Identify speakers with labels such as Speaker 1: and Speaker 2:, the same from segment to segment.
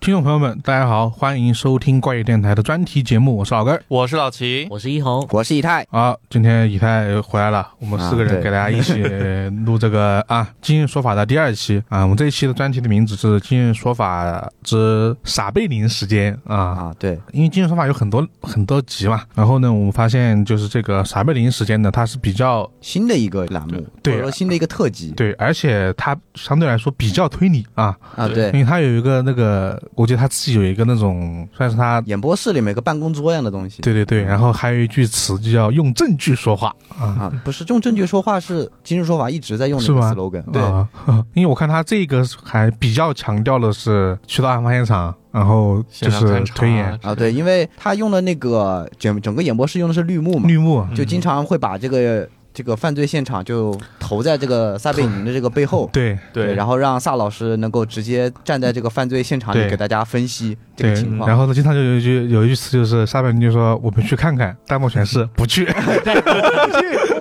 Speaker 1: 听众朋友们，大家好，欢迎收听怪异电台的专题节目，我是老根儿
Speaker 2: 我是老齐，
Speaker 3: 我是一红，
Speaker 4: 我是以太，
Speaker 1: 啊。今天以太回来了，我们四个
Speaker 4: 哎啊
Speaker 1: 人
Speaker 4: 对
Speaker 1: 给大家一起 录这个啊《今日说法》的第二期啊。我们这一期的专题的名字是《今日说法之傻贝宁时间》啊。
Speaker 4: 啊，对，
Speaker 1: 因为《今日说法》有很多很多集嘛，然后呢，我们发现就是这个傻贝宁时间呢，它是比较
Speaker 4: 新的一个栏目，
Speaker 1: 对
Speaker 4: 或者说新的一个特辑
Speaker 1: 对，而且它相对来说比较推理啊，
Speaker 4: 啊，
Speaker 1: 因
Speaker 4: 对，
Speaker 1: 为它有一个那个，我觉得他自己有一个那种算是他
Speaker 4: 演播室里面有个办公桌一样的东西，
Speaker 1: 对对对，然后还有一句词就叫用证据说话啊，
Speaker 4: 啊，不是用证据说话，是今日说法一直在用的
Speaker 1: 是吗
Speaker 4: slogan，
Speaker 1: 啊，因为我看他这个还比较强调的是去到案发现场，然后就
Speaker 2: 现场
Speaker 1: 是
Speaker 2: 勘察
Speaker 1: 推演
Speaker 4: 啊，对，因为他用的那个整整个演播室用的是绿幕嘛，
Speaker 1: 绿幕，嗯
Speaker 4: 就经常会把这个这个犯罪现场就投在这个撒贝宁的这个背后。
Speaker 1: 对
Speaker 2: 对，
Speaker 4: 然后让萨老师能够直接站在这个犯罪现场里
Speaker 1: 对
Speaker 4: 给大家分析这
Speaker 1: 对
Speaker 4: 个情，况。
Speaker 1: 然后呢，经常就有一句有一句词就是沙本就说我们去看看，弹幕全是不去，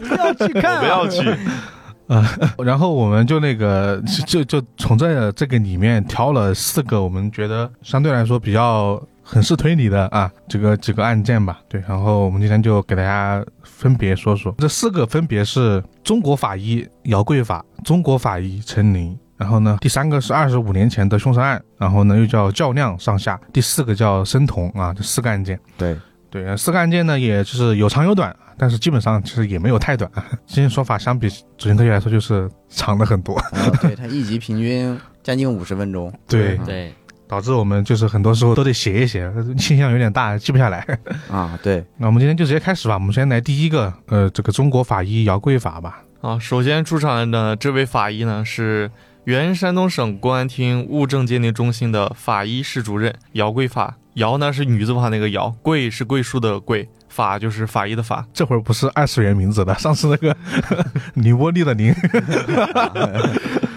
Speaker 4: 不要去看、
Speaker 2: 我
Speaker 4: 啊
Speaker 2: 不要 去，
Speaker 1: 然后我们就那个就就从这这个里面挑了四个我们觉得相对来说比较很是推理的啊，这个几个案件吧。对，然后我们今天就给大家分别说说这四个，分别是中国法医姚桂法、中国法医陈林。然后呢，第三个是二十五年前的凶杀案，然后呢又叫较量上下，第四个叫生酮啊，这四个案件。
Speaker 4: 对，
Speaker 1: 对，呃四个案件呢，也就是有长有短，但是基本上其实也没有太短。 今天说法相比《主线科学》来说，就是长了很多，
Speaker 4: 啊对他一集平均将近五十分钟。
Speaker 1: 对
Speaker 4: 嗯
Speaker 3: 对，
Speaker 1: 导致我们就是很多时候都得写一写，信息量有点大，记不下来。
Speaker 4: 啊，对，
Speaker 1: 那我们今天就直接开始吧，我们先来第一个，呃，这个中国法医姚桂法吧。
Speaker 2: 啊，首先出场的呢，这位法医呢是原山东省公安厅物证鉴定中心的法医室主任姚桂法。姚呢是女字旁那个姚，桂是桂树的桂，法就是法医的法。
Speaker 1: 这会儿不是二次元名字了，上次那个宁波利的宁，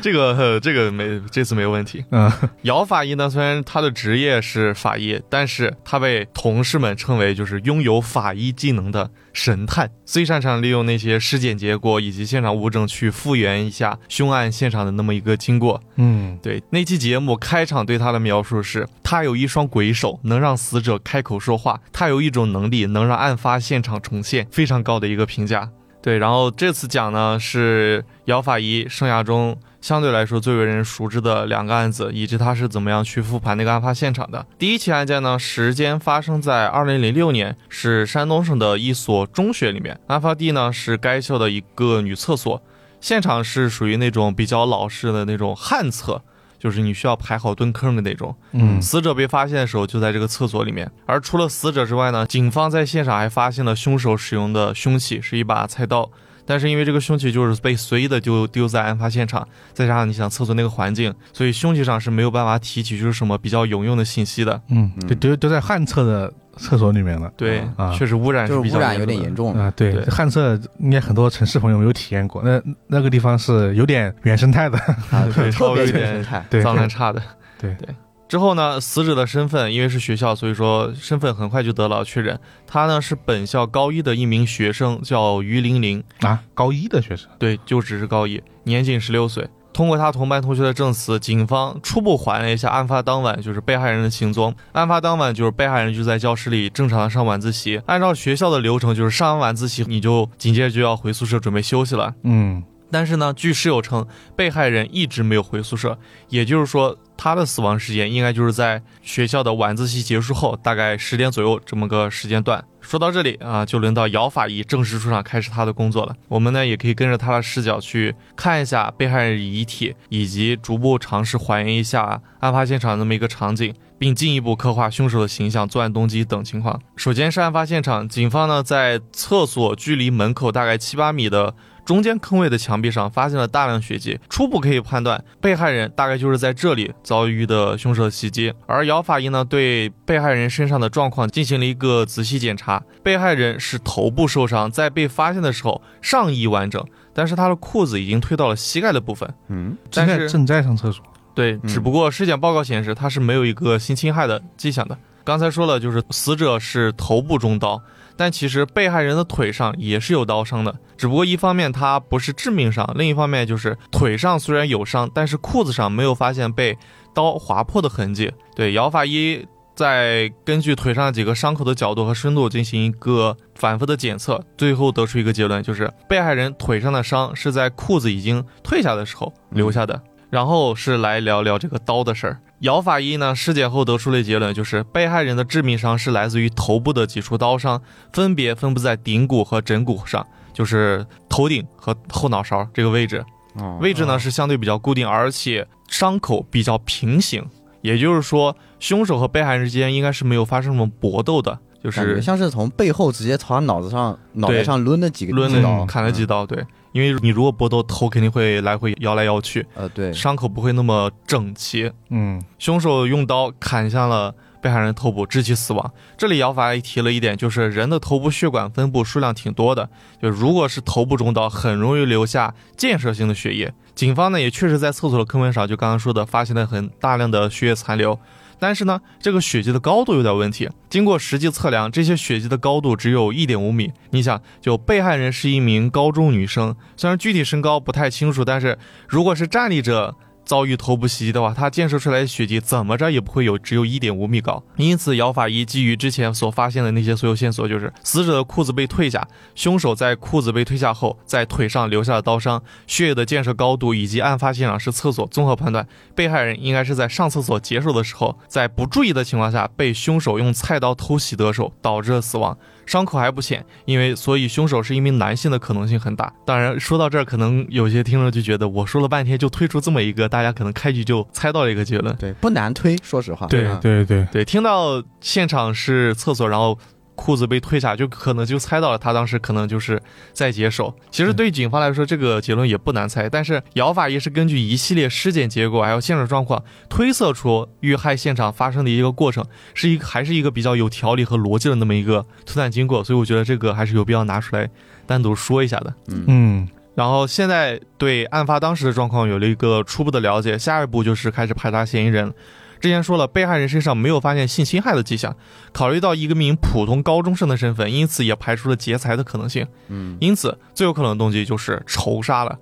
Speaker 2: 这个呃这个没这次没问题。
Speaker 1: 嗯，
Speaker 2: 姚法医呢，虽然他的职业是法医，但是他被同事们称为就是拥有法医技能的神探，最擅长利用那些尸检结果以及现场物证去复原一下凶案现场的那么一个经过。
Speaker 1: 嗯，
Speaker 2: 对，那期节目开场对他的描述是：他有一双鬼手，能让死者开口说话；他有一种能力，能让案发现场重现，非常高的一个评价。对，然后这次讲呢是姚法医生涯中相对来说最为人熟知的两个案子，以及他是怎么样去复盘那个案发现场的。第一起案件呢，时间发生在二零零六年，是山东省的一所中学里面，案发地呢是该校的一个女厕所。现场是属于那种比较老式的那种旱厕，就是你需要排好蹲坑的那种。
Speaker 1: 嗯
Speaker 2: 死者被发现的时候就在这个厕所里面，而除了死者之外呢，警方在现场还发现了凶手使用的凶器是一把菜刀。但是因为这个凶器就是被随意的就丢在案发现场，再加上你想厕所那个环境，所以凶器上是没有办法提取就是什么比较有用的信息的。
Speaker 1: 嗯，就丢丢在旱厕的厕所里面了。
Speaker 2: 对，
Speaker 1: 啊
Speaker 2: 确实污染是
Speaker 4: 就
Speaker 2: 比
Speaker 4: 是污
Speaker 2: 较
Speaker 4: 染有点
Speaker 2: 重的
Speaker 4: 严重了。
Speaker 1: 啊，对，
Speaker 2: 对
Speaker 1: 旱厕应该很多城市朋友没有体验过，那那个地方是有点原生态的。
Speaker 4: 啊，
Speaker 2: 对稍
Speaker 4: 特
Speaker 2: 微有
Speaker 4: 别
Speaker 2: 点
Speaker 4: 生态。
Speaker 1: 对，
Speaker 2: 脏乱差的。
Speaker 1: 对
Speaker 2: 对。之后呢，死者的身份因为是学校，所以说身份很快就得到确认。他呢是本校高一的一名学生，叫于玲玲，
Speaker 1: 啊，高一的学生。
Speaker 2: 对，就只是高一，年仅十六岁。通过他同班同学的证词，警方初步还原了一下案发当晚就是被害人的行踪。案发当晚就是被害人就在教室里正常的上晚自习，按照学校的流程，就是上完晚自习你就紧接着就要回宿舍准备休息了。
Speaker 1: 嗯
Speaker 2: 但是呢，据室友称，被害人一直没有回宿舍，也就是说，他的死亡时间应该就是在学校的晚自习结束后，大概十点左右这么个时间段。说到这里啊，就轮到姚法医正式出场，开始他的工作了。我们呢，也可以跟着他的视角去看一下被害人遗体，以及逐步尝试还原一下案发现场那么一个场景。并进一步刻画凶手的形象、作案动机等情况。首先是案发现场，警方呢在厕所距离门口大概七八米的中间坑位的墙壁上发现了大量血迹，初步可以判断被害人大概就是在这里遭遇的凶手袭击。而姚法医呢，对被害人身上的状况进行了一个仔细检查，被害人是头部受伤，在被发现的时候上衣完整，但是他的裤子已经推到了膝盖的部分。
Speaker 4: 嗯，
Speaker 1: 正在
Speaker 2: 但是
Speaker 1: 正在上厕所。
Speaker 2: 对，
Speaker 4: 嗯
Speaker 2: 只不过尸检报告显示他是没有一个性侵害的迹象的，刚才说了，就是死者是头部中刀，但其实被害人的腿上也是有刀伤的，只不过一方面他不是致命伤，另一方面就是腿上虽然有伤，但是裤子上没有发现被刀划破的痕迹。对，姚法医在根据腿上的几个伤口的角度和深度进行一个反复的检测，最后得出一个结论，就是被害人腿上的伤是在裤子已经退下的时候留下的。然后是来聊聊这个刀的事儿。姚法医呢尸检后得出了结论，就是被害人的致命伤是来自于头部的几处刀伤，分别分布在顶骨和枕骨上，就是头顶和后脑勺这个位置。
Speaker 4: 哦
Speaker 2: 位置呢
Speaker 1: 哦
Speaker 2: 是相对比较固定，而且伤口比较平行，也就是说，凶手和被害人之间应该是没有发生什么搏斗的，就
Speaker 4: 感觉
Speaker 2: 是
Speaker 4: 像是从背后直接朝他脑子上、脑袋上抡了几个
Speaker 2: 抡
Speaker 4: 几刀
Speaker 2: 了砍了几
Speaker 4: 嗯
Speaker 2: 刀。对，因为你如果搏斗，头肯定会来回摇来摇去，
Speaker 4: 呃，对，
Speaker 2: 伤口不会那么整齐。
Speaker 1: 嗯
Speaker 2: 凶手用刀砍向了被害人的头部，致其死亡。这里姚法医提了一点，就是人的头部血管分布数量挺多的，就如果是头部中刀，很容易留下建设性的血液。警方呢也确实在厕所的坑位上，就刚刚说的，发现了很大量的血液残留。但是呢，这个血迹的高度有点问题。经过实际测量，这些血迹的高度只有一点五米。你想，就被害人是一名高中女生，虽然具体身高不太清楚，但是如果是站立着遭遇头部袭击的话，他溅射出来的血迹怎么着也不会有只有一点五米高。因此，姚法医基于之前所发现的那些所有线索，就是死者的裤子被退下，凶手在裤子被退下后，在腿上留下了刀伤，血液的溅射高度以及案发现场是厕所，综合判断，被害人应该是在上厕所解手的时候，在不注意的情况下被凶手用菜刀偷袭得手，导致了死亡，伤口还不浅，因为所以凶手是一名男性的可能性很大。当然，说到这儿，可能有些听众就觉得我说了半天就推出这么一个，大家可能开局就猜到了一个结论。
Speaker 4: 对，不难推，说实话。
Speaker 1: 对啊
Speaker 4: 嗯
Speaker 1: 对对，
Speaker 2: 对，听到现场是厕所，然后裤子被退下，就可能就猜到了他当时可能就是在解手。其实对于警方来说，这个结论也不难猜，但是姚法医是根据一系列尸检结果还有现场状况推测出遇害现场发生的一个过程，是一个还是一个比较有条理和逻辑的那么一个推断经过，所以我觉得这个还是有必要拿出来单独说一下的。
Speaker 4: 嗯，
Speaker 1: 嗯
Speaker 2: 然后现在对案发当时的状况有了一个初步的了解，下一步就是开始排查嫌疑人。之前说了，被害人身上没有发现性侵害的迹象，考虑到一个名普通高中生的身份，因此也排除了劫财的可能性。
Speaker 4: 嗯，
Speaker 2: 因此最有可能的动机就是仇杀了。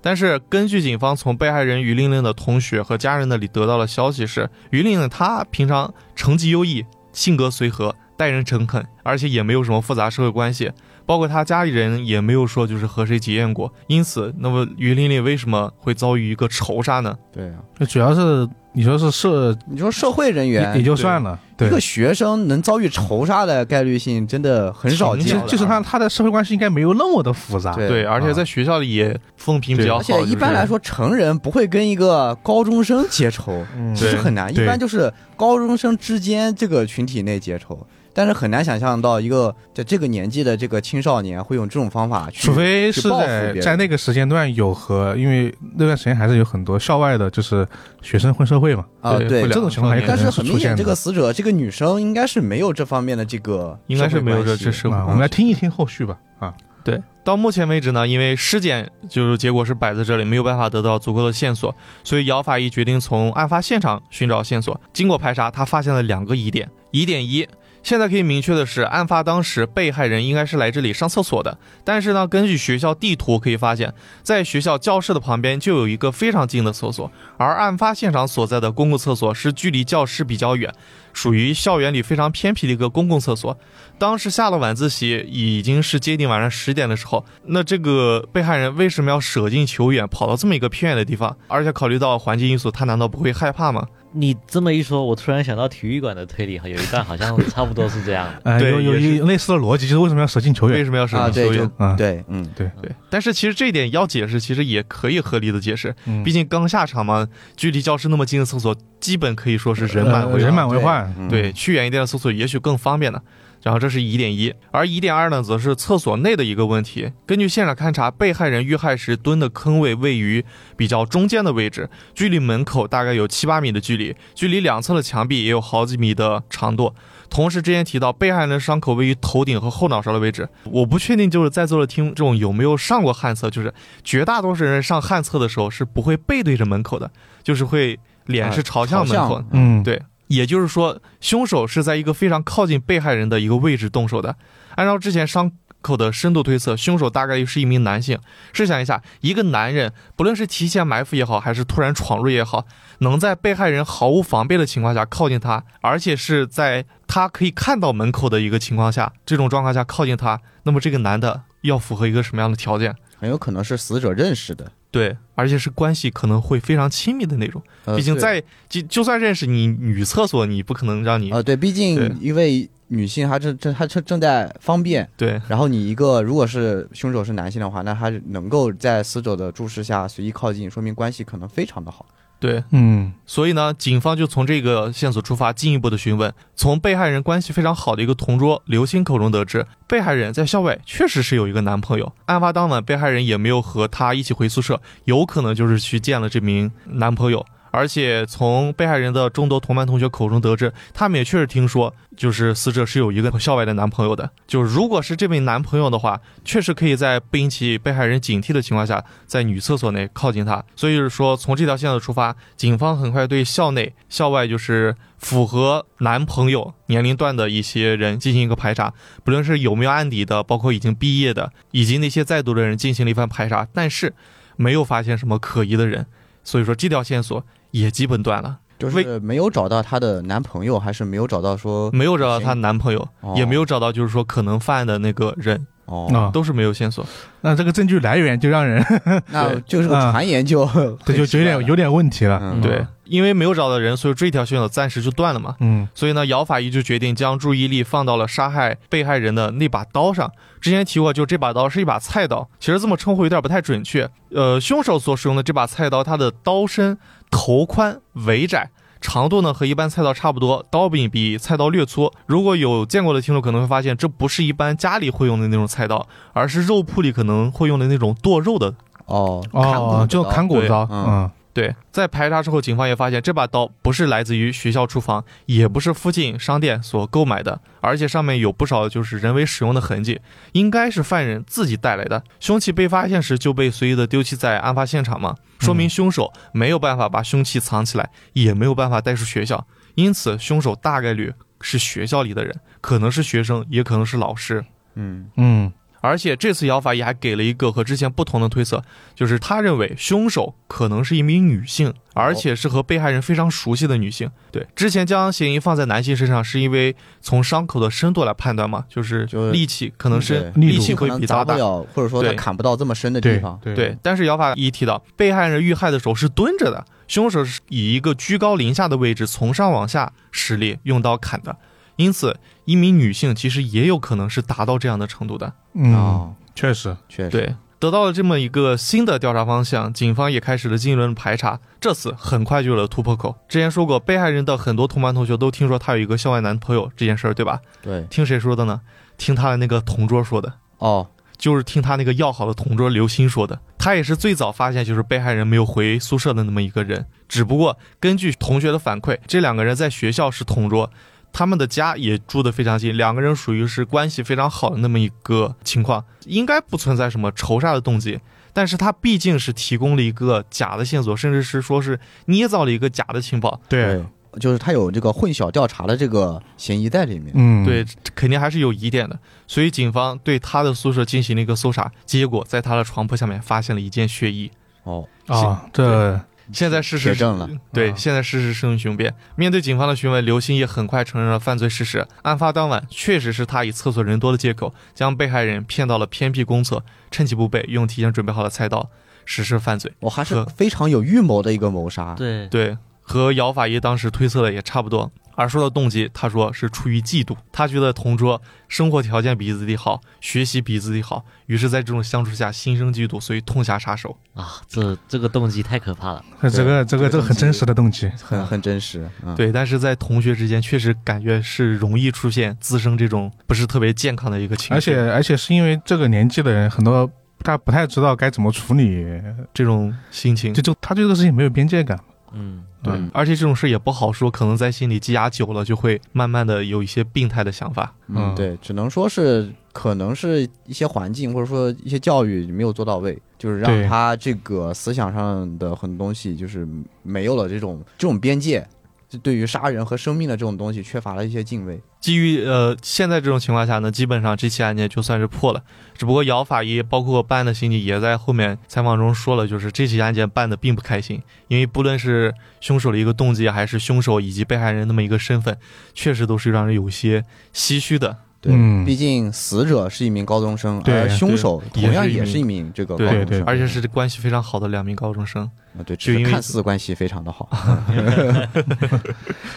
Speaker 2: 但是根据警方从被害人于玲玲的同学和家人那里得到的消息是，于玲玲她平常成绩优异，性格随和，待人诚恳，而且也没有什么复杂社会关系，包括她家里人也没有说就是和谁结怨过。因此，那么于玲玲为什么会遭遇一个仇杀呢？
Speaker 4: 对啊，
Speaker 1: 就主要是你说是社
Speaker 4: 你说社会人
Speaker 1: 也也
Speaker 4: 员。
Speaker 1: 就算了，
Speaker 4: 一
Speaker 1: 对
Speaker 4: 个，学生能遭遇仇杀的概率性真的很少
Speaker 2: 挺
Speaker 1: 其
Speaker 2: 小
Speaker 1: 实
Speaker 4: 见
Speaker 2: 的，
Speaker 1: 就是他他的社会关系应该没有那么的复杂，
Speaker 4: 对
Speaker 2: 对，而且
Speaker 1: 啊
Speaker 2: 在学校里也风评比较好，
Speaker 4: 而且一般来说，成人不会跟一个高中生结仇，
Speaker 1: 嗯
Speaker 4: 其实
Speaker 2: 对
Speaker 4: 很难。一
Speaker 1: 对
Speaker 4: 般就是高中生之间这个群体内结仇，但是很难想象到一个在这个年纪的这个青少年会用这种方法去
Speaker 1: 除非是
Speaker 4: 去报复别
Speaker 1: 在
Speaker 4: 人
Speaker 1: 在那个时间段有和，因为那段时间还是有很多校外的，就是学生混社会嘛，
Speaker 4: 啊、
Speaker 2: 对
Speaker 4: 对
Speaker 2: 不。
Speaker 1: 这种情况还可
Speaker 4: 但
Speaker 1: 能
Speaker 4: 是很
Speaker 1: 出
Speaker 4: 明显，
Speaker 1: 现
Speaker 4: 这
Speaker 1: 的
Speaker 4: 个。死者这个女生应该是没有这方面的这个，
Speaker 2: 应该是没有这这
Speaker 4: 这
Speaker 2: 社会
Speaker 1: 啊，我们来听一听后续吧。啊，。
Speaker 2: 对，到目前为止呢，因为尸检就是结果是摆在这里，没有办法得到足够的线索，所以姚法医决定从案发现场寻找线索。经过排查，他发现了两个疑点。疑点一，现在可以明确的是，案发当时被害人应该是来这里上厕所的。但是呢，根据学校地图可以发现，在学校教室的旁边就有一个非常近的厕所，而案发现场所在的公共厕所是距离教室比较远，属于校园里非常偏僻的一个公共厕所。当时下了晚自习，已经是接近晚上十点的时候。那这个被害人为什么要舍近求远，跑到这么一个偏远的地方？而且考虑到环境因素，他难道不会害怕吗？
Speaker 3: 你这么一说，我突然想到体育馆的推理，有一段好像差不多是这样的
Speaker 1: 呃，
Speaker 2: 对
Speaker 1: 有有
Speaker 2: 也是
Speaker 1: 有类似的逻辑，就是为什么要舍近求
Speaker 2: 为
Speaker 1: 远
Speaker 2: 什么要舍
Speaker 4: 啊，
Speaker 2: 近
Speaker 4: 对
Speaker 2: 求远？
Speaker 4: 就
Speaker 1: 啊？
Speaker 4: 对，嗯，
Speaker 2: 对，但是其实这一点要解释，其实也可以合理的解释，
Speaker 1: 嗯
Speaker 2: 毕竟刚下场嘛，距离教室那么近的厕所，基本可以说是人满为
Speaker 1: 呃
Speaker 2: 患。
Speaker 1: 人满为
Speaker 4: 对
Speaker 1: 患。
Speaker 4: 嗯
Speaker 2: 对，去远一点的厕所也许更方便呢。然后这是疑点一，而疑点二呢，则是厕所内的一个问题。根据现场勘查，被害人遇害时蹲的坑位位于比较中间的位置，距离门口大概有七八米的距离，距离两侧的墙壁也有好几米的长度。同时，之前提到被害人的伤口位于头顶和后脑勺的位置，我不确定就是在座的听众有没有上过旱厕，就是绝大多数人上旱厕的时候是不会背对着门口的，就是会脸
Speaker 4: 啊
Speaker 2: 是朝向门口的。
Speaker 1: 嗯，
Speaker 2: 对也就是说，凶手是在一个非常靠近被害人的一个位置动手的。按照之前伤口的深度推测，凶手大概率是一名男性。试想一下，一个男人不论是提前埋伏也好，还是突然闯入也好，能在被害人毫无防备的情况下靠近他，而且是在他可以看到门口的一个情况下，这种状况下靠近他，那么这个男的要符合一个什么样的条件？
Speaker 4: 很有可能是死者认识的。
Speaker 2: 对，而且是关系可能会非常亲密的那种。
Speaker 4: 呃
Speaker 2: 毕竟
Speaker 4: 对
Speaker 2: 在就就算认识你女厕所，你不可能让你、
Speaker 4: 啊，对，毕
Speaker 2: 对
Speaker 4: 竟一位女性她正正她正正在方便，
Speaker 2: 对
Speaker 4: 然后你一个如果是凶手是男性的话，那他能够在死者的注视下随意靠近，说明关系可能非常的好。
Speaker 2: 对，
Speaker 1: 嗯，
Speaker 2: 所以呢，警方就从这个线索出发，进一步的询问，从被害人关系非常好的一个同桌刘鑫口中得知，被害人在校外确实是有一个男朋友。案发当晚，被害人也没有和他一起回宿舍，有可能就是去见了这名男朋友。而且从被害人的众多同班同学口中得知，他们也确实听说，就是死者是有一个呃校外的男朋友的。就是如果是这名男朋友的话，确实可以在不引起被害人警惕的情况下，在女厕所内呃靠近他。所以说，从这条线索出发，警方很快对校内、校外就是符合男朋友年龄段的一些人进行一个排查，不论是有没有案底的，包括已经毕业的，以及那些在读的人进行了一番排查，但是没有发现什么可疑的人。所以说，这条线索也基本断了，
Speaker 4: 就是没有找到她的男朋友，还是没有找到说
Speaker 2: 没有找到她男朋友，
Speaker 4: 哦
Speaker 2: 也没有找到就是说可能犯案的那个人，
Speaker 1: 啊
Speaker 4: 哦，
Speaker 2: 都是没有线索。
Speaker 1: 那这个证据来源就让人
Speaker 4: 那就是个
Speaker 2: 嗯
Speaker 1: 啊
Speaker 4: 传言就
Speaker 1: 对就就有点有点问题了。
Speaker 4: 嗯
Speaker 2: 对，因为没有找到人，所以这条线索暂时就断了嘛。
Speaker 1: 嗯
Speaker 2: 所以呢，姚法医就决定将注意力放到了杀害被害人的那把刀上。之前提过，就这把刀是一把菜刀，其实这么称呼有点不太准确。呃，凶手所使用的这把菜刀，它的刀身头宽尾窄。长度呢和一般菜刀差不多，刀柄比菜刀略粗。如果有见过的听众可能会发现，这不是一般家里会用的那种菜刀，而是肉铺里可能会用的那种剁肉的
Speaker 4: 哦
Speaker 1: 哦，就砍骨
Speaker 2: 对
Speaker 1: 刀，
Speaker 4: 嗯
Speaker 1: 嗯
Speaker 2: 对，在排查之后，警方也发现这把刀不是来自于学校厨房，也不是附近商店所购买的，而且上面有不少就是人为使用的痕迹，应该是犯人自己带来的。凶器被发现时就被随意的丢弃在案发现场嘛，说明凶手没有办法把凶器藏起来，也没有办法带出学校，因此凶手大概率是学校里的人，可能是学生，也可能是老师。
Speaker 4: 嗯
Speaker 1: 嗯
Speaker 2: 而且这次姚法医还给了一个和之前不同的推测，就是他认为凶手可能是一名女性，而且是和被害人非常熟悉的女性。对，之前将嫌疑放在男性身上，是因为从伤口的深度来判断嘛，就是
Speaker 4: 就是
Speaker 2: 力气可能是
Speaker 4: 嗯对
Speaker 2: 力
Speaker 1: 力
Speaker 2: 气
Speaker 1: 度
Speaker 2: 会
Speaker 4: 可能
Speaker 2: 比
Speaker 4: 砸
Speaker 2: 他
Speaker 4: 不
Speaker 2: 大。
Speaker 4: 了，或者说他
Speaker 2: 对
Speaker 4: 砍不到这么深的地
Speaker 1: 对
Speaker 4: 方。
Speaker 2: 对，，但是姚法医提到，被害人遇害的时候是蹲着的，凶手是以一个居高临下的位置从上往下使力用刀砍的，因此一名女性其实也有可能是达到这样的程度的。
Speaker 1: 嗯，
Speaker 4: 哦，
Speaker 1: 确实，
Speaker 4: 确实，
Speaker 2: 对，得到了这么一个新的调查方向，警方也开始了新一轮排查。这次很快就有了突破口。之前说过，被害人的很多同班同学都听说她有一个校外男朋友这件事儿，对吧？
Speaker 4: 对，
Speaker 2: 听谁说的呢？听她的那个同桌说的，
Speaker 4: 哦，
Speaker 2: 就是听她那个要好的同桌刘鑫说的。她也是最早发现就是被害人没有回宿舍的那么一个人。只不过根据同学的反馈，这两个人在学校是同桌。他们的家也住得非常近，两个人属于是关系非常好的那么一个情况，应该不存在什么仇杀的动机。但是他毕竟是提供了一个假的线索，甚至是说是捏造了一个假的情报，
Speaker 1: 对，，
Speaker 4: 就是他有这个混淆调查的这个嫌疑在里面。
Speaker 1: 嗯
Speaker 2: 对，，肯定还是有疑点的。所以警方对他的宿舍进行了一个搜查，结果在他的床铺下面发现了一件血衣。
Speaker 4: 哦，
Speaker 1: 啊，这
Speaker 2: 现在事实
Speaker 4: 铁证了，
Speaker 2: 对，
Speaker 1: 啊
Speaker 2: 现在事实胜于雄辩。面对警方的询问，刘鑫也很快承认了犯罪事实。案发当晚，确实是他以厕所人多的借口，将被害人骗到了偏僻公厕，趁其不备，用提前准备好的菜刀实施犯罪。
Speaker 4: 我还是
Speaker 2: 呵
Speaker 4: 非常有预谋的一个谋 杀。
Speaker 3: 对，
Speaker 2: 对，和姚法医当时推测的也差不多。而说到动机，他说是出于嫉妒，他觉得同桌生活条件比自己好，学习比自己好，于是在这种相处下心生嫉妒，所以痛下杀手。
Speaker 3: 啊，这这个动机太可怕了。
Speaker 1: 这个这个这个很真实的动机，
Speaker 4: 很很真实，嗯，
Speaker 2: 对，但是在同学之间，确实感觉是容易出现滋生这种不是特别健康的一个情绪，
Speaker 1: 而且而且是因为这个年纪的人很多。他不太知道该怎么处理，
Speaker 2: 这种心情
Speaker 1: 就，就他对这个事情没有边界感。
Speaker 3: 嗯，
Speaker 1: 对
Speaker 4: 嗯
Speaker 2: 而且这种事也不好说，可能在心里积压久了，就会慢慢的有一些病态的想法。
Speaker 1: 嗯
Speaker 4: 嗯，对，只能说是可能是一些环境或者说一些教育没有做到位，就是
Speaker 1: 对
Speaker 4: 让他这个思想上的很多东西就是没有了这种这种边界，就对于杀人和生命的这种东西缺乏了一些敬畏。
Speaker 2: 基于呃现在这种情况下呢，基本上这起案件就算是破了。只不过姚法医包括办案的刑警也在后面采访中说了，就是这起案件办的并不开心，因为不论是凶手的一个动机，还是凶手以及被害人那么一个身份，确实都是让人有些唏嘘的。
Speaker 4: 对，
Speaker 1: 嗯
Speaker 4: 毕竟死者是一名高中生，
Speaker 1: 对
Speaker 4: 而凶手
Speaker 2: 对
Speaker 4: 同样
Speaker 2: 也是一
Speaker 4: 也
Speaker 2: 名
Speaker 4: 是一名这个高
Speaker 2: 对
Speaker 4: 中生，
Speaker 1: 对对
Speaker 2: 而且是关系非常好的两名高中生，
Speaker 4: 啊对，
Speaker 2: 就
Speaker 4: 只
Speaker 2: 因
Speaker 4: 是
Speaker 2: 为
Speaker 4: 看似关系非常 的好。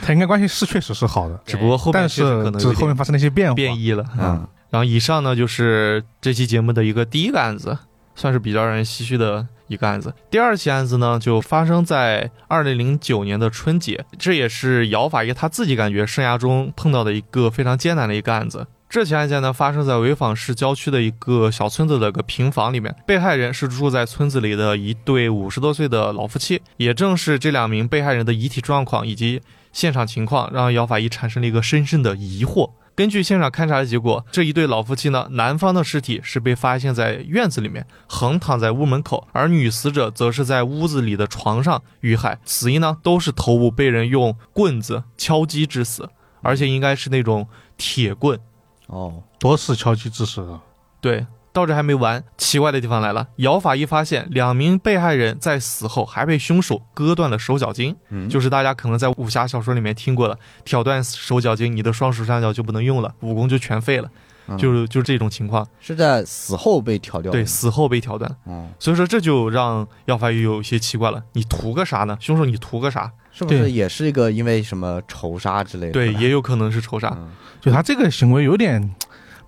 Speaker 1: 他应该关系是确实是好的，
Speaker 2: 只不过后面
Speaker 1: 但
Speaker 2: 确实可
Speaker 1: 是
Speaker 2: 能
Speaker 1: 只
Speaker 2: 有
Speaker 1: 是后面
Speaker 2: 点
Speaker 1: 发生了一些变化。
Speaker 2: 变异了。
Speaker 4: 嗯，
Speaker 2: 然后以上呢就是这期节目的一个第一个案子，算是比较让人唏嘘的一个案子。第二起案子呢就发生在二零零九年的春节，这也是姚法医他自己感觉生涯中碰到的一个非常艰难的一个案子。这起案件呢发生在潍坊市郊区的一个小村子的一个平房里面，被害人是住在村子里的一对五十多岁的老夫妻。也正是这两名被害人的遗体状况以及现场情况，让姚法医产生了一个深深的疑惑。根据现场勘查的结果，这一对老夫妻呢，男方的尸体是被发现在院子里面，横躺在屋门口，而女死者则是在屋子里的床上遇害。死因呢，都是头部被人用棍子敲击致死，而且应该是那种铁棍。
Speaker 4: 哦，
Speaker 1: 多次敲击致死的，
Speaker 2: 对，到这还没完，奇怪的地方来了。姚法医发现，两名被害人在死后还被凶手割断了手脚筋，
Speaker 4: 嗯，
Speaker 2: 就是大家可能在武侠小说里面听过了，挑断手脚筋，你的双手双脚就不能用了，武功就全废了，
Speaker 4: 嗯
Speaker 2: 就是就是这种情况。
Speaker 4: 是在死后被调掉的。
Speaker 2: 对，死后被挑断，
Speaker 4: 嗯，
Speaker 2: 所以说这就让要法医有一些奇怪了。你图个啥呢？凶手你图个啥？
Speaker 4: 是不是
Speaker 1: 对
Speaker 4: 也是一个因为什么仇杀之类的？
Speaker 2: 对，也有可能是仇杀。
Speaker 4: 嗯
Speaker 1: 就他这个行为有点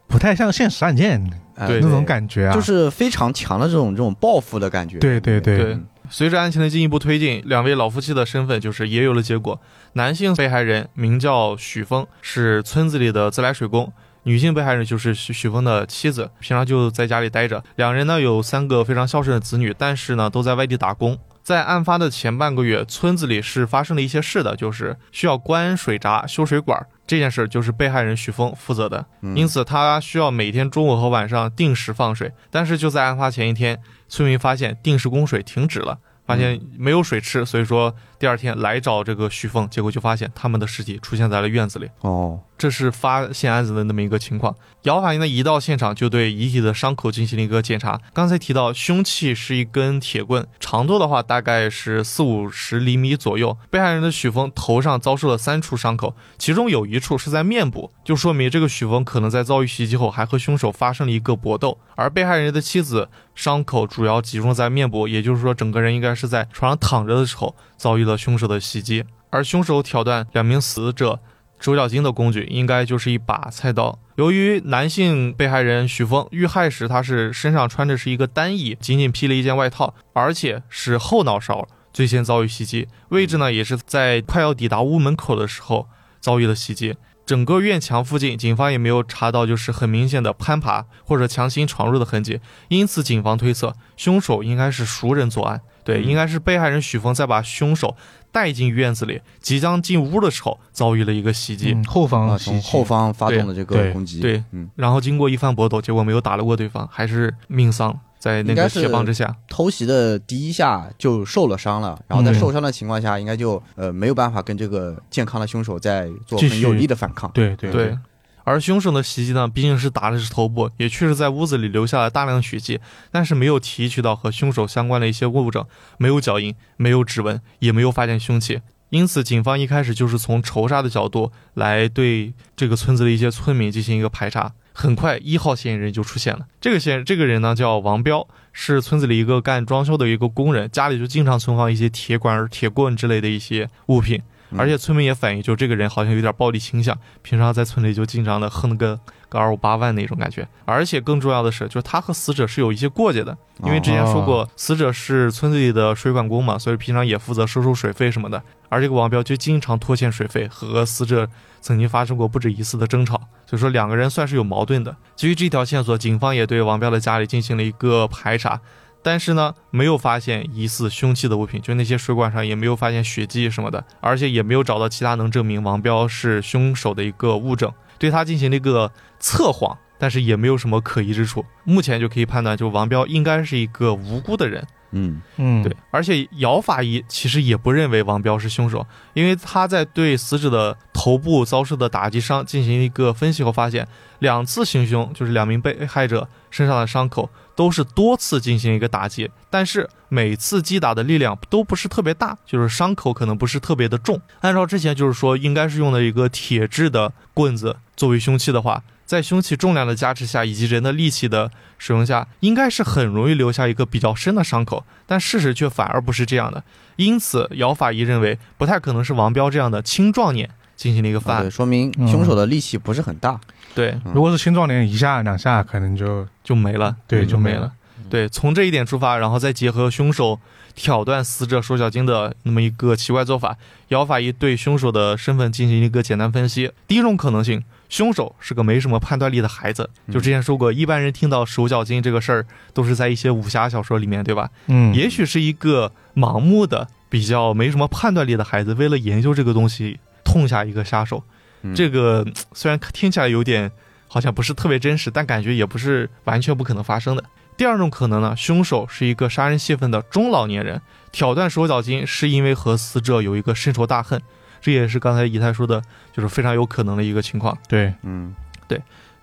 Speaker 1: 不太像现实案件
Speaker 4: 哎
Speaker 2: 对
Speaker 1: 那种感觉啊。
Speaker 4: 就是非常强的这种这种报复的感觉。嗯
Speaker 1: 对对对
Speaker 2: 对随着案情的进一步推进，两位老夫妻的身份就是也有了结果。男性被害人名叫许峰，是村子里的自来水工。女性被害人就是许许峰的妻子，平常就在家里待着。两人呢有三个非常孝顺的子女，但是呢都在外地打工。在案发的前半个月，村子里是发生了一些事的，就是需要关水闸、修水管这件事，就是被害人许峰负责的。
Speaker 4: 嗯
Speaker 2: 因此他需要每天中午和晚上定时放水。但是就在案发前一天，村民发现定时供水停止了，发现没有水吃，所以说第二天来找这个徐凤，结果就发现他们的尸体出现在了院子里。
Speaker 4: 哦，
Speaker 2: 这是发现案子的那么一个情况。姚法医呢一到现场就对遗体的伤口进行了一个检查。刚才提到凶器是一根铁棍，长度的话大概是四五十厘米左右。被害人的许峰头上遭受了三处伤口，其中有一处是在面部，就说明这个许峰可能在遭遇袭击后还和凶手发生了一个搏斗。而被害人的妻子伤口主要集中在面部，也就是说整个人应该是在床上躺着的时候遭遇了凶手的袭击。而凶手挑断两名死者手脚筋的工具应该就是一把菜刀。由于男性被害人许峰遇害时，他是身上穿着是一个单衣，仅仅披了一件外套，而且是后脑勺最先遭遇袭击，位置呢也是在快要抵达屋门口的时候遭遇了袭击。整个院墙附近，警方也没有查到就是很明显的攀爬或者强行闯入的痕迹，因此警方推测凶手应该是熟人作案，对，
Speaker 4: 嗯
Speaker 2: 应该是被害人许峰在把凶手带进院子里，即将进屋的时候遭遇了一个袭击。
Speaker 1: 嗯，后
Speaker 4: 啊，
Speaker 1: 方袭
Speaker 4: 从
Speaker 1: 击
Speaker 4: 后方发动的这个
Speaker 1: 对
Speaker 4: 攻击，
Speaker 2: 对，
Speaker 4: 嗯，
Speaker 2: 然后经过一番搏斗，结果没有打得过对方，还是命丧在那
Speaker 4: 应
Speaker 2: 个
Speaker 4: 该是
Speaker 2: 铁棒之下。
Speaker 4: 偷袭的第一下就受了伤了，然后在
Speaker 1: 嗯
Speaker 4: 受伤的情况下，应该就呃没有办法跟这个健康的凶手再做
Speaker 1: 继
Speaker 4: 很有
Speaker 1: 续
Speaker 4: 力的反抗。
Speaker 1: 对对
Speaker 2: 对，而凶手的袭击呢，毕竟是打的是头部，也确实在屋子里留下了大量的血迹，但是没有提取到和凶手相关的一些物证，没有脚印，没有指纹，也没有发现凶器。因此，警方一开始就是从仇杀的角度来对这个村子的一些村民进行一个排查。很快，一号嫌疑人就出现了。这个嫌这个人呢叫王彪，是村子里一个干装修的一个工人，家里就经常存放一些铁管儿、铁棍之类的一些物品。
Speaker 4: 嗯
Speaker 2: 而且村民也反映，就这个人好像有点暴力倾向，平常在村里就经常的横个个二五八万那种感觉。而且更重要的是，就是他和死者是有一些过节的，
Speaker 4: 嗯
Speaker 2: 因
Speaker 4: 哦
Speaker 2: 为之前说过，死者是村子里的水管工嘛，所以平常也负责收收水费什么的。而这个王彪就经常拖欠水费，和死者曾经发生过不止一次的争吵，所以说两个人算是有矛盾的。基于这条线索，警方也对王彪的家里进行了一个排查，但是呢，没有发现疑似凶器的物品，就那些水管上也没有发现血迹什么的，而且也没有找到其他能证明王彪是凶手的一个物证，对他进行了一个测谎，但是也没有什么可疑之处。目前就可以判断，就王彪应该是一个无辜的人，
Speaker 4: 嗯
Speaker 1: 嗯，
Speaker 2: 对，，而且姚法医其实也不认为王彪是凶手，因为他在对死者的头部遭受的打击伤进行一个分析后发现，两次行凶就是两名被害者身上的伤口都是多次进行一个打击，但是每次击打的力量都不是特别大，就是伤口可能不是特别的重。按照之前就是说，应该是用了一个铁制的棍子作为凶器的话。在凶器重量的加持下，以及人的力气的使用下，应该是很容易留下一个比较深的伤口。但事实却反而不是这样的。因此，姚法医认为不太可能是王彪这样的青壮年进行了一个犯
Speaker 4: 啊
Speaker 2: 案。
Speaker 4: 对，说明
Speaker 2: 嗯
Speaker 4: 凶手的力气不是很大。
Speaker 2: 对，
Speaker 1: 如果是青壮年一下两下，可能就
Speaker 2: 就没了，
Speaker 1: 对
Speaker 2: 就
Speaker 1: 就
Speaker 2: 没
Speaker 1: 没
Speaker 2: 了
Speaker 1: 了。
Speaker 2: 对，从这一点出发，然后再结合凶手挑断死者手脚筋的那么一个奇怪做法，姚法医对凶手的身份进行一个简单分析。第一种可能性，凶手是个没什么判断力的孩子。
Speaker 4: 嗯
Speaker 2: 就之前说过，一般人听到手脚筋这个事儿，都是在一些武侠小说里面，对吧？
Speaker 1: 嗯，
Speaker 2: 也许是一个盲目的、比较没什么判断力的孩子，为了研究这个东西，痛下一个杀手。
Speaker 4: 嗯
Speaker 2: 这个嗯虽然听起来有点好像不是特别真实，但感觉也不是完全不可能发生的。第二种可能呢，凶手是一个杀人泄愤的中老年人，挑断手脚筋是因为和死者有一个深仇大恨，这也是刚才以太说的，就是非常有可能的一个情况。
Speaker 1: 对，
Speaker 4: 嗯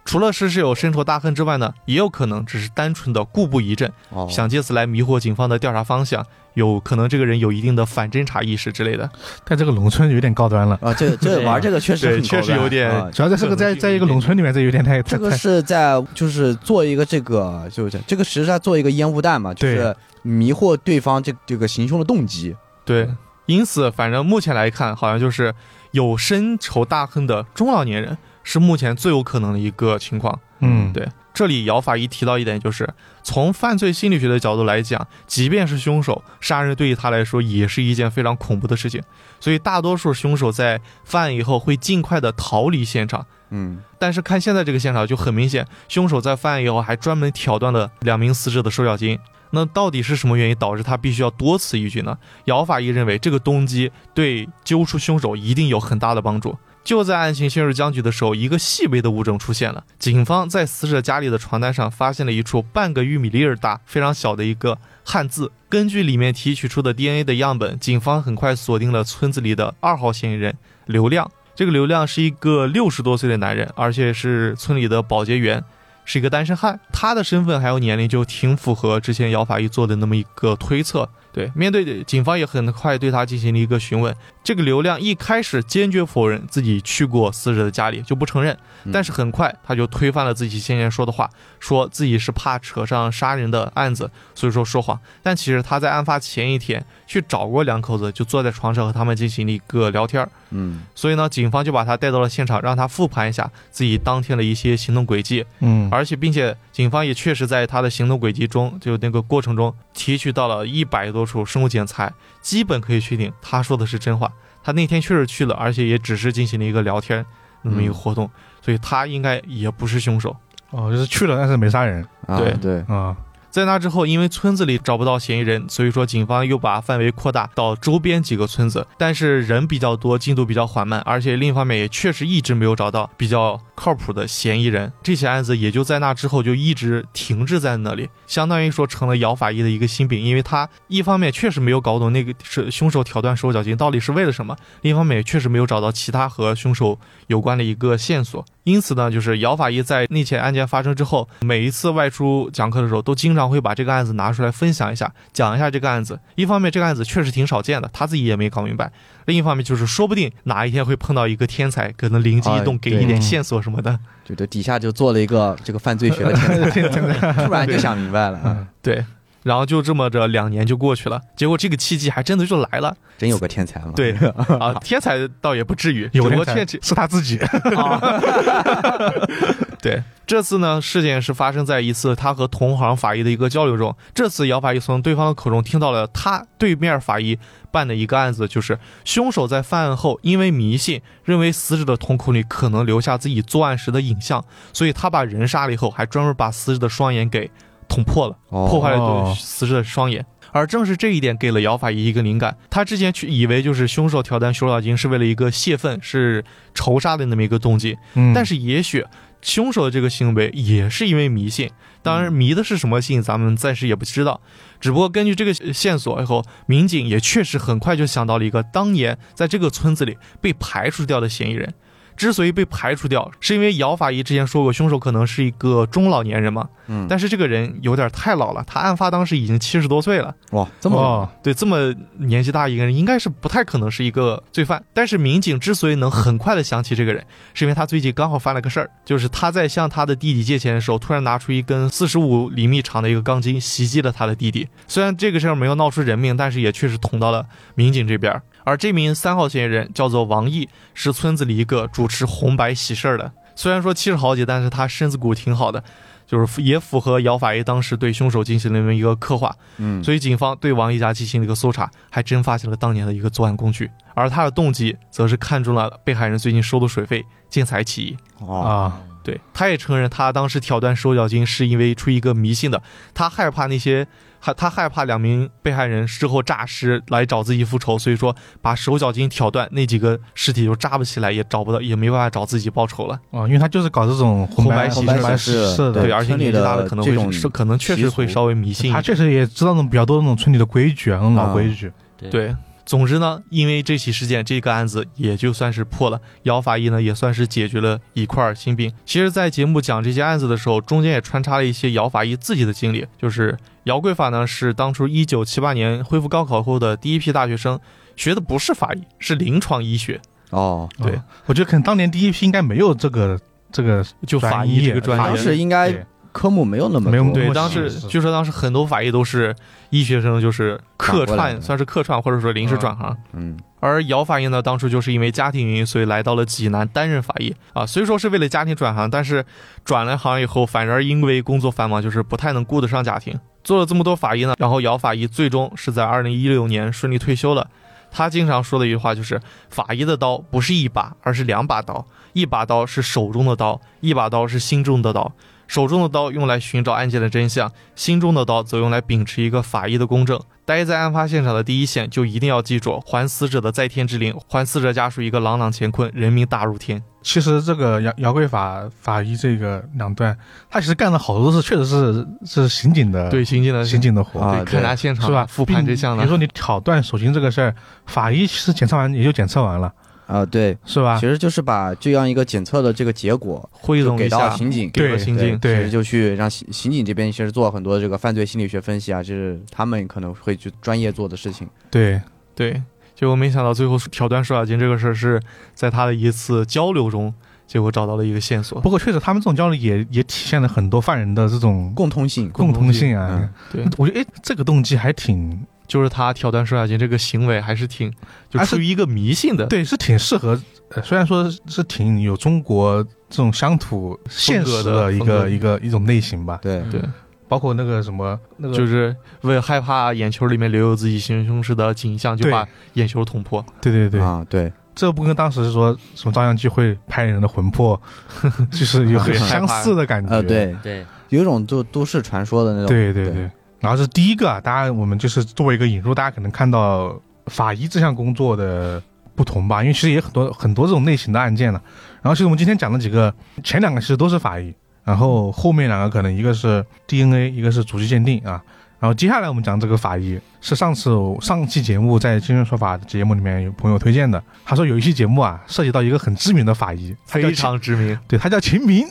Speaker 2: 除了是室友深仇大恨之外呢，也有可能只是单纯的故布疑阵，
Speaker 4: 哦，
Speaker 2: 想借此来迷惑警方的调查方向，有可能这个人有一定的反侦查意识之类的。
Speaker 1: 在这个农村有点高端了，
Speaker 4: 啊，这这
Speaker 3: 对
Speaker 4: 玩这个确实
Speaker 2: 对
Speaker 4: 很
Speaker 2: 确实
Speaker 4: 高端
Speaker 2: 有点
Speaker 4: 啊
Speaker 1: 主要在这个在在一个农村里面，这有点太太
Speaker 4: 这个
Speaker 1: 太
Speaker 4: 是在就是做一个这个就是这个实际上做一个烟雾弹嘛，就是迷惑对方这这个行凶的动机。
Speaker 2: 对，因此，反正目前来看，好像就是有深仇大恨的中老年人是目前最有可能的一个情况。
Speaker 1: 嗯
Speaker 2: 对这里姚法医提到一点，就是从犯罪心理学的角度来讲，即便是凶手杀人，对于他来说也是一件非常恐怖的事情。所以，大多数凶手在犯案以后会尽快的逃离现场。
Speaker 4: 嗯，
Speaker 2: 但是看现在这个现场就很明显，凶手在犯案以后还专门挑断了两名死者的手脚筋。那到底是什么原因导致他必须要多此一举呢？姚法医认为这个动机对揪出凶手一定有很大的帮助。就在案情陷入僵局的时候，一个细微的物证出现了。警方在死者家里的床单上发现了一处半个玉米粒儿大、非常小的一个汉字。根据里面提取出的 DNA 的样本，警方很快锁定了村子里的二号嫌疑人刘亮。这个刘亮是一个六十多岁的男人，而且是村里的保洁员，是一个单身汉。他的身份还有年龄就挺符合之前姚法医做的那么一个推测。对，面对警方也很快对他进行了一个询问。这个刘亮一开始坚决否认自己去过死者的家里，就不承认。
Speaker 4: 嗯
Speaker 2: 但是很快他就推翻了自己先前说的话，说自己是怕扯上杀人的案子，所以说说谎。但其实他在案发前一天去找过两口子，就坐在床上和他们进行了一个聊天儿。
Speaker 4: 嗯
Speaker 2: 所以呢，警方就把他带到了现场，让他复盘一下自己当天的一些行动轨迹，
Speaker 1: 嗯
Speaker 2: 而且并且警方也确实在他的行动轨迹中，就那个过程中提取到了一百多处生物检材，基本可以确定他说的是真话。他那天确实去了，而且也只是进行了一个聊天那么一个活动，所以他应该也不是凶手。
Speaker 1: 哦，就是去了但是没杀人
Speaker 4: 啊
Speaker 2: 对
Speaker 4: 对，
Speaker 1: 啊，
Speaker 2: 在那之后，因为村子里找不到嫌疑人，所以说警方又把范围扩大到周边几个村子，但是人比较多，进度比较缓慢，而且另一方面也确实一直没有找到比较靠谱的嫌疑人。这起案子也就在那之后就一直停滞在那里，相当于说成了姚法医的一个心病，因为他一方面确实没有搞懂那个是凶手挑断手脚筋到底是为了什么，另一方面也确实没有找到其他和凶手有关的一个线索。因此呢，就是姚法医在那起案件发生之后，每一次外出讲课的时候，都经常会把这个案子拿出来分享一下，讲一下这个案子。一方面，这个案子确实挺少见的，他自己也没搞明白；另一方面，就是说不定哪一天会碰到一个天才，可能灵机一
Speaker 1: 哎
Speaker 2: 动，
Speaker 4: 啊
Speaker 2: 给
Speaker 4: 对
Speaker 2: 一点线索什么的。
Speaker 4: 就这底下就做了一个这个犯罪学 的天才，突然就想明白了，啊
Speaker 2: 对，然后就这么着两年就过去了，结果这个契机还真的就来了。
Speaker 4: 真有个天才嘛？
Speaker 2: 对啊，天才倒也不至于，只
Speaker 1: 哎有
Speaker 2: 不过
Speaker 1: 天才
Speaker 2: 确实
Speaker 1: 是他自己，
Speaker 4: 啊，
Speaker 2: 对，这次呢，事件是发生在一次他和同行法医的一个交流中。这次姚法医从对方的口中听到了他对面法医办的一个案子，就是凶手在犯案后，因为迷信，认为死者的瞳孔里可能留下自己作案时的影像，所以他把人杀了以后，还专门把死者的双眼给捅破了。破
Speaker 4: 破
Speaker 2: 坏了
Speaker 1: 哦
Speaker 2: 死者的双眼。而正是这一点给了姚法医一个灵感。他之前去以为就是凶手挑担手脚筋是为了一个泄愤、是仇杀的那么一个动机，
Speaker 1: 嗯
Speaker 2: 但是也许凶手的这个行为也是因为迷信，当然迷的是什么信，咱们暂时也不知道。只不过根据这个线索以后，民警也确实很快就想到了一个当年在这个村子里被排除掉的嫌疑人。之所以被排除掉，是因为姚法医之前说过，凶手可能是一个中老年人嘛。
Speaker 4: 嗯，
Speaker 2: 但是这个人有点太老了，他案发当时已经七十多岁了。
Speaker 4: 哇，这么
Speaker 1: 哦，
Speaker 2: 对，这么年纪大一个人，应该是不太可能是一个罪犯。但是民警之所以能很快的想起这个人，是因为他最近刚好犯了个事儿，就是他在向他的弟弟借钱的时候，突然拿出一根四十五厘米长的一个钢筋袭击了他的弟弟。虽然这个事儿没有闹出人命，但是也确实捅到了民警这边儿。而这名三号嫌疑人叫做王毅，是村子里一个主持红白喜事儿的。虽然说七十好几，但是他身子骨挺好的，就是也符合姚法医当时对凶手进行了一个刻画。
Speaker 4: 嗯，
Speaker 2: 所以警方对王一家进行了一个搜查，还真发现了当年的一个作案工具，而他的动机则是看中了被害人最近收的水费，见财起意。
Speaker 4: 哦，
Speaker 1: 啊，
Speaker 2: 对，他也承认他当时挑断手脚筋是因为出于一个迷信的，他害怕那些，害他害怕两名被害人事后诈尸来找自己复仇，所以说把手脚筋挑断，那几个尸体就扎不起来，也找不到，也没办法找自己报仇了。
Speaker 1: 哦，因为他就是搞这种红
Speaker 2: 红白
Speaker 1: 喜
Speaker 2: 喜事
Speaker 1: 白喜事
Speaker 2: 对，
Speaker 1: 的
Speaker 4: 对，
Speaker 2: 而且
Speaker 4: 村里
Speaker 2: 年纪大了
Speaker 4: 的
Speaker 2: 可能
Speaker 4: 这
Speaker 2: 会
Speaker 4: 种
Speaker 2: 是可能确实
Speaker 4: 习俗
Speaker 2: 会稍微迷信一
Speaker 1: 他确
Speaker 2: 点。
Speaker 1: 实也知道那种比较多那种村里的规矩啊，那种老
Speaker 4: 啊
Speaker 1: 规矩。
Speaker 2: 对，总之呢，因为这起事件，这个案子也就算是破了，姚法医呢也算是解决了一块儿心病。其实，在节目讲这些案子的时候，中间也穿插了一些姚法医自己的经历，就是姚桂法呢是当初一九七八年恢复高考后的第一批大学生，学的不是法医，是临床医学，
Speaker 4: 哦，
Speaker 2: 对
Speaker 1: 啊，我觉得可能当年第一批应该没有这个这个
Speaker 2: 就法医这个专
Speaker 4: 当
Speaker 2: 业。
Speaker 4: 时应该
Speaker 1: 对
Speaker 4: 科目没有那么
Speaker 1: 没有
Speaker 4: 多
Speaker 1: 那
Speaker 2: 对，
Speaker 1: 么
Speaker 2: 当时
Speaker 1: 是是
Speaker 2: 据说当时很多法医都是医学生，就是客
Speaker 4: 转过来
Speaker 2: 串，
Speaker 4: 的
Speaker 2: 算是客串或者说临时
Speaker 1: 嗯
Speaker 2: 转行。
Speaker 4: 嗯，
Speaker 2: 而姚法医呢，当初就是因为家庭原因，所以来到了济南担任法医啊。虽说是为了家庭转行，但是转了行以后，反而因为工作繁忙，就是不太能顾得上家庭。做了这么多法医呢，然后姚法医最终是在二零一六年顺利退休了。他经常说的一句话就是：法医的刀不是一把，而是两把刀，一把刀是手中的刀，一把刀是心中的刀。手中的刀用来寻找案件的真相，心中的刀则用来秉持一个法医的公正。待在案发现场的第一线，就一定要记住还死者的在天之灵，还死者家属一个朗朗乾坤，人民大如天。
Speaker 1: 其实这个姚姚桂法法医这个两段，他其实干了好多事，确实是是刑警的
Speaker 2: 对，刑警的
Speaker 1: 刑警的活，
Speaker 4: 啊
Speaker 2: 对
Speaker 4: 对
Speaker 2: 勘察现场
Speaker 1: 是吧？
Speaker 2: 复盘
Speaker 1: 并
Speaker 2: 真相
Speaker 1: 比如
Speaker 2: 呢？
Speaker 1: 说你挑断手筋这个事儿，法医其实检测完也就检测完了，
Speaker 4: 啊，对，
Speaker 1: 是吧
Speaker 4: 其？实就是把这样一个检测的这个结果
Speaker 2: 汇
Speaker 4: 就
Speaker 2: 总
Speaker 4: 给
Speaker 2: 一
Speaker 4: 到
Speaker 2: 下，
Speaker 4: 刑警，
Speaker 2: 给了
Speaker 1: 对
Speaker 2: 刑警。
Speaker 1: 对
Speaker 4: 其实就去让刑刑警这边其实做很多这个犯罪心理学分析啊，这是他们可能会去专业做的事情。
Speaker 1: 对，
Speaker 2: 对，结果没想到最后挑断手脚筋这个事儿是在他的一次交流中，结果找到了一个线索。
Speaker 1: 不过确实他们这种交流也也体现了很多犯人的这种
Speaker 4: 共通性，
Speaker 1: 共同性啊
Speaker 4: 嗯。
Speaker 2: 对，
Speaker 1: 我觉得哎，这个动机还挺
Speaker 2: 就是他挑断手脚筋这个行为还是挺，就
Speaker 1: 还是
Speaker 2: 出于一个迷信的。
Speaker 1: 对，是挺适合。呃，虽然说是挺有中国这种乡土现实的一
Speaker 2: 风格
Speaker 1: 个
Speaker 2: 的
Speaker 1: 一个一种类型吧，
Speaker 4: 对，
Speaker 2: 对，
Speaker 1: 包括那个什么那个
Speaker 2: 就是为害怕眼球里面留有自己行凶时的景象，就
Speaker 1: 对
Speaker 2: 把眼球捅破。
Speaker 1: 对对嗯对，
Speaker 4: 啊，对，
Speaker 1: 这不跟当时说什么照相机会拍人的魂魄， 就是有很
Speaker 2: 对
Speaker 1: 相似的感觉。
Speaker 4: 呃，对，
Speaker 3: 对，
Speaker 4: 有一种就都市传说的那种，
Speaker 1: 对对
Speaker 4: 对
Speaker 1: 对。然后这是第一个啊，大家我们就是作为一个引入，大家可能看到法医这项工作的不同吧，因为其实也很多很多这种类型的案件了。然后其实我们今天讲的几个，前两个其实都是法医，然后后面两个可能一个是 DNA，一个是足迹鉴定啊。然后接下来我们讲这个法医，是上次我上期节目在《今日说法》节目里面有朋友推荐的，他说有一期节目啊，涉及到一个很知名的法医，他叫
Speaker 2: 非常知名，
Speaker 1: 对他叫秦明，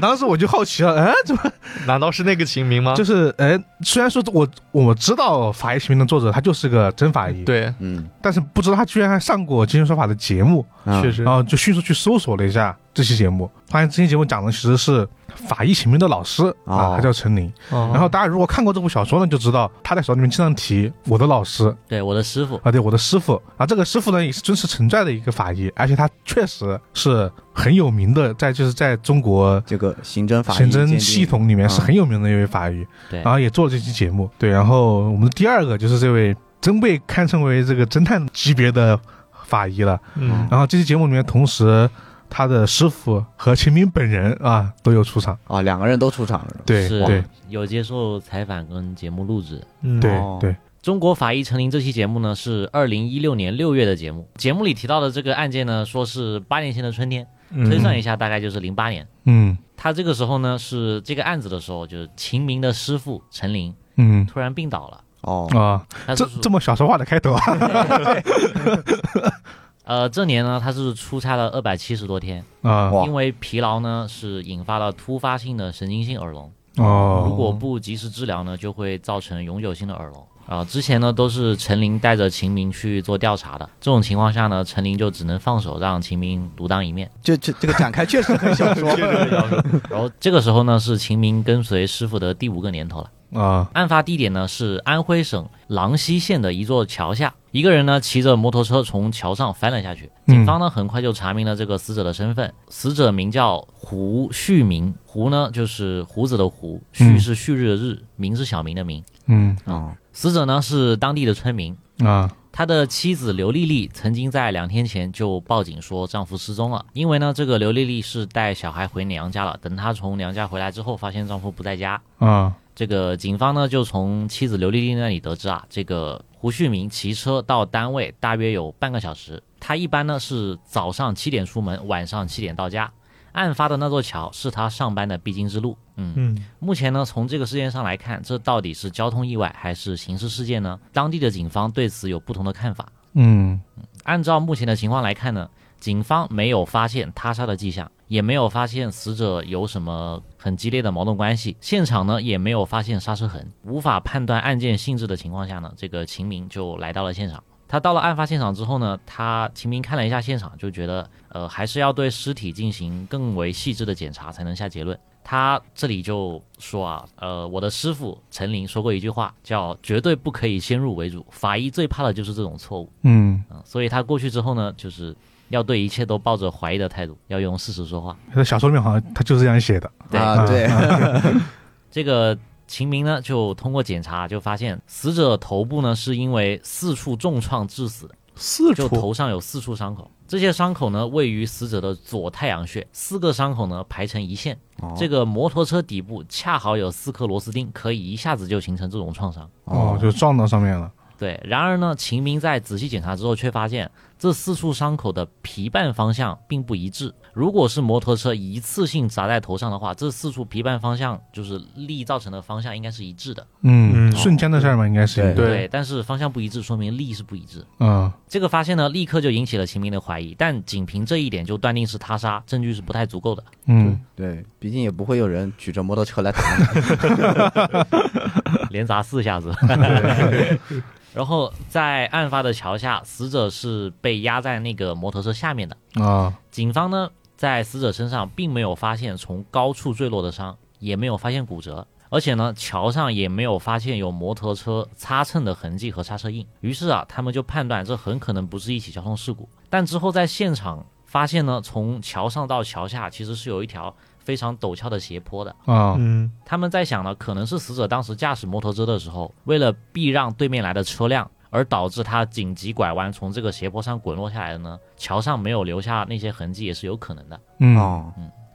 Speaker 1: 当时我就好奇了，哎，怎么
Speaker 2: 难道是那个秦明吗？
Speaker 1: 就是哎？虽然说我我知道法医秦明的作者，他就是个真法医，，
Speaker 2: 对，
Speaker 4: 嗯，
Speaker 1: 但是不知道他居然还上过《今日说法》的节目，
Speaker 4: 啊
Speaker 2: 确实
Speaker 1: 然后就迅速去搜索了一下这期节目，发现这期节目讲的其实是法医秦明的老师啊
Speaker 4: 哦，
Speaker 1: 他叫陈林。
Speaker 2: 然
Speaker 1: 然后大家如果看过这部小说呢，就知道他在小说里面经常提我的老师
Speaker 3: 对，我的师傅，
Speaker 1: 啊，对，我的师傅啊，这个师傅呢也是真实存在的一个法医，而且他确实是很有名的，在就是在中国
Speaker 4: 这个刑侦法医
Speaker 1: 刑
Speaker 4: 鉴
Speaker 1: 侦
Speaker 4: 定
Speaker 1: 系统里面是很有名的一位法医，
Speaker 3: 嗯对
Speaker 1: 然后也做了这期节目，对，然后我们的第二个就是这位真被堪称为这个侦探级别的法医了，
Speaker 2: 嗯，
Speaker 1: 然后这期节目里面同时他的师傅和秦明本人啊都有出场，
Speaker 4: 啊，两个人都出场了，
Speaker 1: 对
Speaker 3: 是
Speaker 1: 对
Speaker 3: 有接受采访跟节目录制。
Speaker 2: 嗯
Speaker 1: 对
Speaker 4: 哦
Speaker 1: 对，
Speaker 3: 中国法医陈林这期节目呢是二零一六年六月的节目，节目里提到的这个案件呢，说是八年前的春天，推算一下大概就是零八年。
Speaker 1: 嗯
Speaker 3: 他这个时候呢是这个案子的时候，就是秦明的师傅陈琳
Speaker 1: 嗯
Speaker 3: 突然病倒了，
Speaker 4: 哦，
Speaker 1: 啊，
Speaker 3: 他
Speaker 1: 这
Speaker 3: 是
Speaker 1: 这么小说化的开头啊，
Speaker 3: 呃这年呢他是出差了二百七十多天，
Speaker 1: 啊
Speaker 4: 哇
Speaker 3: 因为疲劳呢是引发了突发性的神经性耳聋，
Speaker 1: 哦，
Speaker 3: 如果不及时治疗呢，就会造成永久性的耳聋。啊、之前呢都是陈琳带着秦明去做调查的，这种情况下呢，陈琳就只能放手让秦明独当一面。
Speaker 4: 这这这个展开 确实很小说，
Speaker 3: 然后这个时候呢，是秦明跟随师傅的第五个年头了。
Speaker 1: 啊
Speaker 3: 案发地点呢是安徽省郎溪县的一座桥下，一个人呢骑着摩托车从桥上翻了下去。
Speaker 1: 嗯
Speaker 3: 警方呢很快就查明了这个死者的身份，死者名叫胡旭明，胡呢就是胡子的胡，旭
Speaker 1: 嗯
Speaker 3: 是旭日的日，明是小明的明。
Speaker 1: 嗯
Speaker 4: 哦，
Speaker 3: 死者呢是当地的村民，
Speaker 1: 啊
Speaker 3: 他的妻子刘丽丽曾经在两天前就报警说丈夫失踪了，因为呢，这个刘丽丽是带小孩回娘家了，等她从娘家回来之后，发现丈夫不在家。
Speaker 1: 啊
Speaker 3: 这个警方呢就从妻子刘丽丽那里得知啊，这个胡旭明骑车到单位大约有半个小时，他一般呢是早上七点出门，晚上七点到家。案发的那座桥是他上班的必经之路。嗯，
Speaker 2: 嗯
Speaker 3: 目前呢，从这个事件上来看，这到底是交通意外还是刑事事件呢？当地的警方对此有不同的看法。
Speaker 1: 嗯
Speaker 3: 按照目前的情况来看呢，警方没有发现他杀的迹象，也没有发现死者有什么很激烈的矛盾关系，现场呢也没有发现刹车痕，无法判断案件性质的情况下呢，这个秦明就来到了现场。他到了案发现场之后呢，他秦明看了一下现场，就觉得呃还是要对尸体进行更为细致的检查才能下结论。他这里就说啊，呃，我的师傅陈林说过一句话，叫绝对不可以先入为主，法医最怕的就是这种错误。
Speaker 1: 嗯，
Speaker 3: 嗯，所以他过去之后呢，就是要对一切都抱着怀疑的态度，要用事实说话。
Speaker 1: 他在小说里面好像他就是这样写的，
Speaker 3: 对
Speaker 4: 啊，对，
Speaker 3: 这个秦明呢，就通过检查就发现，死者头部呢是因为四处重创致死，
Speaker 2: 四
Speaker 3: 就
Speaker 2: 处
Speaker 3: 头上有四处伤口，这些伤口呢位于死者的左太阳穴，四个伤口呢排成一线。
Speaker 4: 哦
Speaker 3: 这个摩托车底部恰好有四颗螺丝钉，可以一下子就形成这种创伤。
Speaker 1: 哦，就撞到上面了，
Speaker 3: 对，然而呢，秦明在仔细检查之后，却发现这四处伤口的皮瓣方向并不一致。如果是摩托车一次性砸在头上的话，这四处皮瓣方向就是力造成的方向应该是一致的。
Speaker 1: 嗯，
Speaker 2: 嗯
Speaker 1: 瞬间的事儿嘛，应该是，
Speaker 2: 对
Speaker 3: 但是方向不一致，说明力是不一致。
Speaker 1: 嗯
Speaker 3: 这个发现呢，立刻就引起了秦明的怀疑，但仅凭这一点就断定是他杀，证据是不太足够的。
Speaker 1: 嗯
Speaker 4: 对，毕竟也不会有人举着摩托车来打你。
Speaker 3: 连砸四下子。然后在案发的桥下，死者是被压在那个摩托车下面的。
Speaker 1: 啊
Speaker 3: 警方呢，在死者身上并没有发现从高处坠落的伤，也没有发现骨折，而且呢，桥上也没有发现有摩托车擦蹭的痕迹和刹车印。于是啊，他们就判断这很可能不是一起交通事故。但之后在现场发现呢，从桥上到桥下其实是有一条非常陡峭的斜坡的。
Speaker 1: 啊
Speaker 2: 嗯
Speaker 3: 他们在想呢，可能是死者当时驾驶摩托车的时候，为了避让对面来的车辆，而导致他紧急拐弯从这个斜坡上滚落下来的呢。桥上没有留下那些痕迹也是有可能的。
Speaker 1: 嗯
Speaker 4: 哦，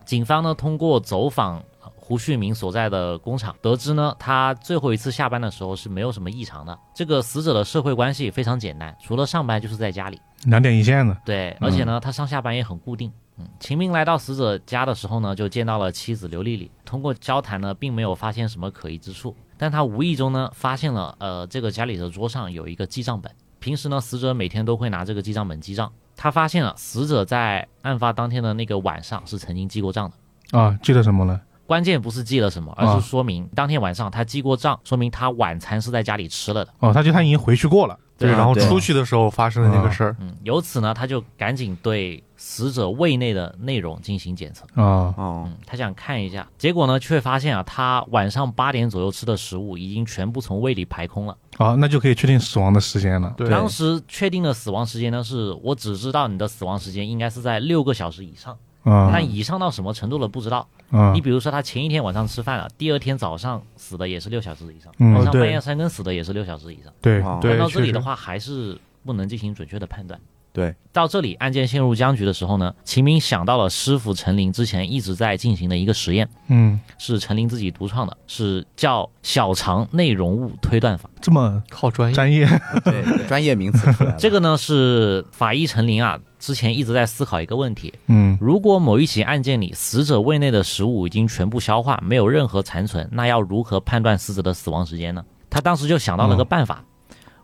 Speaker 3: 警方呢通过走访呃胡旭明所在的工厂，得知呢他最后一次下班的时候是没有什么异常的。这个死者的社会关系非常简单，除了上班就是在家里。
Speaker 1: 两点一线的，
Speaker 3: 对，而且呢，他上下班也很固定。嗯，秦明来到死者家的时候呢，就见到了妻子刘丽丽。通过交谈呢，并没有发现什么可疑之处，但他无意中呢，发现了呃，这个家里的桌上有一个记账本。平时呢，死者每天都会拿这个记账本记账。他发现了死者在案发当天的那个晚上是曾经记过账的。
Speaker 1: 啊，记得什么了？
Speaker 3: 关键不是记了什么，
Speaker 1: 啊
Speaker 3: 而是说明当天晚上他记过账，说明他晚餐是在家里吃了的。
Speaker 1: 哦，他就他已经回去过了，
Speaker 2: 对，
Speaker 4: 啊
Speaker 2: 然后
Speaker 4: 对
Speaker 2: 出去的时候发生的那个事儿，
Speaker 3: 嗯，由此呢，他就赶紧对死者胃内的内容进行检测。
Speaker 1: 啊
Speaker 4: 哦，
Speaker 3: 嗯，他想看一下，结果呢，却发现啊，他晚上八点左右吃的食物已经全部从胃里排空了。
Speaker 1: 好，啊那就可以确定死亡的时间了，
Speaker 2: 对
Speaker 3: 当时确定的死亡时间呢，是我只知道你的死亡时间应该是在六个小时以上，
Speaker 1: 啊
Speaker 3: 但以上到什么程度了不知道。
Speaker 1: 啊
Speaker 3: 你比如说，他前一天晚上吃饭了，第二天早上死的也是六小时以上，
Speaker 1: 嗯
Speaker 3: 晚上半夜
Speaker 2: 对
Speaker 3: 三更死的也是六小时以上。
Speaker 1: 对
Speaker 4: 哦
Speaker 2: 对
Speaker 3: 按，到
Speaker 2: 确
Speaker 3: 这里
Speaker 2: 实
Speaker 3: 的话，还是不能进行准确的判断。
Speaker 4: 对，
Speaker 3: 到这里，案件陷入僵局的时候呢，秦明想到了师傅陈林之前一直在进行的一个实验，
Speaker 1: 嗯，
Speaker 3: 是陈林自己独创的，是叫小肠内容物推断法。
Speaker 1: 这么
Speaker 2: 靠专业。
Speaker 1: 专业，
Speaker 4: 对，专业名词出来了。
Speaker 3: 这个呢是法医陈林啊，之前一直在思考一个问题：
Speaker 1: 嗯
Speaker 3: 如果某一起案件里死者胃内的食物已经全部消化，没有任何残存，那要如何判断死者的死亡时间呢？他当时就想到了个办法，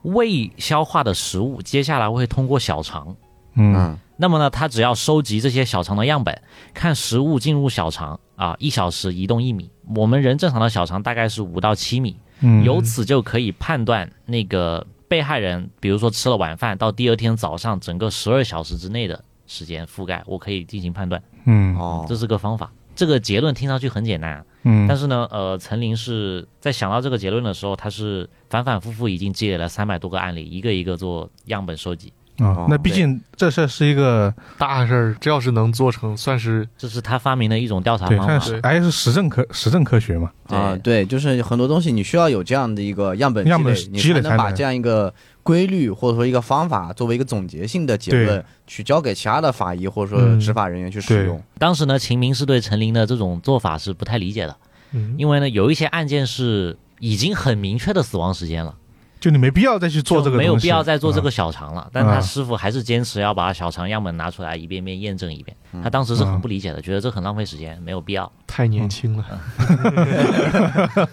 Speaker 3: 未消化的食物接下来会通过小肠
Speaker 1: 嗯
Speaker 4: 嗯，
Speaker 3: 那么呢，他只要收集这些小肠的样本，看食物进入小肠啊，一小时移动一米。我们人正常的小肠大概是五到七米，
Speaker 1: 嗯，
Speaker 3: 由此就可以判断那个被害人，比如说吃了晚饭到第二天早上整个十二小时之内的时间覆盖，我可以进行判断，
Speaker 1: 嗯
Speaker 4: 哦
Speaker 3: 这，是个方法。这个结论听上去很简单啊，
Speaker 1: 嗯，
Speaker 3: 但
Speaker 1: 是
Speaker 3: 是呢，呃，陈林是在想到这个结论的时候，他是反反复复已经积累了三百多个案例，一个一个做样本收集，
Speaker 1: 啊
Speaker 4: 哦，
Speaker 1: 那毕竟这事儿是一个
Speaker 2: 大事儿，这要是能做成，算是
Speaker 3: 这是他发明的一种调查
Speaker 1: 对，
Speaker 3: 方法
Speaker 1: 算。是还是实证科实证科学嘛，
Speaker 4: 啊，对，就是很多东西你需要有这样的一个样本积
Speaker 1: 样本
Speaker 4: 累，
Speaker 1: 积
Speaker 4: 你
Speaker 1: 累
Speaker 4: 才
Speaker 1: 才
Speaker 4: 能把
Speaker 1: 能
Speaker 4: 这样一个规律或者说一个方法作为一个总结性的结
Speaker 1: 对
Speaker 4: 论，去交给其他的法医或者说
Speaker 1: 嗯
Speaker 4: 执法人员去
Speaker 1: 对
Speaker 4: 使用。
Speaker 3: 当时呢，秦明是对陈林的这种做法是不太理解的，
Speaker 1: 嗯
Speaker 3: 因为呢，有一些案件是已经很明确的死亡时间了，
Speaker 1: 就你没必要再去做这个
Speaker 3: 就
Speaker 1: 东西，
Speaker 3: 没有必要再做这
Speaker 1: 啊
Speaker 3: 个小肠了。但他
Speaker 1: 啊
Speaker 3: 师傅还是坚持要把小肠样本拿出来一遍遍验证一遍。
Speaker 1: 嗯
Speaker 3: 他当时是很不理解的，觉得这很浪费时间，没有必要。
Speaker 2: 太年轻了。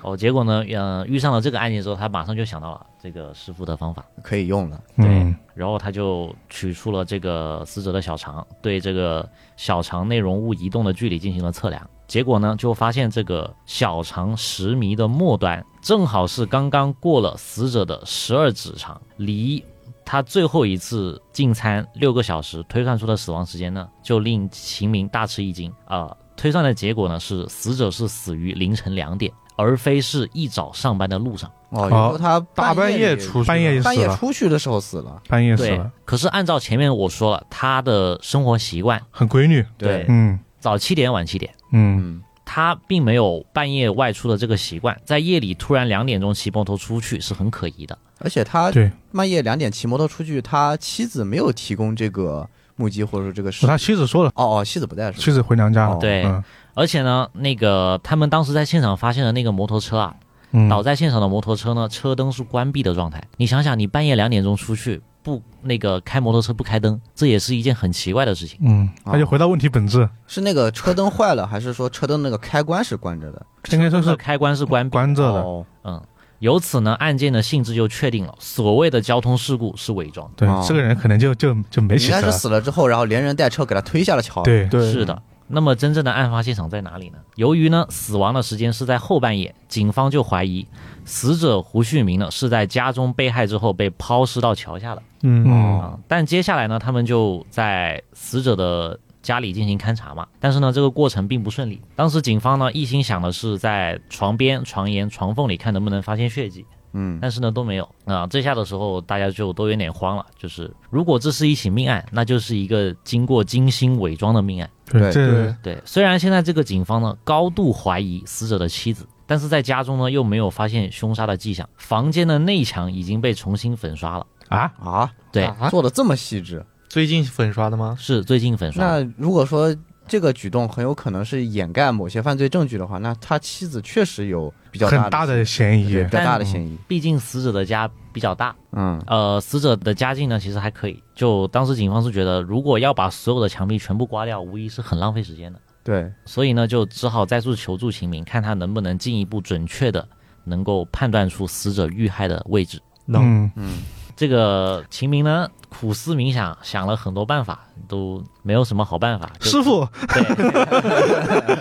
Speaker 3: 哦，结果呢，嗯、遇上了这个案件之后，他马上就想到了这个师傅的方法。
Speaker 4: 可以用了。
Speaker 3: 对，
Speaker 1: 嗯
Speaker 3: 然后他就取出了这个死者的小肠，对这个小肠内容物移动的距离进行了测量。结果呢，就发现这个小肠十米的末端正好是刚刚过了死者的十二指肠，离他最后一次进餐六个小时推算出的死亡时间呢，就令秦明大吃一惊啊、呃推算的结果呢是死者是死于凌晨两点，而非是一早上班的路上。
Speaker 4: 哦，有时候他
Speaker 2: 大半夜
Speaker 4: 夜
Speaker 2: 出去
Speaker 1: 半夜
Speaker 4: 半
Speaker 1: 死
Speaker 4: 夜
Speaker 1: 了，
Speaker 4: 出去的时候死了。
Speaker 1: 半夜死
Speaker 3: 对
Speaker 1: 了，，
Speaker 3: 可是按照前面我说了，他的生活习惯
Speaker 1: 很规律，
Speaker 3: 对
Speaker 1: 嗯
Speaker 3: 早七点晚七点，
Speaker 1: 嗯
Speaker 4: 嗯，
Speaker 3: 他并没有半夜外出的这个习惯，在夜里突然两点钟骑摩托出去是很可疑的。
Speaker 4: 而且他
Speaker 1: 对，
Speaker 4: 半夜两点骑摩托出去，他妻子没有提供这个目击或者说这个
Speaker 1: 是
Speaker 4: 事。
Speaker 1: 他妻子说了，
Speaker 4: 哦哦，妻子不在是吧？
Speaker 1: 妻子回娘家了，
Speaker 4: 哦
Speaker 3: 对
Speaker 1: 嗯
Speaker 3: 而且呢，那个他们当时在现场发现的那个摩托车啊，
Speaker 1: 嗯，
Speaker 3: 倒在现场的摩托车呢，车灯是关闭的状态。你想想，你半夜两点钟出去不那个开摩托车不开灯，这也是一件很奇怪的事情。
Speaker 1: 嗯，
Speaker 4: 哦
Speaker 1: 那就回到问题本质，
Speaker 4: 是那个车灯坏了，还是说车灯那个开关是关着的？
Speaker 1: 应该说
Speaker 3: 这
Speaker 1: 是
Speaker 3: 开关是关闭的
Speaker 1: 关着的，
Speaker 4: 哦，
Speaker 3: 嗯，由此呢，案件的性质就确定了，所谓的交通事故是伪装。
Speaker 1: 对
Speaker 4: 哦，
Speaker 1: 这个人可能就就就没
Speaker 4: 应
Speaker 1: 起
Speaker 4: 该
Speaker 1: 色
Speaker 4: 是
Speaker 1: 了，
Speaker 4: 死了之后，然后连人带车给他推下了桥。
Speaker 1: 对，
Speaker 2: 对
Speaker 3: 是的。那么真正的案发现场在哪里呢？由于呢死亡的时间是在后半夜，警方就怀疑死者胡旭明呢是在家中被害之后被抛尸到桥下的
Speaker 1: 嗯
Speaker 4: 哦
Speaker 3: 啊、但接下来呢，他们就在死者的家里进行勘查嘛。但是呢，这个过程并不顺利。当时警方呢一心想的是在床边、床沿、床缝里看能不能发现血迹，
Speaker 4: 嗯，
Speaker 3: 但是呢都没有啊、这下的时候，大家就都有点慌了，就是如果这是一起命案，那就是一个经过精心伪装的命案。
Speaker 1: 对，
Speaker 4: 对
Speaker 1: 这
Speaker 3: 对，虽然现在这个警方呢高度怀疑死者的妻子，但是在家中呢又没有发现凶杀的迹象，房间的内墙已经被重新粉刷了。
Speaker 1: 啊，
Speaker 4: 啊，
Speaker 3: 对，
Speaker 2: 啊
Speaker 4: 做的这么细致。
Speaker 2: 最近粉刷的吗？
Speaker 3: 是最近粉刷的。
Speaker 4: 那如果说这个举动很有可能是掩盖某些犯罪证据的话，那他妻子确实有比较
Speaker 1: 很
Speaker 4: 大
Speaker 1: 大的嫌
Speaker 4: 对
Speaker 1: 疑
Speaker 4: 比，较大的
Speaker 3: 但
Speaker 4: 嫌疑。
Speaker 3: 毕竟死者的家比较大，
Speaker 4: 嗯，
Speaker 3: 呃，死者的家境呢其实还可以。就当时警方是觉得，如果要把所有的墙壁全部刮掉，无疑是很浪费时间的，
Speaker 4: 对，
Speaker 3: 所以呢就只好再次求助秦明，看他能不能进一步准确的能够判断出死者遇害的位置。
Speaker 2: 能，
Speaker 1: 嗯，
Speaker 3: 这个秦明呢，苦思冥想，想了很多办法，都没有什么好办法。就
Speaker 1: 师，傅，
Speaker 3: 对，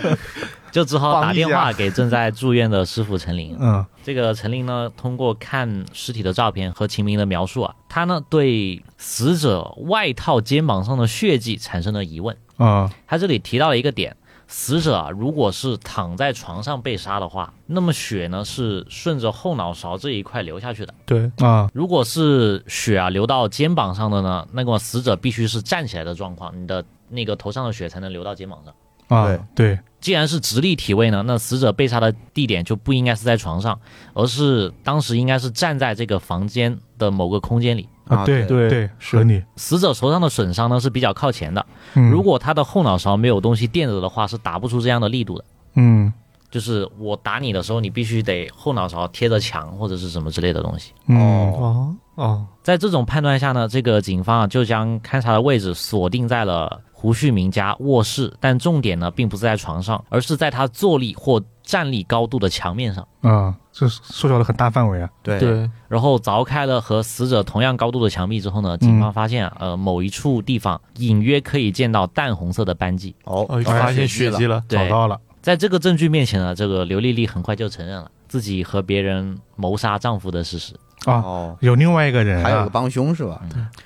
Speaker 3: 就只好打电
Speaker 1: 帮
Speaker 3: 话给正在住院的师傅陈林。
Speaker 1: 嗯
Speaker 3: 这个陈林呢，通过看尸体的照片和秦明的描述啊，他呢对死者外套肩膀上的血迹产生了疑问。
Speaker 1: 啊，
Speaker 3: 他这里提到了一个点，死者啊，如果是躺在床上被杀的话，那么血呢是顺着后脑勺这一块流下去的。
Speaker 2: 对，
Speaker 4: 嗯
Speaker 1: 啊，
Speaker 3: 如果是血啊流到肩膀上的呢，那么死者必须是站起来的状况，你的那个头上的血才能流到肩膀上。
Speaker 1: 啊，对，
Speaker 3: 既然是直立体位呢，那死者被杀的地点就不应该是在床上，而是当时应该是站在这个房间的某个空间里。
Speaker 1: 啊，对
Speaker 2: 对
Speaker 1: 对，
Speaker 2: 是
Speaker 1: 合理。
Speaker 3: 死者头上的损伤呢是比较靠前的，
Speaker 1: 嗯
Speaker 3: 如果他的后脑勺没有东西垫着的话，是打不出这样的力度的。
Speaker 1: 嗯
Speaker 3: 就是我打你的时候，你必须得后脑勺贴着墙或者是什么之类的东西。
Speaker 1: 嗯
Speaker 2: 哦哦，
Speaker 3: 在这种判断下呢，这个警方啊就将勘查的位置锁定在了胡旭明家卧室，但重点呢并不是在床上，而是在他坐立或站立高度的墙面上，
Speaker 1: 啊，这缩小了很大范围啊。
Speaker 4: 对
Speaker 2: 对，
Speaker 3: 然后凿开了和死者同样高度的墙壁之后呢，警方发现啊、呃某一处地方隐约可以见到淡红色的斑迹。
Speaker 4: 哦
Speaker 2: 哦，发现血迹
Speaker 4: 了，
Speaker 2: 了，
Speaker 3: 对
Speaker 1: 找到了，
Speaker 3: 在这个证据面前呢，这个刘丽丽很快就承认了自己和别人谋杀丈夫的事实。
Speaker 1: 啊
Speaker 4: 哦，
Speaker 1: 有另外一个人
Speaker 4: 还有个
Speaker 1: 啊，
Speaker 4: 帮凶是吧？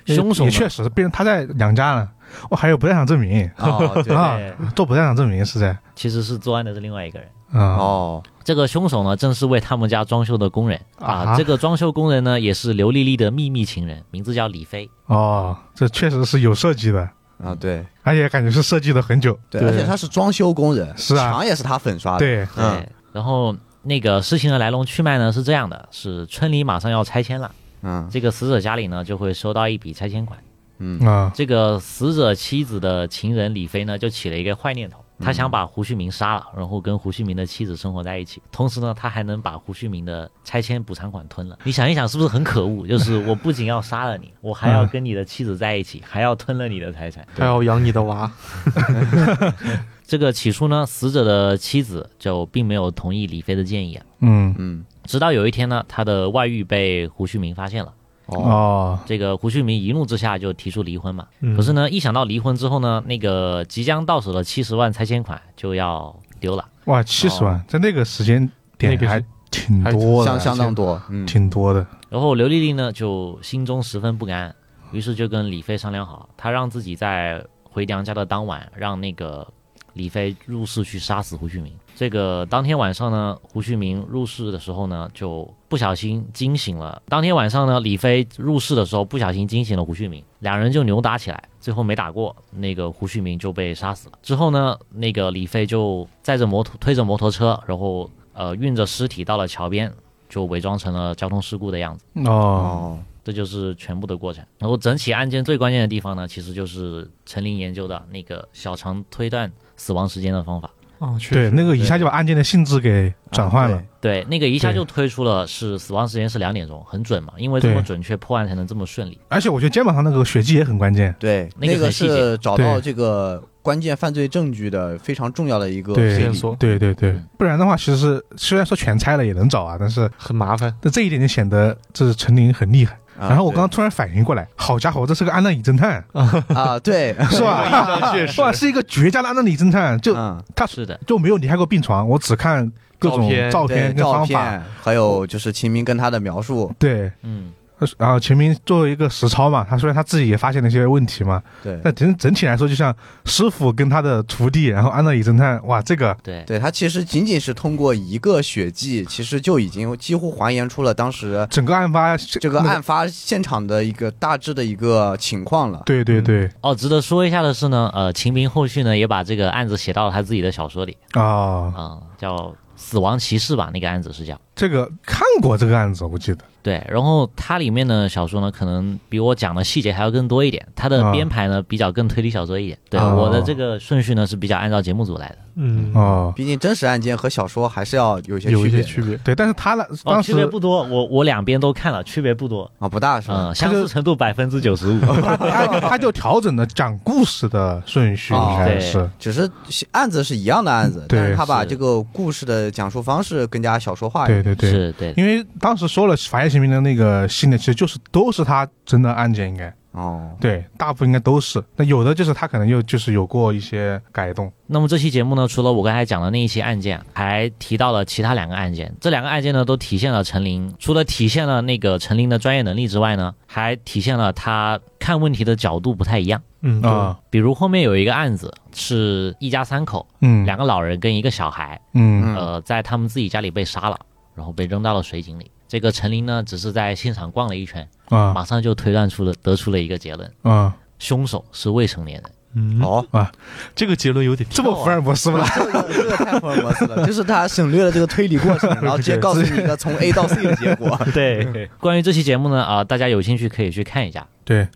Speaker 1: 也
Speaker 3: 凶手
Speaker 1: 也
Speaker 3: 呢
Speaker 1: 确实，毕竟他在两家呢，我还有不在场证明
Speaker 4: 哦， 对
Speaker 1: 啊
Speaker 3: 对，
Speaker 1: 做不在场证明是在
Speaker 3: 其实是作案的是另外一个人。
Speaker 1: 啊，
Speaker 4: 哦，
Speaker 3: 这个凶手呢，正是为他们家装修的工人啊。
Speaker 1: 啊
Speaker 3: 这个装修工人呢，也是刘丽丽的秘密情人，名字叫李飞。
Speaker 1: 哦，这确实是有设计的，
Speaker 4: 啊，对
Speaker 1: 而且感觉是设计了很久。
Speaker 4: 对，
Speaker 2: 对
Speaker 4: 而且他是装修工人，
Speaker 1: 是啊
Speaker 4: 墙也是他粉刷的，，
Speaker 1: 对，
Speaker 4: 嗯，
Speaker 3: 然后那个事情的来龙去脉呢是这样的：是村里马上要拆迁了，
Speaker 4: 嗯
Speaker 3: 这个死者家里呢就会收到一笔拆迁款。
Speaker 4: 嗯，
Speaker 1: 啊，
Speaker 3: 这个死者妻子的情人李飞呢，就起了一个坏念头，他想把胡旭明杀了，然后跟胡旭明的妻子生活在一起。同时呢，他还能把胡旭明的拆迁补偿款吞了。你想一想，是不是很可恶？就是我不仅要杀了你，我还要跟你的妻子在一起，还要吞了你的财产。
Speaker 2: 还要养你的娃，
Speaker 3: 这个起初呢，死者的妻子就并没有同意李飞的建议啊。
Speaker 1: 嗯，
Speaker 4: 嗯，
Speaker 3: 直到有一天呢，他的外遇被胡旭明发现了。
Speaker 4: 哦，
Speaker 1: 哦，
Speaker 3: 这个胡旭明一怒之下就提出离婚嘛。
Speaker 2: 嗯
Speaker 3: 可是呢，一想到离婚之后呢，那个即将到手的七十万拆迁款就要丢了。
Speaker 1: 哇，七十万，在那个时间点
Speaker 2: 那个是
Speaker 1: 还挺嗯多的，
Speaker 4: 相相当多，嗯，
Speaker 1: 挺多的。
Speaker 3: 然后刘丽丽呢就心中十分不甘，于是就跟李飞商量好，她让自己在回娘家的当晚让那个李飞入室去杀死胡旭明。这个当天晚上呢，胡旭明入室的时候呢，就不小心惊醒了。当天晚上呢，李飞入室的时候不小心惊醒了胡旭明，两人就扭打起来，最后没打过，那个胡旭明就被杀死了。之后呢，那个李飞就载着摩托推着摩托车，然后呃运着尸体到了桥边，就伪装成了交通事故的样子。
Speaker 1: 哦，
Speaker 4: 哦，
Speaker 3: 这就是全部的过程。然后整起案件最关键的地方呢，其实就是陈林研究的那个小肠推断死亡时间的方法。
Speaker 2: 啊，确
Speaker 1: 对，
Speaker 2: 实，
Speaker 1: 那个一下就把案件的性质给转换了。
Speaker 3: 对，那个一下
Speaker 1: 对
Speaker 3: 就推出了是死亡时间是两点钟，很准嘛，因为这
Speaker 1: 对
Speaker 3: 么准确破案才能这么顺利。
Speaker 1: 而且我觉得肩膀上那个血迹也很关键。
Speaker 4: 对，
Speaker 3: 那个
Speaker 4: 那个
Speaker 3: 很细节
Speaker 4: 是找到
Speaker 1: 对
Speaker 4: 这个关键犯罪证据的非常重要的一个
Speaker 1: 对
Speaker 4: 推
Speaker 2: 线
Speaker 4: 理，
Speaker 2: 索
Speaker 1: 对对对，不然的话，其实是虽然说全拆了也能找啊，但是
Speaker 2: 很麻烦，
Speaker 1: 那这一点就显得这是陈琳很厉害。
Speaker 4: 啊
Speaker 1: 然后我
Speaker 4: 对
Speaker 1: 刚刚突然反应过来，好家伙，这是个安乐椅侦探，
Speaker 4: 啊，对，
Speaker 1: 是吧？
Speaker 2: 确
Speaker 1: 哇，是一个绝佳的安乐椅侦探， 就
Speaker 4: 嗯
Speaker 1: 他
Speaker 3: 是的，
Speaker 1: 就没有离开过病床，我只看各
Speaker 2: 照
Speaker 1: 种
Speaker 2: 片
Speaker 1: 照
Speaker 4: 对
Speaker 1: 片跟
Speaker 4: 照
Speaker 1: 方法。
Speaker 4: 片，还有就是秦明跟他的描述，
Speaker 1: 对，
Speaker 3: 嗯，
Speaker 1: 然后秦明作为一个实操嘛，他虽然他自己也发现了一些问题嘛，
Speaker 4: 对，
Speaker 1: 但整整体来说，就像师傅跟他的徒弟，然后安乐椅侦探，哇，这个
Speaker 3: 对，
Speaker 4: 对他其实仅仅是通过一个血迹，其实就已经几乎还原出了当时
Speaker 1: 整个案发这
Speaker 4: 这个案，发现场的一个大致的一个情况了。
Speaker 1: 对对对
Speaker 3: 哦，值得说一下的是呢，呃，秦明后续呢也把这个案子写到了他自己的小说里
Speaker 1: 啊，
Speaker 3: 啊、叫《死亡骑士》吧，那个案子是叫。
Speaker 1: 这个看过这个案子，我记得
Speaker 3: 对，然后它里面的小说呢，可能比我讲的细节还要更多一点，它的
Speaker 1: 啊
Speaker 3: 编排呢、比较更推理小说一点。对，
Speaker 1: 哦
Speaker 3: 我的这个顺序呢是比较按照节目组来的。
Speaker 2: 嗯，
Speaker 1: 哦，
Speaker 4: 毕竟真实案件和小说还是要有一些
Speaker 2: 有
Speaker 4: 区
Speaker 2: 一
Speaker 4: 别
Speaker 2: 些
Speaker 4: 的
Speaker 2: 区别，
Speaker 1: 对，但是他呢，
Speaker 3: 哦，
Speaker 1: 当
Speaker 3: 区别
Speaker 1: 时
Speaker 3: 不多，我我两边都看了，区别不多，
Speaker 4: 啊，不大是吧？
Speaker 3: 嗯，相似程度百分之九十五。
Speaker 1: 他他他就调整了讲故事的顺序，
Speaker 4: 哦
Speaker 1: 应该是
Speaker 4: 只是案子是一样的案子，
Speaker 1: 对
Speaker 4: 但是他把
Speaker 3: 是
Speaker 4: 这个故事的讲述方式更加小说化一点。
Speaker 1: 对对对，
Speaker 3: 是对，
Speaker 1: 因为当时说了法医秦明的那个系列，其实就是都是他真的案件，应该
Speaker 4: 哦，
Speaker 1: 对，大部分应该都是，那有的就是他可能又就是有过一些改动，
Speaker 3: 那么这期节目呢，除了我刚才讲的那一起案件，还提到了其他两个案件。这两个案件呢，都体现了陈琳，除了体现了那个陈琳的专业能力之外呢，还体现了她看问题的角度不太一样。
Speaker 2: 嗯
Speaker 1: 啊，
Speaker 3: 比如后面有一个案子，是一家三口，
Speaker 1: 嗯
Speaker 3: 两个老人跟一个小孩，
Speaker 1: 嗯
Speaker 4: 嗯
Speaker 3: 呃，在他们自己家里被杀了，然后被扔到了水井里。这个陈琳呢，只是在现
Speaker 2: 嗯
Speaker 3: 场逛了一圈，
Speaker 1: 啊
Speaker 3: 马上就推断出了得出了一个结论：
Speaker 1: 啊
Speaker 3: 凶手是未成年人。
Speaker 2: 嗯，
Speaker 4: 好，
Speaker 2: 这个结论有点啊
Speaker 1: 这么福尔摩斯吗？
Speaker 4: 这个这个太福尔摩斯了，就是他省略了这个推理 过程，然后直接告诉你一个从 A 到 C 的结果。
Speaker 5: 对，
Speaker 3: 关于这期节目呢，啊、大家有兴趣可以去看一下。
Speaker 1: 对，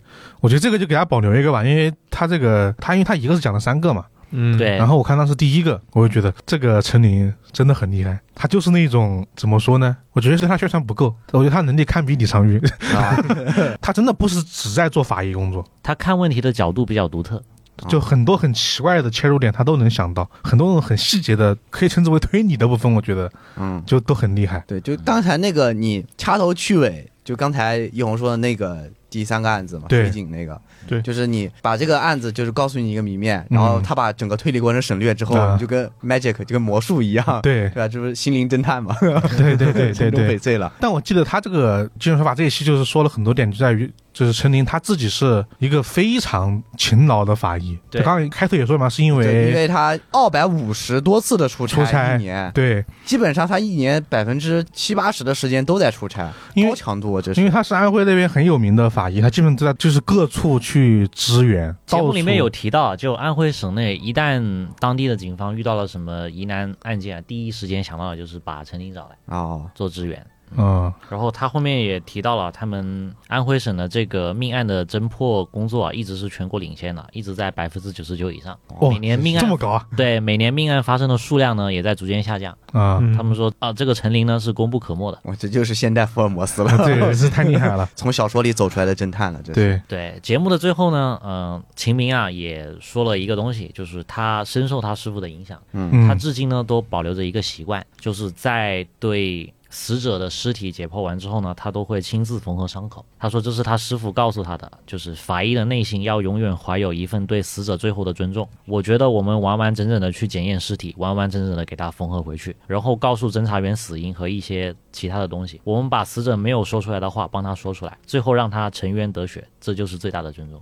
Speaker 1: 我觉得这个就给他保留一个吧，因为他这个他因为他一个是讲了三个嘛，
Speaker 2: 嗯，
Speaker 3: 对，
Speaker 1: 然后我看他是第一个，我就觉得这个陈琳真的很厉害，他就是那种怎么说呢？我觉得是他宣传不够，我觉得他能力堪比李昌钰，
Speaker 3: 啊，
Speaker 1: 他真的不是只在做法医工作，
Speaker 3: 他看问题的角度比较独特。
Speaker 1: 就很多很奇怪的切入点他都能想到，很多那种很细节的可以称之为推理的部分，我觉得
Speaker 4: 嗯，
Speaker 1: 就都很厉害。
Speaker 4: 对，就刚才那个你掐头去尾，就刚才一红说的那个第三个案子嘛，
Speaker 1: 对
Speaker 4: 水井那个，
Speaker 2: 对
Speaker 4: 就是你把这个案子就是告诉你一个谜面，然后他把整个推理过程省略之后，
Speaker 1: 嗯
Speaker 4: 你就跟 magic 就跟魔术一样，
Speaker 1: 对
Speaker 4: 对吧？这不是心灵侦探嘛？
Speaker 1: 对对对对
Speaker 4: 心中
Speaker 1: 对
Speaker 4: 翡。翠了，
Speaker 1: 但我记得他这个金融手法这一期就是说了很多点，就在于就是陈琳他自己是一个非常勤劳的法医。
Speaker 3: 对
Speaker 1: 就刚刚开头也说嘛，是因
Speaker 4: 对因
Speaker 1: 为
Speaker 4: 为他二百五十多次的出差，
Speaker 1: 出差
Speaker 4: 一年，
Speaker 1: 对，
Speaker 4: 基本上他一年百分之七八十的时间都在出差，
Speaker 1: 因为
Speaker 4: 高强度啊，这
Speaker 1: 因为
Speaker 4: 是。
Speaker 1: 他是安徽那边很有名的法医，他基本都在就是各处去支援。
Speaker 3: 节目里面
Speaker 1: 到处
Speaker 3: 有提到，就安徽省内一旦当地的警方遇到了什么疑难案件啊，第一时间想到的就是把陈琳找来
Speaker 4: 哦，
Speaker 3: 做支援。
Speaker 1: 嗯，
Speaker 3: 然后他后面也提到了，他们安徽省的这个命案的侦破工作啊，一直是全国领先的，一直在百分之九十九以上。
Speaker 1: 哦
Speaker 3: 每年命
Speaker 1: 这
Speaker 3: 案
Speaker 1: 么高啊
Speaker 3: 对每年命案发生的数量呢，也在逐渐下降。
Speaker 1: 啊！
Speaker 2: 嗯
Speaker 3: 他们说啊，这个陈琳呢是功不可没的。
Speaker 4: 我这就是现代福尔摩斯了，。
Speaker 1: 这也是太厉害了
Speaker 4: 从小说里走出来的侦探了，这是。
Speaker 1: 对，
Speaker 3: 对节目的最后呢，嗯、秦明啊也说了一个东西，就是他深受他师傅的影响，他
Speaker 1: 嗯，
Speaker 3: 至今呢都保留着一个习惯，就是在对死者的尸体解剖完之后呢，他都会亲自缝合伤口。他说这是他师傅告诉他的，就是法医的内心要永远怀有一份对死者最后的尊重。我觉得我们完完整整的去检验尸体，完完整整的给他缝合回去，然后告诉侦查员死因和一些其他的东西。我们把死者没有说出来的话帮他说出来，最后让他沉冤得雪，这就是最大的尊重。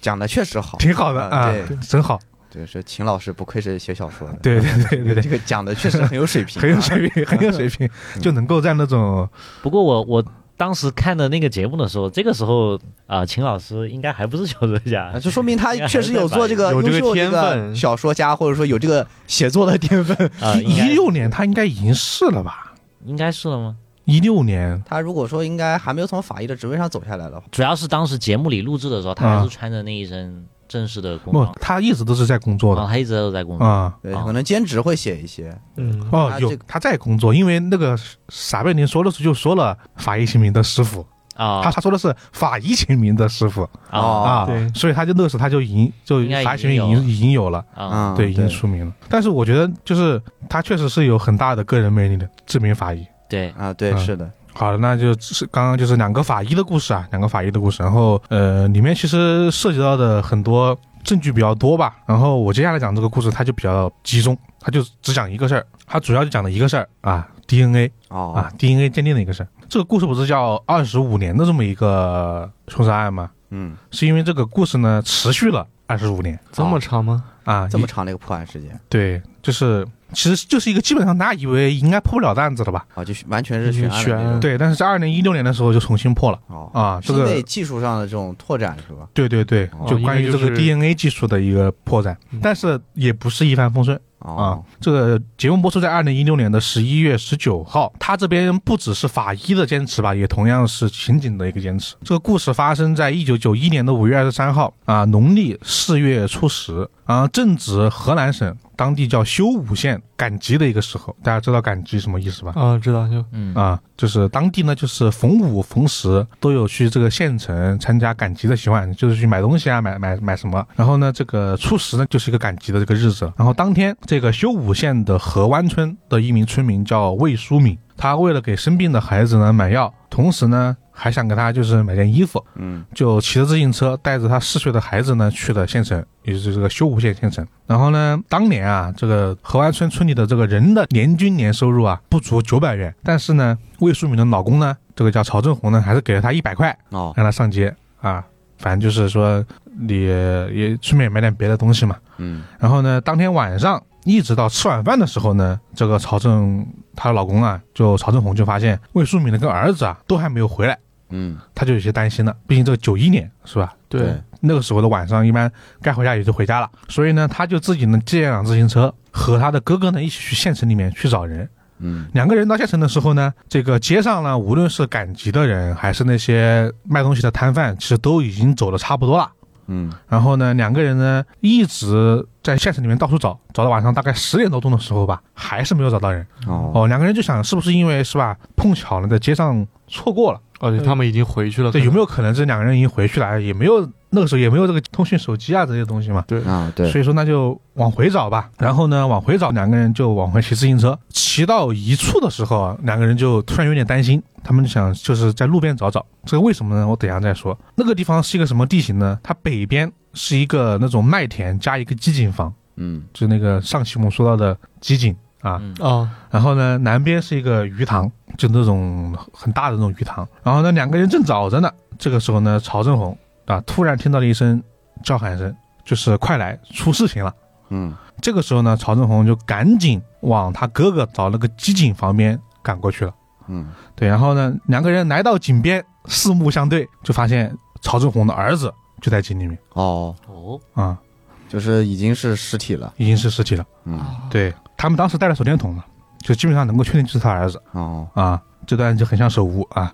Speaker 4: 讲的确实好，
Speaker 1: 挺好的啊
Speaker 4: 嗯对，
Speaker 1: 真好。
Speaker 4: 对，说秦老师不愧是写小说的，
Speaker 1: 对对对对
Speaker 4: 这
Speaker 1: 对，
Speaker 4: 个讲的确实很有水平，啊
Speaker 1: 很有水平，很有水平，就能够在那种
Speaker 3: 不过我我当时看的那个节目的时候，这个时候啊、秦老师应该还不是求职家
Speaker 4: 啊，，就说明 他确实有做这个
Speaker 2: 有这
Speaker 4: 优
Speaker 2: 个
Speaker 4: 秀这
Speaker 2: 天
Speaker 4: 个
Speaker 2: 分
Speaker 4: 小说家，或者说有这个写作的天分。
Speaker 3: 啊、应
Speaker 1: 一
Speaker 3: 该
Speaker 1: 六年，他应该已经是了吧？
Speaker 3: 应该是了吗？
Speaker 1: 一六年，
Speaker 4: 他如果说应该还没有从法医的职位上走下来的话，
Speaker 3: 主要是当时节目里录制的时候，他
Speaker 1: 啊
Speaker 3: 还是穿着那一身正式的工
Speaker 1: 不
Speaker 3: 装，，
Speaker 1: 他一直都是在工作
Speaker 3: 然后
Speaker 1: 的
Speaker 3: 他一直都在工作。
Speaker 1: 啊。
Speaker 4: 对，
Speaker 3: 啊
Speaker 4: 可能兼职会写一些。
Speaker 2: 嗯，
Speaker 1: 哦
Speaker 4: 他，
Speaker 1: 有
Speaker 4: 这个
Speaker 1: 他在工作，因为那个傻贝宁说的时候就说了法医秦明的师傅，他
Speaker 3: 啊
Speaker 1: 他说的是法医秦明的师傅
Speaker 3: 啊
Speaker 1: 啊
Speaker 2: 对，
Speaker 1: 所以他就那时候他就已经就
Speaker 3: 应该
Speaker 1: 法医秦
Speaker 3: 已
Speaker 1: 明
Speaker 3: 经
Speaker 1: 已
Speaker 3: 有
Speaker 1: 经已经有了，
Speaker 3: 啊！
Speaker 4: 嗯
Speaker 1: 哦对，已经出名了。但是我觉得就是他确实是有很大的个人魅力的知名法医。
Speaker 3: 对，
Speaker 4: 啊，对，
Speaker 1: 嗯
Speaker 4: 是的，
Speaker 1: 好的，那就是刚刚就是两个法医的故事啊，两个法医的故事。然后呃，里面其实涉及到的很多证据比较多吧。然后我接下来讲这个故事，它就比较集中，它就只讲一个事儿，它主要就讲了一个事儿啊，DNA
Speaker 4: 哦
Speaker 1: 啊，，DNA 鉴定的一个事儿。这个故事不是叫二十五年的这么一个凶杀案吗？
Speaker 4: 嗯，
Speaker 1: 是因为这个故事呢持续了二十五年
Speaker 2: 这么长吗？
Speaker 1: 啊，
Speaker 4: 这么
Speaker 1: 一
Speaker 4: 长的一个破案时间
Speaker 1: 对，就是其实就是一个基本上大家以为应该破不了的案子了吧？
Speaker 4: 啊，就是完全是悬案的
Speaker 2: 悬
Speaker 4: 那种
Speaker 2: 案
Speaker 1: 对，但是在二零一六年的时候就重新破了。
Speaker 4: 哦
Speaker 1: 啊
Speaker 4: 是
Speaker 1: 这
Speaker 4: 因
Speaker 1: 个
Speaker 4: 为技术上的这种拓展是吧？
Speaker 1: 对对对，
Speaker 4: 哦
Speaker 1: 就关于这
Speaker 2: 应
Speaker 1: 个
Speaker 2: 该就是
Speaker 1: DNA 技术的一个破绽，
Speaker 2: 嗯
Speaker 1: 但是也不是一帆风顺啊
Speaker 4: 哦，。
Speaker 1: 这个节目播出在二零一六年的十一月十九号，他这边不只是法医的坚持吧，也同样是刑警的一个坚持。这个故事发生在一九九一年的五月二十三号啊，农历四月初十啊，正值河南省当地叫修武县赶集的一个时候，大家知道赶集什么意思吧？
Speaker 2: 啊，知道就
Speaker 3: 嗯
Speaker 1: 啊，就是当地呢，就是逢五逢十都有去这个县城参加赶集的习惯，就是去买东西啊，买买买什么。然后呢，这个初十呢，就是一个赶集的这个日子。然后当天，这个修武县的河湾村的一名村民叫魏淑敏，他为了给生病的孩子呢买药，同时呢还想给他就是买件衣服，
Speaker 4: 嗯，
Speaker 1: 就骑着自行车带着他四岁的孩子呢去了县城，也就是这个修武县县城。然后呢，当年啊，这个河湾村村里的这个人的年均年收入啊不足九百元，但是呢，魏淑敏的老公呢，这个叫曹正红呢，还是给了他一百块
Speaker 4: 哦，
Speaker 1: 让他上街啊，反正就是说你也顺便买点别的东西嘛。
Speaker 4: 嗯，
Speaker 1: 然后呢，当天晚上一直到吃晚饭的时候呢，这个曹正她的老公啊，就曹正红就发现魏淑敏的跟儿子啊都还没有回来。
Speaker 4: 嗯，
Speaker 1: 他就有些担心了，毕竟这个九一年是吧？
Speaker 2: 对，
Speaker 1: 那个时候的晚上，一般该回家也就回家了。所以呢，他就自己呢借辆自行车，和他的哥哥呢一起去县城里面去找人。
Speaker 4: 嗯
Speaker 1: 两个人到县城的时候呢，这个街上呢，无论是赶集的人，还是那些卖东西的摊贩，其实都已经走的差不多了。
Speaker 4: 嗯
Speaker 1: 然后呢，两个人呢一直在县城里面到处找，找到晚上大概十点多钟的时候吧，还是没有找到人。
Speaker 4: 哦
Speaker 1: 哦，两个人就想是不是因为是吧，碰巧呢在街上错过了。
Speaker 2: 而哦且他们已经回去了。
Speaker 1: 对，有没
Speaker 2: 呃有？
Speaker 1: 有可能这两个人已经回去了？也没有那个时候也没有这个通讯手机啊这些东西嘛。
Speaker 4: 啊对，
Speaker 1: 所以说那就往回找吧。然后呢，往回找，两个人就往回骑自行车。骑到一处的时候啊，两个人就突然有点担心，他们就想就是在路边找找。这个为什么呢？我等一下再说。那个地方是一个什么地形呢？它北边是一个那种麦田加一个机井房，
Speaker 4: 嗯
Speaker 1: 就那个上期我们说到的机井啊。
Speaker 3: 嗯
Speaker 2: 啊，
Speaker 1: 然后呢，南边是一个鱼塘，就那种很大的那种鱼塘。然后呢，两个人正找着呢，这个时候呢，曹正红啊突然听到了一声叫喊声，就是快来，出事情了。
Speaker 4: 嗯
Speaker 1: 这个时候呢，曹正红就赶紧往他哥哥找那个机井旁边赶过去了。
Speaker 4: 嗯
Speaker 1: 对，然后呢，两个人来到井边，四目相对，就发现曹正红的儿子就在井里面
Speaker 4: 哦，
Speaker 3: 哦，
Speaker 1: 啊、
Speaker 4: 就是已经是尸体了，
Speaker 1: 已经是尸体了。
Speaker 4: 嗯
Speaker 1: 对他们当时带了手电筒嘛，就基本上能够确定就是他儿子
Speaker 4: 哦，
Speaker 1: 啊。这段就很像手无啊，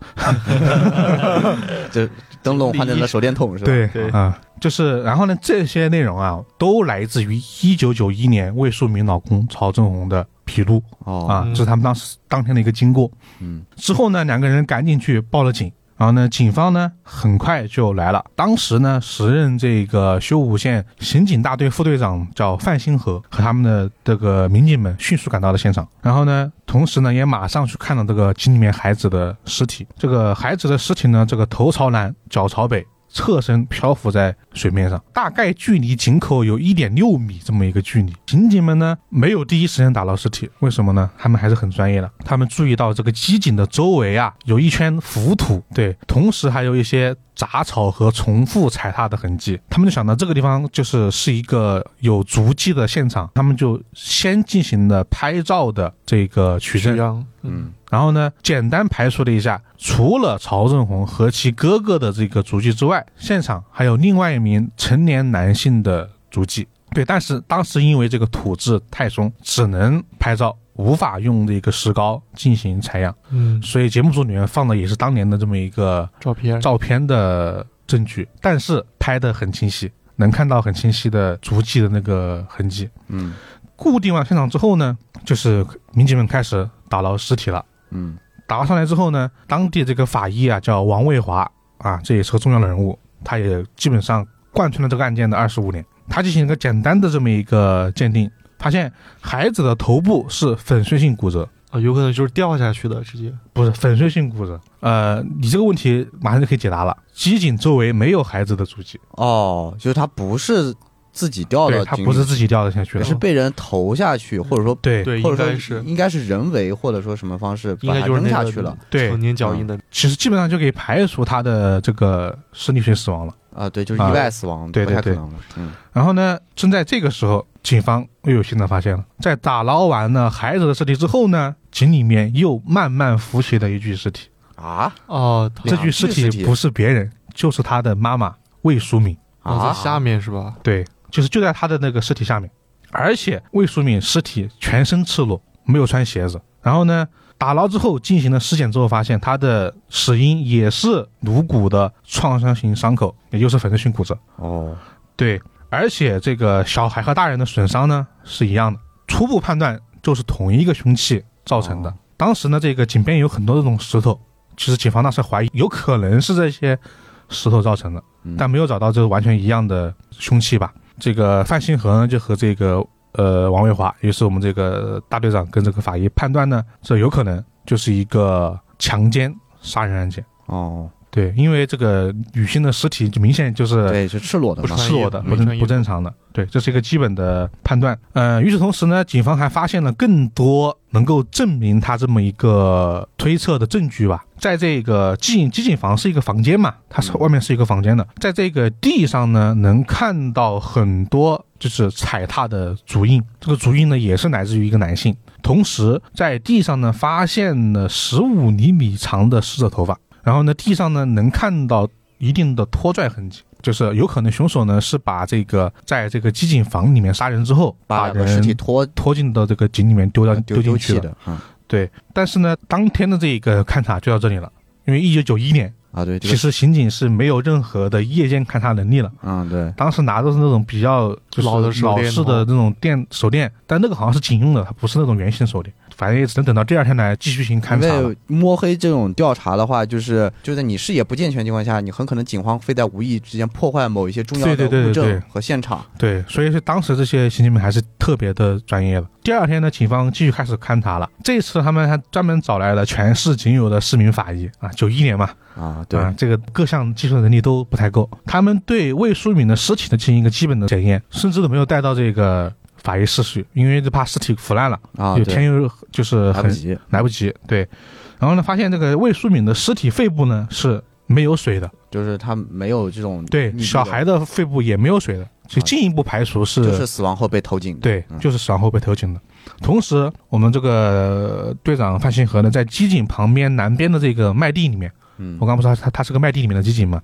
Speaker 4: 灯笼换成了手电筒是吧？
Speaker 1: 对
Speaker 2: 对
Speaker 1: 啊，就是然后呢，这些内容啊，都来自于一九九一年魏树明老公曹正红的笔录
Speaker 4: 哦
Speaker 1: 啊，
Speaker 2: 嗯
Speaker 1: 这是他们当时当天的一个经过。
Speaker 4: 嗯
Speaker 1: 之后呢，两个人赶紧去报了警。然后呢，警方呢很快就来了。当时呢，时任这个修武县刑警大队副队长叫范新河和他们的这个民警们迅速赶到了现场。然后呢，同时呢也马上去看到这个井里面孩子的尸体。这个孩子的尸体呢，这个头朝南，脚朝北，侧身漂浮在水面上，大概距离井口有一点六米这么一个距离。刑警们呢没有第一时间打捞尸体，为什么呢？他们还是很专业的，他们注意到这个机井的周围啊有一圈浮土，对，同时还有一些杂草和重复踩踏的痕迹。他们就想到这个地方就是是一个有足迹的现场，他们就先进行了拍照的这个取证
Speaker 2: 徐。阳，
Speaker 4: 嗯
Speaker 1: 然后呢，简单排除了一下，除了曹正红和其哥哥的这个足迹之外，现场还有另外一名成年男性的足迹。对，但是当时因为这个土质太松，只能拍照，无法用这个石膏进行采样，
Speaker 2: 嗯，
Speaker 1: 所以节目组里面放的也是当年的这么一个
Speaker 2: 照片，
Speaker 1: 照片的证据，但是拍的很清晰，能看到很清晰的足迹的那个痕迹。
Speaker 4: 嗯
Speaker 1: 固定完现场之后呢，就是民警们开始打捞尸体了。
Speaker 4: 嗯
Speaker 1: 打捞上来之后呢，当地这个法医啊叫王卫华啊，这也是个重要的人物，他也基本上贯穿了这个案件的二十五年。他进行一个简单的这么一个鉴定，发现孩子的头部是粉碎性骨折，
Speaker 2: 啊，有可能就是掉下去的，直接。
Speaker 1: 不是粉碎性骨折。呃，你这个问题马上就可以解答了。机井周围没有孩子的足迹，
Speaker 4: 哦，就是他不是自己掉
Speaker 1: 对
Speaker 4: 到
Speaker 1: 他
Speaker 4: 井里，
Speaker 1: 不是自己掉下去
Speaker 4: 也
Speaker 1: 的，
Speaker 4: 是被人投下去，或者说
Speaker 1: 对
Speaker 2: 对，
Speaker 4: 或
Speaker 2: 应
Speaker 4: 者说
Speaker 2: 该是
Speaker 4: 应该是人为或者说什么方式
Speaker 2: 应
Speaker 4: 把
Speaker 2: 该
Speaker 4: 它
Speaker 2: 就是
Speaker 4: 扔
Speaker 2: 那
Speaker 4: 下
Speaker 2: 个
Speaker 4: 去了
Speaker 1: 对
Speaker 2: 成，年脚印的
Speaker 1: 其实基本上就可以排除他的这个生理学死亡了。
Speaker 4: 啊，对，就是意外死亡，
Speaker 1: 对
Speaker 4: 不太可
Speaker 1: 对对
Speaker 4: 能了，嗯
Speaker 1: 然后呢，正在这个时候，警方又有新的发现了。在打捞完了孩子的尸体之后呢，井里面又慢慢浮起了一具尸体。
Speaker 4: 啊
Speaker 2: 哦，
Speaker 1: 这
Speaker 4: 两
Speaker 1: 具
Speaker 4: 具
Speaker 1: 尸
Speaker 4: 尸
Speaker 1: 体
Speaker 4: 体
Speaker 1: 不是别人，就是他的妈妈魏淑敏。
Speaker 2: 哦，
Speaker 4: 啊
Speaker 2: 在下面是吧？
Speaker 1: 对，就是就在他的那个尸体下面，而且魏淑敏尸体全身赤裸，没有穿鞋子。然后呢，打捞之后进行了尸检之后，发现他的死因也是颅骨的创伤型伤口，也就是粉碎性骨折。
Speaker 4: 哦
Speaker 1: 对，而且这个小孩和大人的损伤呢是一样的，初步判断就是同一个凶器造成的。
Speaker 4: 哦
Speaker 1: 当时呢，这个井边有很多这种石头，其实警方当时怀疑有可能是这些石头造成的，
Speaker 4: 嗯
Speaker 1: 但没有找到这完全一样的凶器吧。这个范新河呢就和这个呃王卫华，也就是我们这个大队长跟这个法医判断呢，这有可能就是一个强奸杀人案件。
Speaker 4: 哦，
Speaker 1: 对，因为这个女性的尸体就明显就是
Speaker 4: 对，是赤裸的
Speaker 2: 不
Speaker 4: 嘛
Speaker 2: 穿
Speaker 1: 赤裸的，
Speaker 2: 衣服
Speaker 1: 不
Speaker 2: 没穿
Speaker 1: 正
Speaker 2: 衣
Speaker 1: 不
Speaker 2: 服
Speaker 1: 正常的，对，这是一个基本的判断。呃，与此同时呢，警方还发现了更多能够证明他这么一个推测的证据吧。在这个机警机警房是一个房间嘛，它是
Speaker 4: 嗯
Speaker 1: 外面是一个房间的，在这个地上呢，能看到很多就是踩踏的足印，这个足印呢也是来自于一个男性。同时，在地上呢发现了十五厘米长的死者头发，然后呢，地上呢能看到一定的拖拽痕迹。就是有可能凶手呢是把这个在这个机井房里面杀人之后，
Speaker 4: 把
Speaker 1: 把
Speaker 4: 两个尸体
Speaker 1: 人
Speaker 4: 拖
Speaker 1: 拖进到这个井里面丢到
Speaker 4: 丢
Speaker 1: 进
Speaker 4: 丢
Speaker 1: 去
Speaker 4: 弃
Speaker 1: 了。
Speaker 4: 的，嗯
Speaker 1: 对，但是呢，当天的这个勘察就到这里了，因为一九九一年
Speaker 4: 啊，对，这
Speaker 1: 其
Speaker 4: 个
Speaker 1: 实刑警是没有任何的夜间勘察能力了。
Speaker 4: 嗯对，
Speaker 1: 当时拿的是那种比较就是
Speaker 2: 老的手
Speaker 1: 老
Speaker 2: 电
Speaker 1: 式的
Speaker 2: 筒
Speaker 1: 那种电手电，但那个好像是警用的，它不是那种圆形手电。反正也只能等到第二天来继续行勘
Speaker 4: 因
Speaker 1: 察了。
Speaker 4: 为摸黑这种调查的话，就是就在你视野不健全情况下，你很可能警方会在无意之间破坏某一些重要
Speaker 1: 对
Speaker 4: 的
Speaker 1: 对对
Speaker 4: 物
Speaker 1: 对
Speaker 4: 证
Speaker 1: 对
Speaker 4: 和现场。
Speaker 1: 对，所以说当时这些刑警们还是特别的专业的。第二天呢，警方继续开始勘察了。这次他们还专门找来了全市仅有的市民法医啊，九一年嘛，
Speaker 4: 啊，对，
Speaker 1: 啊，这个各项技术能力都不太够。他们对魏淑敏的尸体呢进行一个基本的检验，甚至都没有带到这个法医室去，因为就怕尸体腐烂了，
Speaker 4: 啊，
Speaker 1: 有
Speaker 4: 对，
Speaker 1: 天佑就是
Speaker 4: 来不
Speaker 1: 很
Speaker 4: 及，
Speaker 1: 来不及。对，然后呢，发现这个魏淑敏的尸体肺部呢是没有水的，
Speaker 4: 就是他没有这种
Speaker 1: 对，
Speaker 4: 密闭
Speaker 1: 小
Speaker 4: 的啊
Speaker 1: 孩的肺部也没有水的，所以进一步排除是，
Speaker 4: 就是死亡后被投井的，
Speaker 1: 对，
Speaker 4: 嗯
Speaker 1: 就是死亡后被投井的。同时，我们这个呃队长范新河呢，在机井旁边南边的这个麦地里面，
Speaker 4: 嗯
Speaker 1: 我刚不是说他他是个麦地里面的机井嘛，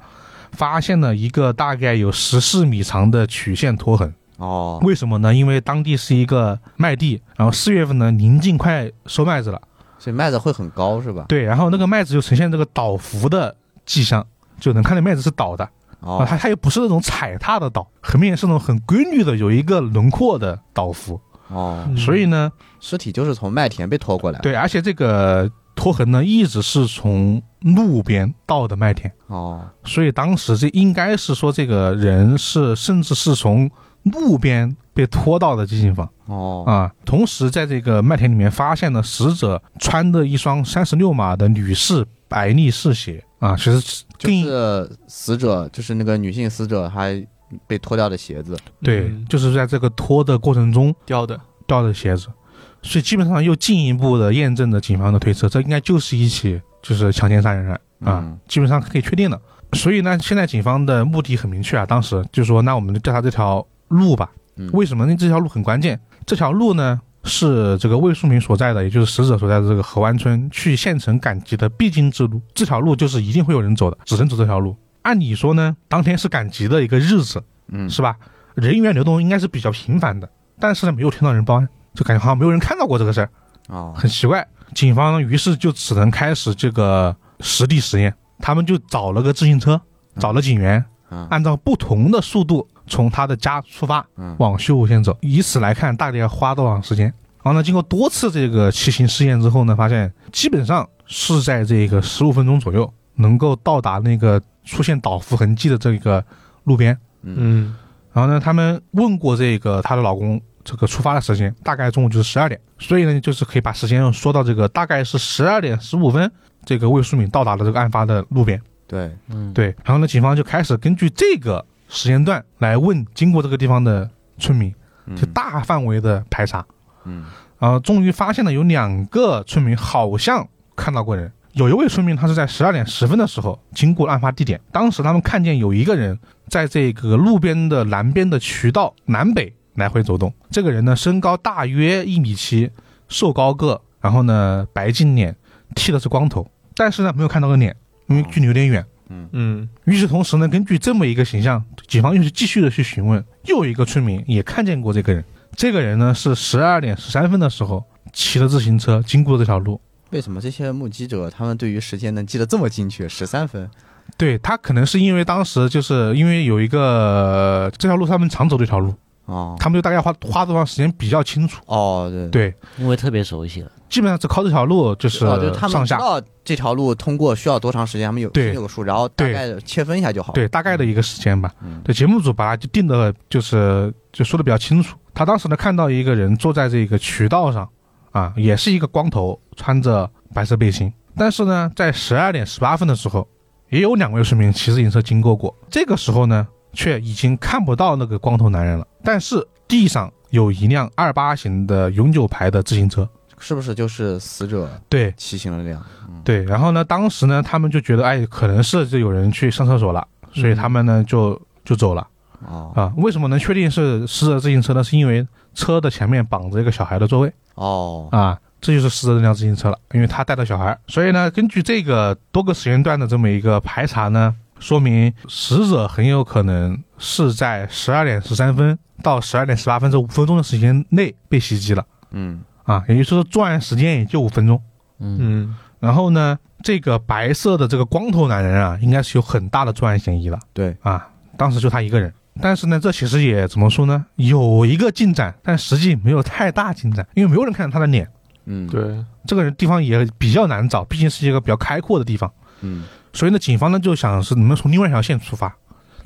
Speaker 1: 发现了一个大概有十四米长的曲线拖痕。
Speaker 4: 哦，
Speaker 1: 为什么呢？因为当地是一个麦地，然后四月份呢临近快收麦子了，
Speaker 4: 所以麦子会很高是吧？
Speaker 1: 对，然后那个麦子就呈现这个倒伏的迹象，就能看见麦子是倒的，啊，
Speaker 4: 哦，
Speaker 1: 它它又不是那种踩踏的倒，很明显是那种很规律的有一个轮廓的倒伏，
Speaker 4: 哦，
Speaker 2: 嗯
Speaker 1: 所以呢，
Speaker 4: 尸体就是从麦田被拖过来，，
Speaker 1: 对，而且这个拖痕呢一直是从路边到的麦田，
Speaker 4: 哦，
Speaker 1: 所以当时这应该是说这个人是甚至是从路边被拖到的机井房
Speaker 4: 哦，
Speaker 1: 啊，同时在这个麦田里面发现了死者穿的一双三十六码的女士白丽士鞋啊，其实
Speaker 4: 就
Speaker 1: 更
Speaker 4: 是死者，就是那个女性死者还被脱掉的鞋子，
Speaker 1: 对
Speaker 2: 嗯，
Speaker 1: 就是在这个拖的过程中
Speaker 2: 掉的，
Speaker 1: 掉的鞋子，所以基本上又进一步的验证了警方的推测，这应该就是一起就是强奸杀人案啊，
Speaker 4: 嗯
Speaker 1: 基本上可以确定了。所以呢，现在警方的目的很明确啊，当时就说那我们就调查这条路吧。
Speaker 4: 嗯
Speaker 1: 为什么呢？这条路很关键，这条路呢是这个魏树明所在的，也就是死者所在的这个河湾村去县城赶集的必经之路，这条路就是一定会有人走的，只能走这条路。按理说呢，当天是赶集的一个日子，
Speaker 4: 嗯，
Speaker 1: 是吧？人员流动应该是比较频繁的，但是呢，没有听到人报案，就感觉好像没有人看到过这个事儿，
Speaker 4: 哦，
Speaker 1: 很奇怪。警方呢，于是就只能开始这个实地实验，他们就找了个自行车，找了警员，
Speaker 4: 嗯
Speaker 1: 按照不同的速度从他的家出发，
Speaker 4: 嗯
Speaker 1: 往秀湖县走，以此来看大概要花多长时间。然后呢，经过多次这个骑行试验之后呢，发现基本上是在这个十五分钟左右能够到达那个出现倒伏痕迹的这个路边。
Speaker 2: 嗯，
Speaker 1: 然后呢，他们问过这个她的老公这个出发的时间，大概中午就是十二点，所以呢，就是可以把时间说到这个大概是十二点十五分，这个魏淑敏到达了这个案发的路边。
Speaker 4: 对，
Speaker 3: 嗯，
Speaker 1: 对，然后呢，警方就开始根据这个时间段来问经过这个地方的村民，就
Speaker 4: 嗯
Speaker 1: 大范围的排查，
Speaker 4: 嗯，
Speaker 1: 然后终于发现了有两个村民好像看到过人。有一位村民，他是在十二点十分的时候经过了案发地点，当时他们看见有一个人在这个路边的南边的渠道南北来回走动。这个人呢，身高大约一米七，瘦高个，然后呢白净脸，剃的是光头，但是呢没有看到个脸，因
Speaker 4: 哦
Speaker 1: 为距离有点远。
Speaker 2: 嗯，
Speaker 1: 与此同时呢，根据这么一个形象，警方又是继续的去询问，又有一个村民也看见过这个人。这个人呢是十二点十三分的时候骑着自行车经过这条路，
Speaker 4: 为什么这些目击者他们对于时间能记得这么精确？十三分，
Speaker 1: 对他可能是因为当时就是因为有一个呃这条路是他们常走的一条路，
Speaker 4: 哦
Speaker 1: 他们就大概花花多长时间比较清楚。
Speaker 4: 哦，对
Speaker 1: 对，
Speaker 3: 因为特别熟悉了，
Speaker 1: 基本上只靠这条路就是
Speaker 4: 哦，就是他们
Speaker 1: 上
Speaker 4: 知
Speaker 1: 下，
Speaker 4: 道这条路通过需要多长时间，他们有
Speaker 1: 对
Speaker 4: 心里有个数，然后大
Speaker 1: 对
Speaker 4: 概切分一下就好。
Speaker 1: 对大概的一个时间吧。
Speaker 4: 嗯，
Speaker 1: 对，节目组把它就定的就是就说的比较清楚。他当时呢看到一个人坐在这个渠道上，啊，也是一个光头，穿着白色背心。但是呢，在十二点十八分的时候，也有两位村民骑自行车经过过。这个时候呢，却已经看不到那个光头男人了。但是地上有一辆二八型的永久牌的自行车。
Speaker 4: 是不是就是死者
Speaker 1: 对
Speaker 4: 骑行的辆？
Speaker 1: 对，然后呢，当时呢，他们就觉得，哎，可能是这有人去上厕所了，所
Speaker 4: 嗯
Speaker 1: 以他们呢就就走了。
Speaker 4: 哦
Speaker 1: 啊，为什么能确定是死者自行车呢？是因为车的前面绑着一个小孩的座位
Speaker 4: 哦，
Speaker 1: 啊，这就是死者那辆自行车了，因为他带着小孩。所以呢，根据这个多个时间段的这么一个排查呢，说明死者很有可能是在十二点十三分到十二点十八分这五分钟的时间内被袭击了
Speaker 4: 嗯
Speaker 1: 啊，也就是说作案时间也就五分钟。
Speaker 3: 嗯
Speaker 2: 嗯，
Speaker 1: 然后呢，这个白色的这个光头男人啊，应该是有很大的作案嫌疑了。
Speaker 4: 对
Speaker 1: 啊，当时就他一个人。但是呢，这其实也怎么说呢，有一个进展，但实际没有太大进展，因为没有人看到他的脸。
Speaker 4: 嗯
Speaker 2: 对，
Speaker 1: 这个人地方也比较难找，毕竟是一个比较开阔的地方。
Speaker 4: 嗯
Speaker 1: 所以呢，警方呢就想是能不能从另外一条线出发，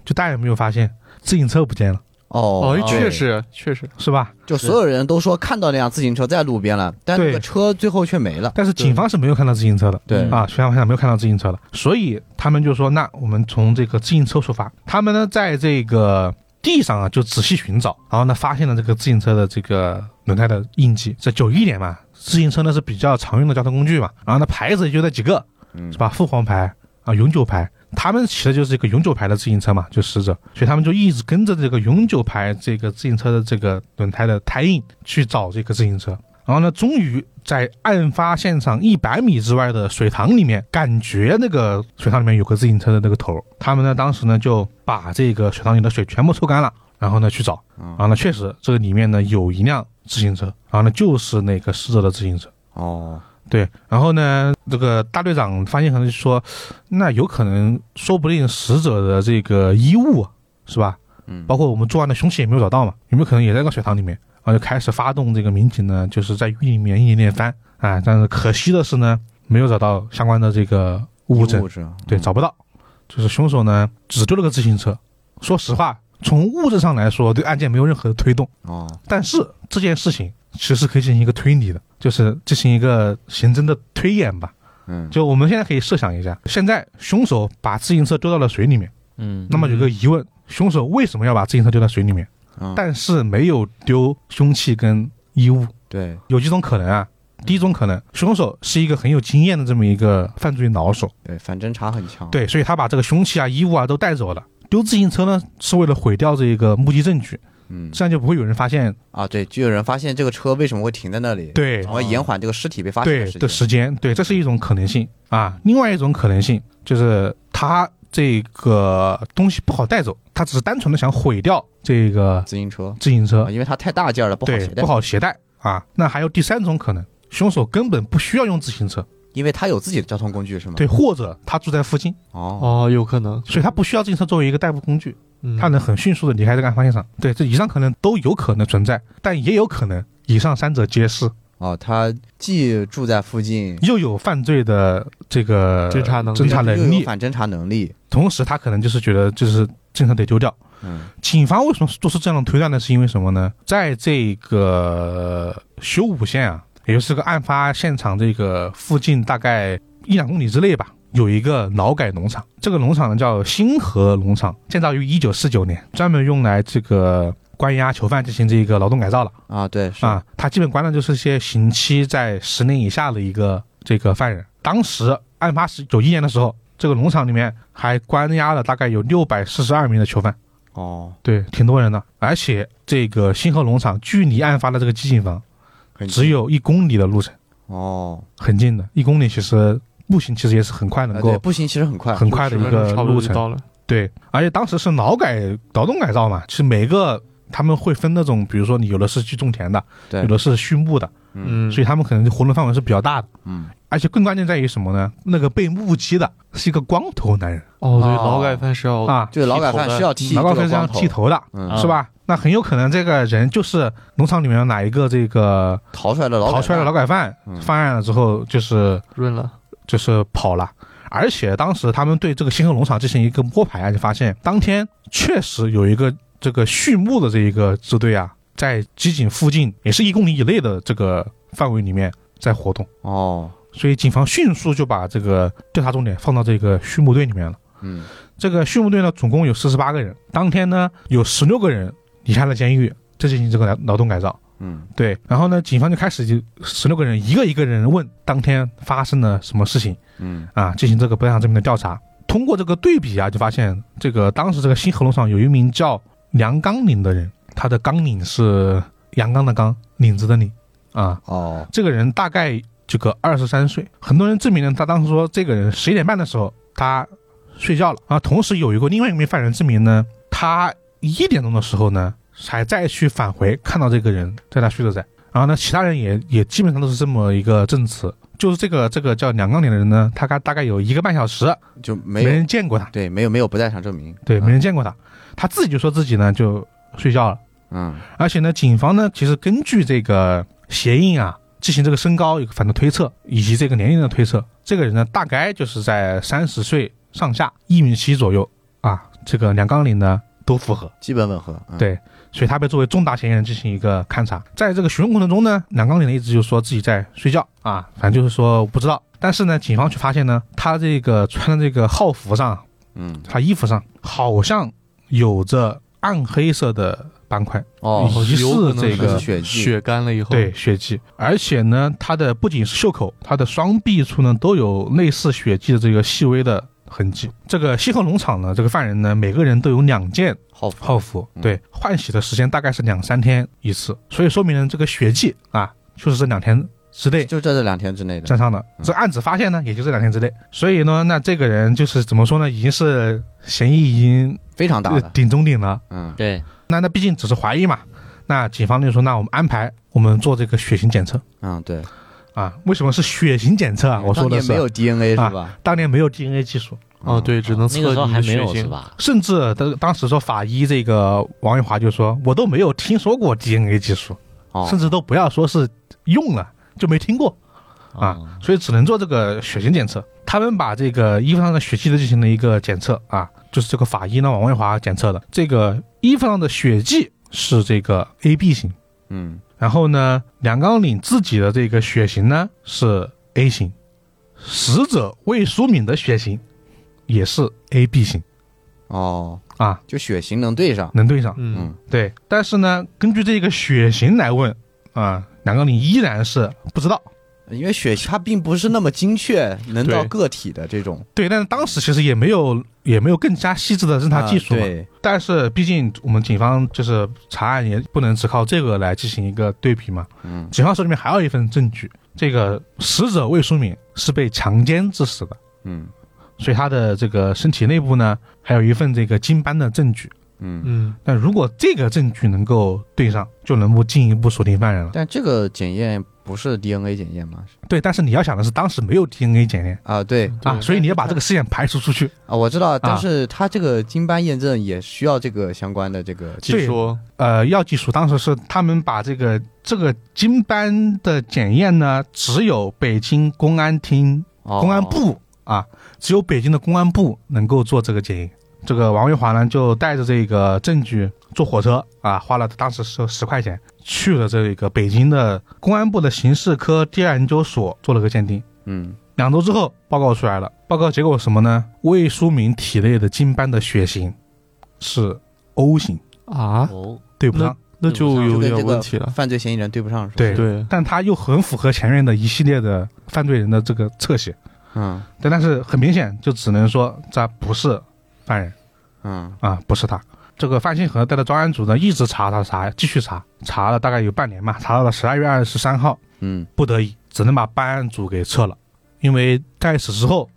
Speaker 1: 就大家有没有发现自行车不见了，
Speaker 4: 哦哎
Speaker 2: 哦，
Speaker 3: 哦
Speaker 2: 确实确实，
Speaker 1: 是吧？
Speaker 4: 就所有人都说看到那辆自行车在路边了，但那
Speaker 1: 对
Speaker 4: 个车最后却没了。嗯
Speaker 1: 但是警方是没有看到自行车的。
Speaker 4: 对
Speaker 1: 啊，悬崖方向没有看到自行车了，所以他们就说，那我们从这个自行车出发。他们呢，在这个地上啊，就仔细寻找，然后呢，发现了这个自行车的这个轮胎的印记。在九一年嘛，自行车呢是比较常用的交通工具嘛，然后呢，牌子也就那几个，
Speaker 4: 嗯
Speaker 1: 是吧？凤凰牌啊，永久牌。他们骑的就是一个永久牌的自行车嘛，就死者，所以他们就一直跟着这个永久牌这个自行车的这个轮胎的胎印去找这个自行车。然后呢，终于在案发现场一百米之外的水塘里面，感觉那个水塘里面有个自行车的那个头。他们呢，当时呢就把这个水塘里的水全部抽干了，然后呢去找，
Speaker 4: 嗯
Speaker 1: 然后呢确实这个里面呢有一辆自行车，然后呢就是那个死者的自行车。
Speaker 4: 哦，
Speaker 1: 对，然后呢，这个大队长发现可能就说，那有可能，说不定死者的这个衣物啊是吧？
Speaker 4: 嗯
Speaker 1: 包括我们作案的凶器也没有找到嘛，有没有可能也在那个水塘里面？然后就开始发动这个民警呢，就是在狱里面一点点翻啊，但是可惜的是呢，没有找到相关的这个物证，
Speaker 4: 物质
Speaker 1: 对，
Speaker 4: 嗯
Speaker 1: 找不到，就是凶手呢只丢了个自行车。说实话，从物质上来说，对案件没有任何的推动。
Speaker 4: 哦，
Speaker 1: 但是这件事情其实是可以进行一个推理的，就是进行一个刑侦的推演吧。
Speaker 4: 嗯
Speaker 1: 就我们现在可以设想一下，现在凶手把自行车丢到了水里面，
Speaker 3: 嗯
Speaker 1: 那么有个疑问，凶手为什么要把自行车丢到水里面？
Speaker 4: 嗯
Speaker 1: 但是没有丢凶器跟衣物，
Speaker 4: 对
Speaker 1: 有几种可能啊？第一种可能，凶手是一个很有经验的这么一个犯罪老手，
Speaker 4: 对，反侦查很强。
Speaker 1: 对，所以他把这个凶器啊、衣物啊都带走了。丢自行车呢，是为了毁掉这个目击证据，
Speaker 4: 嗯
Speaker 1: 这样就不会有人发现
Speaker 4: 啊，对，就有人发现这个车为什么会停在那里，，
Speaker 1: 对
Speaker 4: 然后延缓这个尸体被发现
Speaker 1: 对
Speaker 4: 的时
Speaker 1: 的
Speaker 4: 间。
Speaker 1: 时间，对，这是一种可能性啊。另外一种可能性就是他这个东西不好带走，他只是单纯的想毁掉这个
Speaker 4: 自行车
Speaker 1: 自行车
Speaker 4: 啊，，因为它太大件了，不好
Speaker 1: 呃对
Speaker 4: 携，带
Speaker 1: 不，好携带啊。那还有第三种可能，凶手根本不需要用自行车，
Speaker 4: 因为它有自己的交通工具是吗？
Speaker 1: 对，或者他住在附近，
Speaker 4: 哦，
Speaker 2: 哦，有可能，
Speaker 1: 所以他不需要自行车作为一个代步工具，
Speaker 2: 嗯
Speaker 1: 他能很迅速的离开这个案发现场。对，这以上可能都有可能存在，但也有可能以上三者皆是，
Speaker 4: 哦，他既住在附近，
Speaker 1: 又有犯罪的这个
Speaker 2: 侦查能力
Speaker 1: 侦查能
Speaker 4: 又
Speaker 1: 力
Speaker 4: 有，反侦查能力，
Speaker 1: 同时他可能就是觉得就是经常得丢掉。
Speaker 4: 嗯
Speaker 1: 警方为什么做出这样的推断呢？是因为什么呢？在这个修武县啊，也就是这个案发现场这个附近大概一两公里之内吧，有一个劳改农场。这个农场呢叫新河农场，建造于一九四九年，专门用来这个关押囚犯进行这个劳动改造了
Speaker 4: 啊，对，是
Speaker 1: 啊。它基本关的就是一些刑期在十年以下的一个这个犯人。当时案发时九一年的时候，这个农场里面还关押了大概有六百四十二名的囚犯。
Speaker 4: 哦，
Speaker 1: 对，挺多人的。而且这个星河农场距离案发的这个机井房
Speaker 4: 很
Speaker 1: 只有一公里的路程，
Speaker 4: 哦，
Speaker 1: 很近的。一公里其实步行其实也是很快
Speaker 4: 啊
Speaker 1: 能
Speaker 4: 对，
Speaker 1: 够
Speaker 4: 步行其实很快，
Speaker 1: 很快的一
Speaker 2: 10分钟
Speaker 1: 个
Speaker 2: 差不
Speaker 1: 路
Speaker 2: 多就
Speaker 1: 程。
Speaker 2: 到了，
Speaker 1: 对，而且当时是劳改劳动改造嘛，是每个他们会分那种，比如说你有的是去种田的，
Speaker 4: 对
Speaker 1: 有的是畜牧的，
Speaker 2: 嗯，
Speaker 1: 所以他们可能活动范围是比较大的。
Speaker 4: 嗯，
Speaker 1: 而且更关键在于什么呢？那个被目击的是一个光头男人
Speaker 2: 哦，对，
Speaker 4: 哦
Speaker 2: 劳改犯是要
Speaker 1: 啊，
Speaker 4: 就是劳改犯是要剃
Speaker 1: 拿
Speaker 4: 这
Speaker 1: 到
Speaker 4: 个
Speaker 1: 身上
Speaker 4: 光头
Speaker 1: 剃，头的，
Speaker 4: 嗯
Speaker 3: 啊，
Speaker 1: 是吧？那很有可能这个人就是农场里面哪一个这个
Speaker 4: 逃出来的劳
Speaker 1: 逃出来的劳
Speaker 4: 改
Speaker 1: 改犯
Speaker 4: 嗯
Speaker 1: 犯案了之后，就是
Speaker 2: 润了，
Speaker 1: 就是跑了。而且当时他们对这个星河农场进行一个摸排啊，就发现当天确实有一个这个畜牧的这一个支队啊，在机井附近也是一公里以内的这个范围里面在活动，
Speaker 4: 犯哦，
Speaker 1: 所以警方迅速就把这个调查重点放到这个畜牧队里面了。
Speaker 4: 嗯
Speaker 1: 这个畜牧队呢，总共有四十八个人，当天呢有十六个人离开了监狱，这进行这个劳劳动改造。
Speaker 4: 嗯
Speaker 1: 对，然后呢，警方就开始就十六个人一个一个人问当天发生了什么事情
Speaker 4: 嗯
Speaker 1: 啊，进行这个本场这边的调查。通过这个对比啊，就发现这个当时这个新河龙上有一名叫梁刚岭的人，他的刚岭是阳刚的刚，领子的领啊。
Speaker 4: 哦，
Speaker 1: 这个人大概这个二十三岁，很多人证明呢，他当时说这个人十一点半的时候，他睡觉了啊。同时有一个另外一名犯人之名呢，他一点钟的时候呢，还再去返回看到这个人在那睡着在，然后呢，其他人也也基本上都是这么一个证词。就是这个这个叫梁刚脸的人呢，他大大概有一个半小时
Speaker 4: 就
Speaker 1: 没
Speaker 4: 没有
Speaker 1: 人见过他，
Speaker 4: 对没有没有不在场证明，
Speaker 1: 对，
Speaker 4: 嗯
Speaker 1: 没人见过他，他自己就说自己呢就睡觉了。
Speaker 4: 嗯
Speaker 1: 而且呢，警方呢其实根据这个鞋印啊，进行这个身高有个反的推测，以及这个年龄的推测，这个人呢大概就是在三十岁上下，一米七左右啊，这个梁刚岭呢都符合，
Speaker 4: 基本吻合，嗯
Speaker 1: 对所以他被作为重大嫌疑人进行一个勘查。在这个询问过程中呢，梁刚岭呢一直就说自己在睡觉啊，反正就是说不知道。但是呢，警方却发现呢，他这个穿的这个号服上，
Speaker 4: 嗯
Speaker 1: 他衣服上好像有着暗黑色的斑块。
Speaker 4: 哦
Speaker 1: 以及
Speaker 2: 有可
Speaker 1: 是
Speaker 2: 能
Speaker 1: 这个
Speaker 2: 是
Speaker 4: 血迹
Speaker 2: 血干了以后，
Speaker 1: 对，血迹，而且呢，它的不仅是袖口，它的双臂处呢都有类似血迹的这个细微的痕迹。这个西河农场呢，这个犯人呢，每个人都有两件
Speaker 4: 好服
Speaker 1: 号服，
Speaker 4: 嗯
Speaker 1: 对，换洗的时间大概是两三天一次，所以说明呢，这个血迹啊，就是这两天之内
Speaker 4: 就这这两天之内的
Speaker 1: 沾上的。这案子发现呢，也就这两天之内，所以呢，那这个人就是怎么说呢，已经是嫌疑已经
Speaker 4: 非常大
Speaker 1: 呃
Speaker 4: 的，
Speaker 1: 顶中顶了。
Speaker 4: 嗯
Speaker 3: 对，
Speaker 1: 那那毕竟只是怀疑嘛，那警方就说，那我们安排我们做这个血型检测。
Speaker 4: 嗯对，
Speaker 1: 啊，为什么是血型检测啊？我说
Speaker 4: 嗯当
Speaker 1: 的
Speaker 4: 年
Speaker 1: 是
Speaker 4: 没有 DNA
Speaker 1: 啊
Speaker 4: 是吧？
Speaker 1: 当年没有 DNA 技术，
Speaker 2: 哦，对，只能测
Speaker 3: 那个时候
Speaker 2: 你
Speaker 3: 还
Speaker 2: 的
Speaker 3: 没
Speaker 2: 血
Speaker 3: 有是
Speaker 2: 型。
Speaker 3: 吧？
Speaker 1: 甚至当当时说法医这个王玉华就说，我都没有听说过 DNA 技术，
Speaker 4: 哦
Speaker 1: 甚至都不要说是用了，就没听过啊，
Speaker 3: 嗯
Speaker 1: 所以只能做这个血型检测。他们把这个衣服上的血迹都进行了一个检测啊，就是这个法医呢王玉华检测的，这个衣服上的血迹是这个 AB 型，
Speaker 4: 嗯
Speaker 1: 然后呢，梁刚岭自己的这个血型呢是 A 型，死者魏淑敏的血型也是 AB 型
Speaker 4: 哦，
Speaker 1: 啊，
Speaker 4: 就血型能对上，
Speaker 1: 能对上。
Speaker 2: 嗯，
Speaker 4: 嗯
Speaker 1: 对，但是呢，根据这个血型来问啊，梁刚岭依然是不知道。
Speaker 4: 因为血型它并不是那么精确，能到
Speaker 2: 对
Speaker 4: 个体的这种
Speaker 1: 对，但是当时其实也没有也没有更加细致的侦查技术
Speaker 4: 啊
Speaker 1: 嘛。
Speaker 4: 对，
Speaker 1: 但是毕竟我们警方就是查案也不能只靠这个来进行一个对比嘛。
Speaker 4: 嗯
Speaker 1: 警方手里面还有一份证据，这个死者魏淑敏是被强奸致死的。
Speaker 4: 嗯
Speaker 1: 所以他的这个身体内部呢，还有一份这个金斑的证据。
Speaker 4: 嗯。
Speaker 2: 嗯，
Speaker 1: 那如果这个证据能够对上，就能够进一步锁定犯人了。
Speaker 4: 但这个检验不是 DNA 检验吗？
Speaker 1: 对，但是你要想的是，当时没有 DNA 检验
Speaker 4: 啊，对
Speaker 1: 啊，
Speaker 2: 对
Speaker 1: 所以你要把这个试验排除出去。
Speaker 4: 啊，我知道，但是它这个经斑验证也需要这个相关的这个
Speaker 2: 据说
Speaker 1: 呃，药剂署当时是他们把这个这个金斑的检验呢，只有北京公安厅、公
Speaker 4: 公
Speaker 1: 安部啊，只有北京的公安部能够做这个检验。这个王玉华呢，就带着这个证据坐火车啊，花了当时是十块钱，去了这个北京的公安部的刑事科第二研究所做了个鉴定。
Speaker 4: 嗯，
Speaker 1: 两周之后，报告出来了。报告结果是什么呢？魏淑敏体内的金斑的血型是 O 型，
Speaker 2: 啊，
Speaker 3: 哦，
Speaker 1: 对不上。
Speaker 2: 那
Speaker 3: 就
Speaker 2: 就
Speaker 3: 不像
Speaker 2: 有
Speaker 4: 就跟这
Speaker 2: 点
Speaker 4: 个
Speaker 2: 问题了。
Speaker 4: 犯罪嫌疑人对不上是吧？
Speaker 1: 啊对，
Speaker 2: 对，
Speaker 1: 但他又很符合前面的一系列的犯罪人的这个侧写，
Speaker 4: 嗯
Speaker 1: 但但是很明显，就只能说这不是犯人。
Speaker 4: 嗯
Speaker 1: 啊，不是他。这个范新河带的专案组呢，一直查查查，继续查，查了大概有半年嘛，查到了十二月二十三号，
Speaker 4: 嗯
Speaker 1: 不得已只能把办案组给撤了，因为在此之后，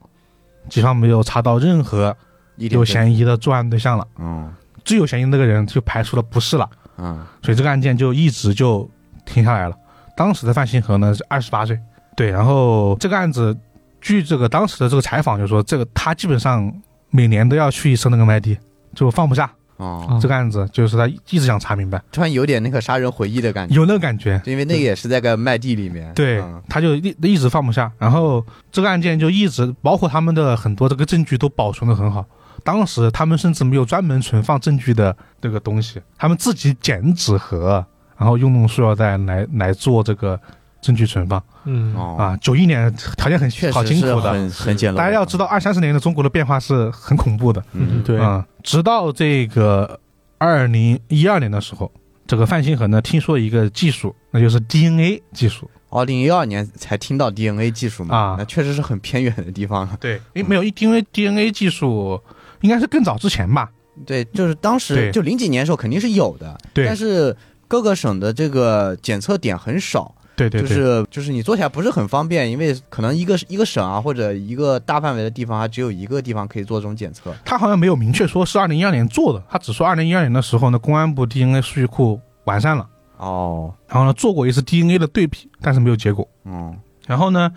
Speaker 1: 警方没有查到任何
Speaker 4: 一点
Speaker 1: 有
Speaker 4: 对
Speaker 1: 嫌疑的作案对象了，
Speaker 4: 嗯
Speaker 1: 最有嫌疑的那个人就排除了不是了，
Speaker 4: 嗯
Speaker 1: 所以这个案件就一直就停下来了。当时的范新河呢是二十八岁，对，然后这个案子，据这个当时的这个采访就说，这个他基本上每年都要去一次那个麦地，就放不下。
Speaker 4: 哦，
Speaker 2: 啊
Speaker 1: 这个案子就是他一直想查明白，
Speaker 4: 突然有点那个杀人回忆的感觉，
Speaker 1: 有那个感觉，
Speaker 4: 因为那个也是在个麦地里面。
Speaker 1: 对
Speaker 4: 嗯，
Speaker 1: 他就一一直放不下。然后这个案件就一直，包括他们的很多这个证据都保存的很好。当时他们甚至没有专门存放证据的这个东西，他们自己剪纸盒，然后用那种塑料袋来来做这个证据存放
Speaker 2: 嗯，
Speaker 4: 哦，
Speaker 1: 啊。九一年条件很
Speaker 4: 确
Speaker 1: 好
Speaker 4: 实
Speaker 1: 辛
Speaker 4: 是
Speaker 1: 苦的，
Speaker 4: 很很简陋。
Speaker 1: 大家要知道，，二三十年的中国的变化是很恐怖的。
Speaker 4: 嗯
Speaker 2: 对，
Speaker 1: 嗯，直到这个二零一二年的时候，这个范新河呢听说一个技术，那就是 DNA 技术。
Speaker 4: 二哦零一二年才听到 DNA 技术嘛
Speaker 1: 啊，
Speaker 4: 那确实是很偏远的地方了。
Speaker 1: 对，因为没有，因为 DNA 技术应该是更早之前吧？
Speaker 4: 对，就是当时
Speaker 1: 嗯对
Speaker 4: 就零几年的时候肯定是有的，
Speaker 1: 对
Speaker 4: 但是各个省的这个检测点很少，
Speaker 1: 对对
Speaker 4: 就
Speaker 1: 对，
Speaker 4: 是就是你做起来不是很方便，因为可能一个一个省啊或者一个大范围的地方，还只有一个地方可以做这种检测。
Speaker 1: 他好像没有明确说是二零一二年做的，他只说二零一二年的时候呢，公安部 DNA 数据库完善了，
Speaker 4: 哦，
Speaker 1: 然后呢做过一次 DNA 的对比，但是没有结果。
Speaker 4: 嗯，
Speaker 1: 然后呢，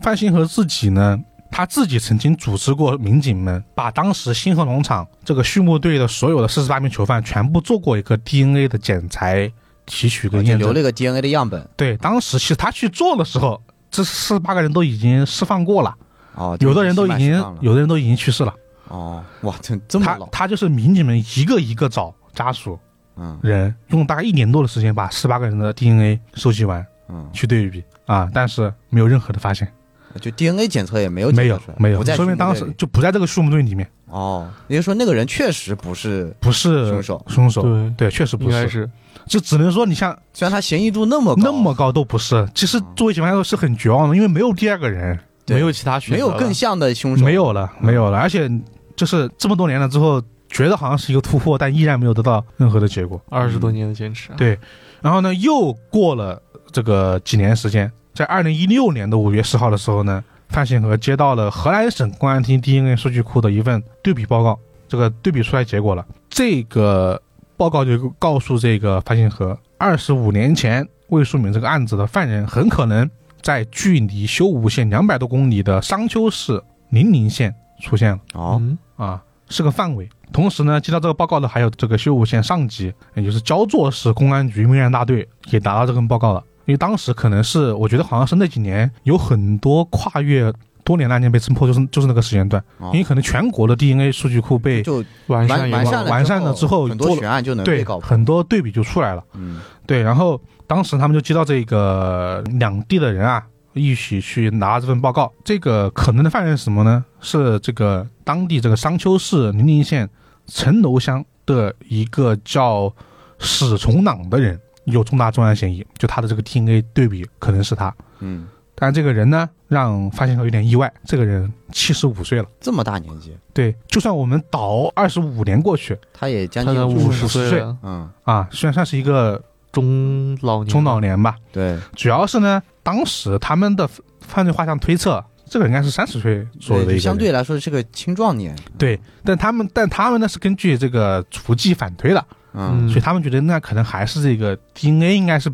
Speaker 1: 范新和自己呢，他自己曾经组织过民警们，把当时新河农场这个畜牧队的所有的四十八名囚犯全部做过一个 DNA 的检材提取
Speaker 4: 就
Speaker 1: 跟验
Speaker 4: 留
Speaker 1: 证
Speaker 4: 了。一个 DNA 的样本。
Speaker 1: 对，当时其实他去做的时候，这四十八个人都已经释放过了，
Speaker 4: 哦，
Speaker 1: 有的人都已经
Speaker 4: 这个是蛮适当的
Speaker 1: 有的人都已经去世了。
Speaker 4: 哦，哇，这这么
Speaker 1: 他
Speaker 4: 老，
Speaker 1: 他就是民警们一个一个找家属
Speaker 4: 嗯
Speaker 1: 人，用大概一年多的时间把十八个人的 DNA 收集完
Speaker 4: 嗯，
Speaker 1: 去对比啊，但是没有任何的发现，
Speaker 4: 就 DNA 检测也没有检
Speaker 1: 没有
Speaker 4: 测出来
Speaker 1: 没
Speaker 4: 不
Speaker 1: 有，
Speaker 4: 在
Speaker 1: 说明
Speaker 4: 畜牧
Speaker 1: 当
Speaker 4: 队
Speaker 1: 时
Speaker 4: 里
Speaker 1: 就不在这个畜牧队里面，
Speaker 4: 哦，也就是说那个人确实不是，
Speaker 1: 不是
Speaker 4: 凶手
Speaker 1: 凶手
Speaker 2: 对
Speaker 1: 对，确实
Speaker 2: 应
Speaker 1: 不
Speaker 2: 该
Speaker 1: 是，
Speaker 2: 是
Speaker 1: 就只能说你像
Speaker 4: 虽然他嫌疑度那么高
Speaker 1: 那么高都不是。其
Speaker 4: 嗯
Speaker 1: 实作为警方来说是很绝望的，因为没有第二个人，
Speaker 4: 对
Speaker 2: 没有其他选择
Speaker 4: 没有
Speaker 2: 了
Speaker 4: 更像的凶手，嗯
Speaker 1: 没有了，没有了，而且就是这么多年了之后，觉得好像是一个突破，但依然没有得到任何的结果。
Speaker 2: 二十多年的坚持啊，
Speaker 1: 对然后呢，又过了这个几年时间，在二零一六年的五月十号的时候呢，范显和接到了河南省公安厅 DNA 数据库的一份对比报告，这个对比出来结果了。这个报告就告诉这个范显和，二十五年前魏淑敏这个案子的犯人很可能在距离修武县两百多公里的商丘市宁陵县出现了。
Speaker 4: 哦，
Speaker 2: 嗯
Speaker 1: 啊，是个范围。同时呢，接到这个报告的还有这个修武县上级，也就是焦作市公安局命案大队也拿到这份报告了。因为当时可能是，我觉得好像是那几年有很多跨越多年的案件被侦破，就是就是那个时间段，
Speaker 4: 哦
Speaker 1: 因为可能全国的 DNA 数据库被
Speaker 4: 就
Speaker 2: 完善
Speaker 4: 完
Speaker 2: 一
Speaker 4: 完
Speaker 2: 个
Speaker 4: 善
Speaker 1: 完善了之后
Speaker 4: 很
Speaker 1: 做
Speaker 4: 多
Speaker 1: 了
Speaker 4: 悬案就能被
Speaker 1: 对
Speaker 4: 搞破，
Speaker 1: 很多对比就出来了。
Speaker 4: 呃嗯，
Speaker 1: 对，然后当时他们就接到这个两地的人啊，一起去拿这份报告。这个可能的犯人是什么呢？是这个当地这个商丘市宁陵县城楼乡的一个叫史从朗的人，有重大重案嫌疑。就他的这个 DNA 对比可能是他，
Speaker 4: 嗯，
Speaker 1: 但这个人呢，让发现后有点意外。这个人七十五岁了，
Speaker 4: 这么大年纪，
Speaker 1: 对，就算我们倒二十五年过去
Speaker 4: 他也将
Speaker 2: 他才
Speaker 4: 近有
Speaker 2: 五
Speaker 1: 50
Speaker 2: 十岁
Speaker 1: 岁
Speaker 2: 了，
Speaker 4: 嗯，
Speaker 1: 啊，虽然算是一个
Speaker 2: 中老年
Speaker 1: 中老年吧，
Speaker 4: 对，
Speaker 1: 主要是呢，当时他们的犯罪画像推测，这个应该是三十岁左右的一个
Speaker 4: 对
Speaker 1: 人
Speaker 4: 相对来说是个青壮年，嗯
Speaker 1: 对，但他们但他们呢是根据这个足迹反推的，
Speaker 4: 嗯，
Speaker 1: 所以他们觉得那可能还是这个 DNA 应该是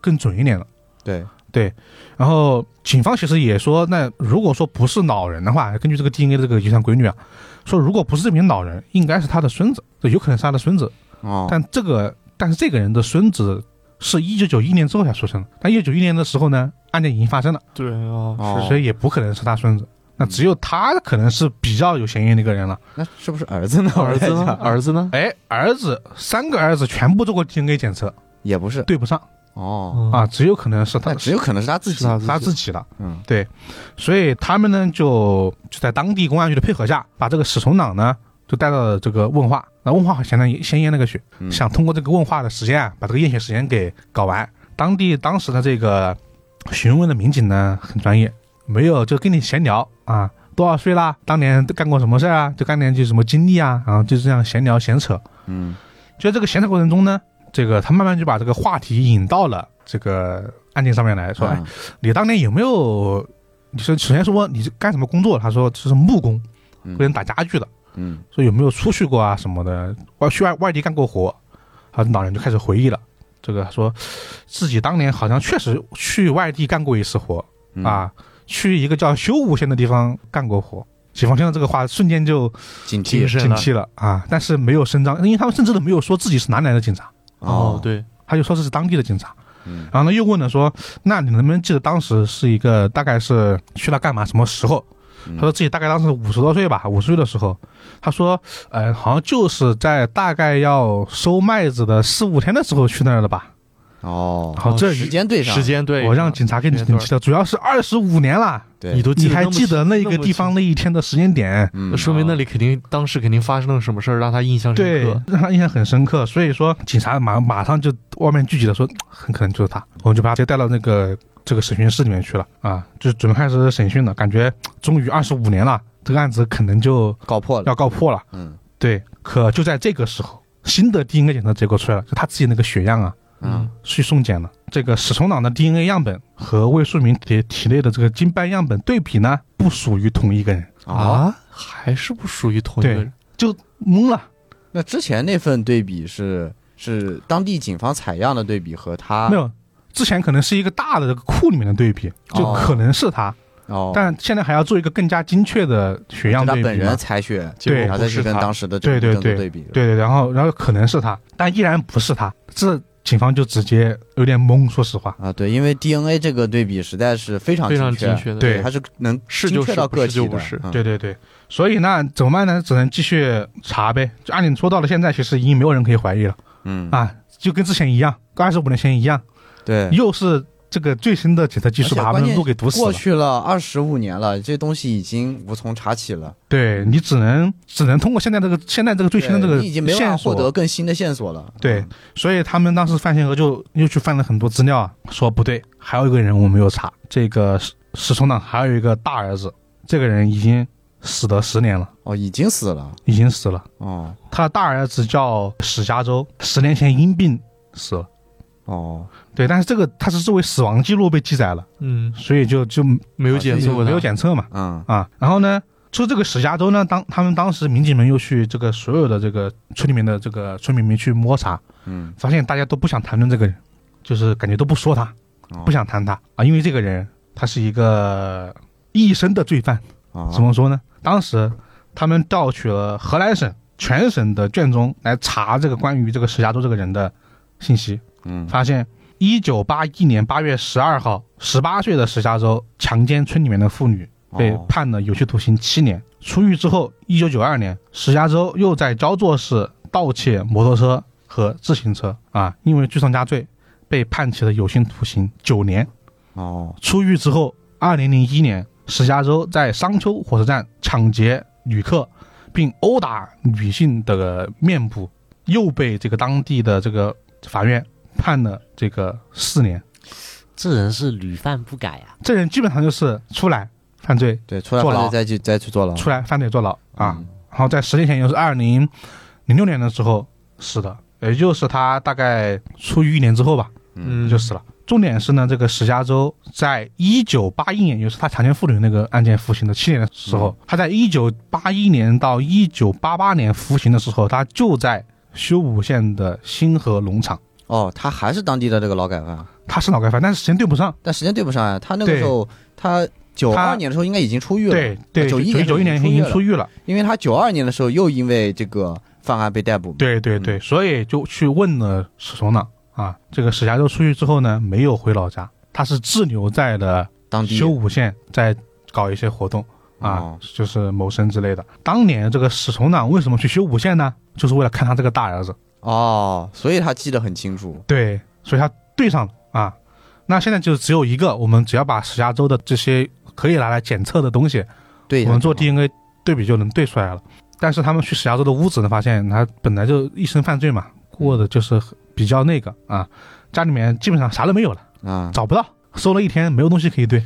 Speaker 1: 更准一点的。
Speaker 4: 对，
Speaker 1: 然后警方其实也说，那如果说不是老人的话，根据这个 DNA 的这个遗传规律啊，说如果不是这名老人，应该是他的孙子，对，有可能是他的孙子。
Speaker 4: 哦，
Speaker 1: 但这个但是这个人的孙子是一九九一年之后才出生的，但一九九一年的时候呢，案件已经发生了。
Speaker 2: 对啊，
Speaker 4: 哦
Speaker 1: 所以也不可能是他孙子。那只有他可能是比较有嫌疑的一个人了。
Speaker 4: 那是不是 儿子呢？
Speaker 2: 儿子
Speaker 4: 我
Speaker 2: 呢
Speaker 4: 在？想
Speaker 2: 儿子呢？
Speaker 1: 哎，儿子三个儿子全部做过 DNA 检测，
Speaker 4: 也不是，
Speaker 1: 对不上
Speaker 4: 哦，
Speaker 2: 嗯
Speaker 1: 啊，，只有可能是他
Speaker 4: 那只有可能是他自己
Speaker 2: 是，他
Speaker 1: 他
Speaker 2: 自
Speaker 1: 自
Speaker 2: 己
Speaker 1: 己了。
Speaker 4: 嗯，
Speaker 1: 所以他们呢就就在当地公安局的配合下，把这个史从朗呢就带到了这个问话。那问话想让先验那个血，
Speaker 4: 嗯
Speaker 1: 想通过这个问话的时间啊，把这个验血时间给搞完。当地当时的这个询问的民警呢很专业，没有就跟你闲聊啊，多少岁啦，当年干过什么事儿啊，就当年就什么经历啊，然后就这样闲聊闲扯。
Speaker 4: 嗯，
Speaker 1: 就在这个闲扯过程中呢，这个他慢慢就把这个话题引到了这个案件上面来说，哎
Speaker 4: 嗯，
Speaker 1: 你当年有没有？你说首先说你是干什么工作？他说这是木工，
Speaker 4: 嗯
Speaker 1: 跟人打家具的。
Speaker 4: 嗯，
Speaker 1: 说有没有出去过啊什么的，外去外外地干过活。他老人就开始回忆了，这个说自己当年好像确实去外地干过一次活、
Speaker 4: 嗯，
Speaker 1: 啊，去一个叫修武县的地方干过活。警方听到这个话，瞬间就
Speaker 4: 警
Speaker 2: 精
Speaker 4: 惕，
Speaker 2: 神
Speaker 1: 警惕了啊！但是没有声张，因为他们甚至都没有说自己是哪里来的警察，
Speaker 2: 哦，，对，
Speaker 1: 他就说这是当地的警察。
Speaker 4: 嗯
Speaker 1: 然后呢，又问了说，那你能不能记得当时是一个大概是去那干嘛，什么时候？
Speaker 4: 嗯
Speaker 1: 他说自己大概当时五十多岁吧，五十岁的时候，他说，呃，好像就是在大概要收麦子的四五天的时候去那儿了吧。
Speaker 4: 哦，
Speaker 1: 好，这
Speaker 4: 时间对上，
Speaker 2: 时间对，
Speaker 1: 我让警察给你
Speaker 2: 时间
Speaker 1: 你
Speaker 2: 段
Speaker 1: 记得，主要是二十五年了，
Speaker 4: 对，
Speaker 2: 你都
Speaker 1: 你
Speaker 2: 得
Speaker 1: 还
Speaker 2: 那么
Speaker 1: 记得那一个地
Speaker 2: 那
Speaker 1: 方
Speaker 2: 么
Speaker 1: 那一天的时间点，
Speaker 4: 嗯
Speaker 2: 清，说明那里肯定当时肯定发生了什么事儿，让他印象深
Speaker 1: 对
Speaker 2: 刻。，
Speaker 1: 让他印象很深刻。所以说，警察马马上就外面聚集了，说很可能就是他，我们就把他直接带到那个这个审讯室里面去了啊，就准备开始审讯了。感觉终于二十五年了，这个案子可能就
Speaker 4: 搞破了，
Speaker 1: 要告破了。
Speaker 4: 嗯，
Speaker 1: 对，可就在这个时候，新的 DNA 检测结果出来了，就他自己那个血样啊，
Speaker 4: 嗯，
Speaker 1: 去送检了。这个史虫党的 DNA 样本和魏树明体体内的这个经斑样本对比呢，不属于同一个人，
Speaker 4: 啊，，
Speaker 2: 还是不属于同一个人。
Speaker 1: 就懵了。
Speaker 4: 那之前那份对比是是当地警方采样的对比和他
Speaker 1: 没有，之前可能是一个大的这个库里面的对比，就
Speaker 4: 哦
Speaker 1: 可能是他，
Speaker 4: 哦，
Speaker 1: 但现在还要做一个更加精确的血样
Speaker 4: 就
Speaker 1: 对
Speaker 4: 他
Speaker 1: 比嘛。
Speaker 4: 本人采血，
Speaker 2: 结
Speaker 1: 对
Speaker 2: 果
Speaker 4: 然后
Speaker 2: 不
Speaker 4: 再
Speaker 2: 是
Speaker 4: 去跟
Speaker 2: 他
Speaker 4: 当时的
Speaker 1: 对对
Speaker 4: 这个
Speaker 1: 对
Speaker 4: 对比，
Speaker 1: 对对，然后然后可能是他，但依然不是他，这警方就直接有点懵，说实话。
Speaker 4: 啊，对，因为 DNA 这个对比实在是非常
Speaker 2: 非常
Speaker 4: 精
Speaker 2: 精确的。
Speaker 1: 对
Speaker 4: 它是能
Speaker 2: 是
Speaker 4: 精
Speaker 2: 就
Speaker 4: 确
Speaker 2: 是
Speaker 4: 到
Speaker 2: 不
Speaker 4: 个
Speaker 2: 是
Speaker 4: 体
Speaker 2: 就
Speaker 4: 的，
Speaker 2: 不是
Speaker 4: 嗯
Speaker 1: 对对对，所以那怎么办呢？只能继续查呗。就按理说到了现在，其实已经没有人可以怀疑了
Speaker 4: 嗯，
Speaker 1: 啊，就跟之前一样，跟二十五年前一样，
Speaker 4: 对，
Speaker 1: 又是这个最新的检测技术
Speaker 4: 而且
Speaker 1: 把他
Speaker 4: 关
Speaker 1: 们
Speaker 4: 键
Speaker 1: 路给堵死
Speaker 4: 过
Speaker 1: 了。
Speaker 4: 去了二十五年了，这东西已经无从查起了。
Speaker 1: 对你只能只能通过现在这个现在这个最新的这
Speaker 4: 对
Speaker 1: 个
Speaker 4: 你已经没有办法
Speaker 1: 线
Speaker 4: 获
Speaker 1: 索
Speaker 4: 得更新的线索了。嗯
Speaker 1: 对，所以他们当时范闲娥就又去翻了很多资料啊，说不对，还有一个人我没有查，这个史史冲党还有一个大儿子，这个人已经死了十年了，
Speaker 4: 哦，已经死了。
Speaker 1: 已经死了。
Speaker 4: 哦
Speaker 1: 他大儿子叫史嘉洲，十年前因病死了。
Speaker 4: 哦，
Speaker 1: 对，但是这个他是作为死亡记录被记载了，
Speaker 2: 嗯，
Speaker 1: 所以就就
Speaker 2: 没有检测过
Speaker 1: 没有
Speaker 2: 他。
Speaker 1: 检测嘛
Speaker 4: 嗯
Speaker 1: 啊。然后呢，除这个史嘉洲呢，当他们当时民警们又去这个所有的这个村里面的这个村民们去摸查，
Speaker 4: 嗯，
Speaker 1: 发现大家都不想谈论这个人，就是感觉都不说他，
Speaker 4: 哦
Speaker 1: 不想谈他啊，因为这个人他是一个一生的罪犯。
Speaker 4: 啊
Speaker 1: 怎么说呢？当时他们调取了河南省全省的卷宗来查这个关于这个石家洲这个人的信息，
Speaker 4: 嗯
Speaker 1: 发现一九八一年八月十二号，十八岁的石家洲强奸村里面的妇女，被
Speaker 4: 哦
Speaker 1: 判了有期徒刑七年。出狱之后，一九九二年，石家洲又在焦作市盗窃摩托车和自行车啊，因为聚众加罪被判起了有期徒刑九年。
Speaker 4: 哦
Speaker 1: 出狱之后，二零零一年，石家洲在商丘火车站抢劫旅客，并殴打女性的面部，又被这个当地的这个法院判了这个四年。
Speaker 3: 这人是屡犯不改啊！
Speaker 1: 这人基本上就是出来犯罪，
Speaker 4: 对，出来
Speaker 1: 坐牢
Speaker 4: 犯罪再去再去坐牢
Speaker 1: 出来犯罪坐牢啊。
Speaker 4: 嗯
Speaker 1: 然后在十年前，也就是二零零六年的时候死的，也就是他大概出狱一年之后吧，
Speaker 2: 嗯，
Speaker 1: 就死了。重点是呢，这个石家洲在一九八一年，也就是他强奸妇女那个案件服刑的七年的时候，他在一九八一年到一九八八年服刑的时候，他就在修武县的新河农场，
Speaker 4: 哦，他还是当地的这个劳改犯，啊
Speaker 1: 他是脑盖犯，但是时间对不上。
Speaker 4: 但时间对不上呀。他那个
Speaker 1: 对
Speaker 4: 时候，他九
Speaker 1: 他
Speaker 4: 二年的时候应该已经出狱了，
Speaker 1: 对对，
Speaker 4: 91年
Speaker 1: 九一年已经出狱了。
Speaker 4: 因为他九二年的时候又因为这个犯案被逮捕嘛。
Speaker 1: 对对
Speaker 4: 嗯
Speaker 1: 对，所以就去问了史首长啊，这个史家洲出狱之后呢，没有回老家，他是滞留在了
Speaker 4: 当地
Speaker 1: 修武县，在搞一些活动。啊
Speaker 4: 哦，
Speaker 1: 就是谋生之类的。当年这个史从长为什么去修武县呢？就是为了看他这个大儿子。
Speaker 4: 哦，所以他记得很清楚。
Speaker 1: 对，所以他对上了啊。那现在就只有一个，我们只要把石家洲的这些可以拿来检测的东西，
Speaker 4: 对，
Speaker 1: 我们做 DNA 对比就能对出来了。但是他们去石家洲的屋子呢，发现他本来就一身犯罪嘛，过的就是比较那个啊，家里面基本上啥都没有了，
Speaker 4: 啊，
Speaker 1: 找不到，搜了一天没有东西可以对。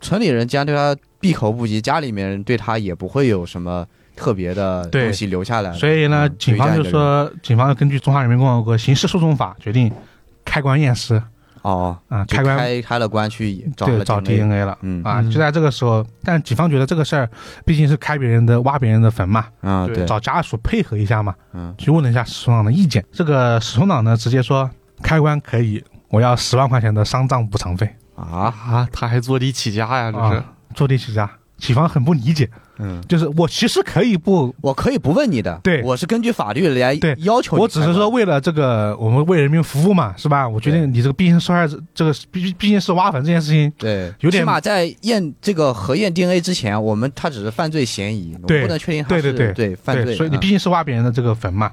Speaker 4: 村里人既然对他闭口不及，家里面人对他也不会有什么特别的
Speaker 1: 对
Speaker 4: 东西留下来。
Speaker 1: 所以呢，
Speaker 4: 嗯
Speaker 1: 警方就
Speaker 4: 对这样
Speaker 1: 说，警方根据《中华人民共和国刑事诉讼法》决定开棺验尸
Speaker 4: 哦，
Speaker 1: 啊，
Speaker 4: 就
Speaker 1: 开棺
Speaker 4: 开开了关去找
Speaker 1: 对
Speaker 4: 了
Speaker 1: 找
Speaker 4: DNA
Speaker 1: DNA 了。
Speaker 4: 嗯
Speaker 1: 啊，
Speaker 2: 嗯
Speaker 1: 就在这个时候，但警方觉得这个事儿毕竟是开别人的、挖别人的坟嘛，
Speaker 4: 啊，
Speaker 2: 对
Speaker 4: 对，
Speaker 1: 找家属配合一下嘛，
Speaker 4: 嗯，
Speaker 1: 去问了一下史村长的意见。这个史村长呢，直接说开棺可以，我要十万块钱的丧葬补偿费，
Speaker 4: 啊，
Speaker 2: 啊！他还坐地起价呀，这是
Speaker 1: 啊坐地起价。警方很不理解，
Speaker 4: 嗯，
Speaker 1: 就是我其实可以不，
Speaker 4: 我可以不问你的，
Speaker 1: 对
Speaker 4: 我是根据法律来
Speaker 1: 对
Speaker 4: 要求你
Speaker 1: 我只是说为了这个我们为人民服务嘛，是吧？我决定你这个毕竟是受害者，这个毕毕竟是挖坟这件事情，
Speaker 4: 对，
Speaker 1: 有点
Speaker 4: 起码在验这个核验 DNA 之前，我们他只是犯罪嫌疑，我
Speaker 1: 对
Speaker 4: 不能确定他
Speaker 1: 对
Speaker 4: 是
Speaker 1: 对对
Speaker 4: 犯罪
Speaker 1: 对，
Speaker 4: 的，
Speaker 1: 所以你
Speaker 4: 嗯
Speaker 1: 毕竟是挖别人的这个坟嘛，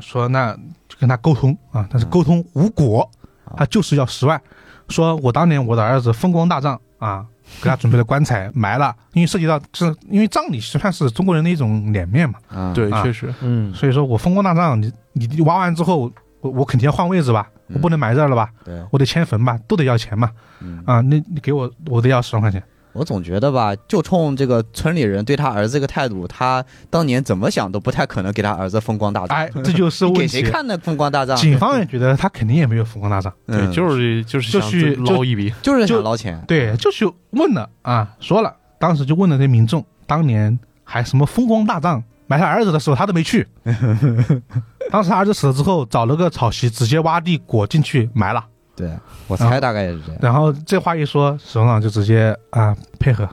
Speaker 1: 说那就跟他沟通啊，但是沟通无果，
Speaker 4: 啊
Speaker 1: 他就是要十万，说我当年我的儿子风光大葬啊，给他准备了棺材埋了，因为涉及到是因为葬礼实际上是中国人的一种脸面嘛，
Speaker 4: 嗯
Speaker 2: 对，
Speaker 1: 啊
Speaker 2: 确实
Speaker 3: 嗯，
Speaker 1: 所以说我风光大葬，你你你挖完之后，我我肯定要换位置吧，我不能埋这儿了吧，
Speaker 4: 对，
Speaker 1: 我得迁坟吧，都得要钱嘛，
Speaker 4: 嗯
Speaker 1: 啊，那你给我我得要十万块钱，
Speaker 4: 我总觉得吧，就冲这个村里人对他儿子这个态度，他当年怎么想都不太可能给他儿子风光大葬。
Speaker 1: 哎，这就是
Speaker 4: 你
Speaker 1: 问
Speaker 4: 给谁
Speaker 1: 题。
Speaker 4: 看的风光大葬？
Speaker 1: 警方也觉得他肯定也没有风光大葬，
Speaker 4: 嗯
Speaker 2: 对，就是就是
Speaker 1: 就
Speaker 2: 想
Speaker 1: 去
Speaker 2: 捞一笔，
Speaker 4: 就是
Speaker 1: 就
Speaker 4: 想捞钱。
Speaker 1: 对，就去问了啊，说了，当时就问了那民众，当年还什么风光大葬，埋他儿子的时候他都没去。当时他儿子死了之后，找了个草席，直接挖地裹进去埋了。
Speaker 4: 对，我
Speaker 1: 啊
Speaker 4: 猜大概也是这样。
Speaker 1: 然后这话一说，首长就直接啊配合，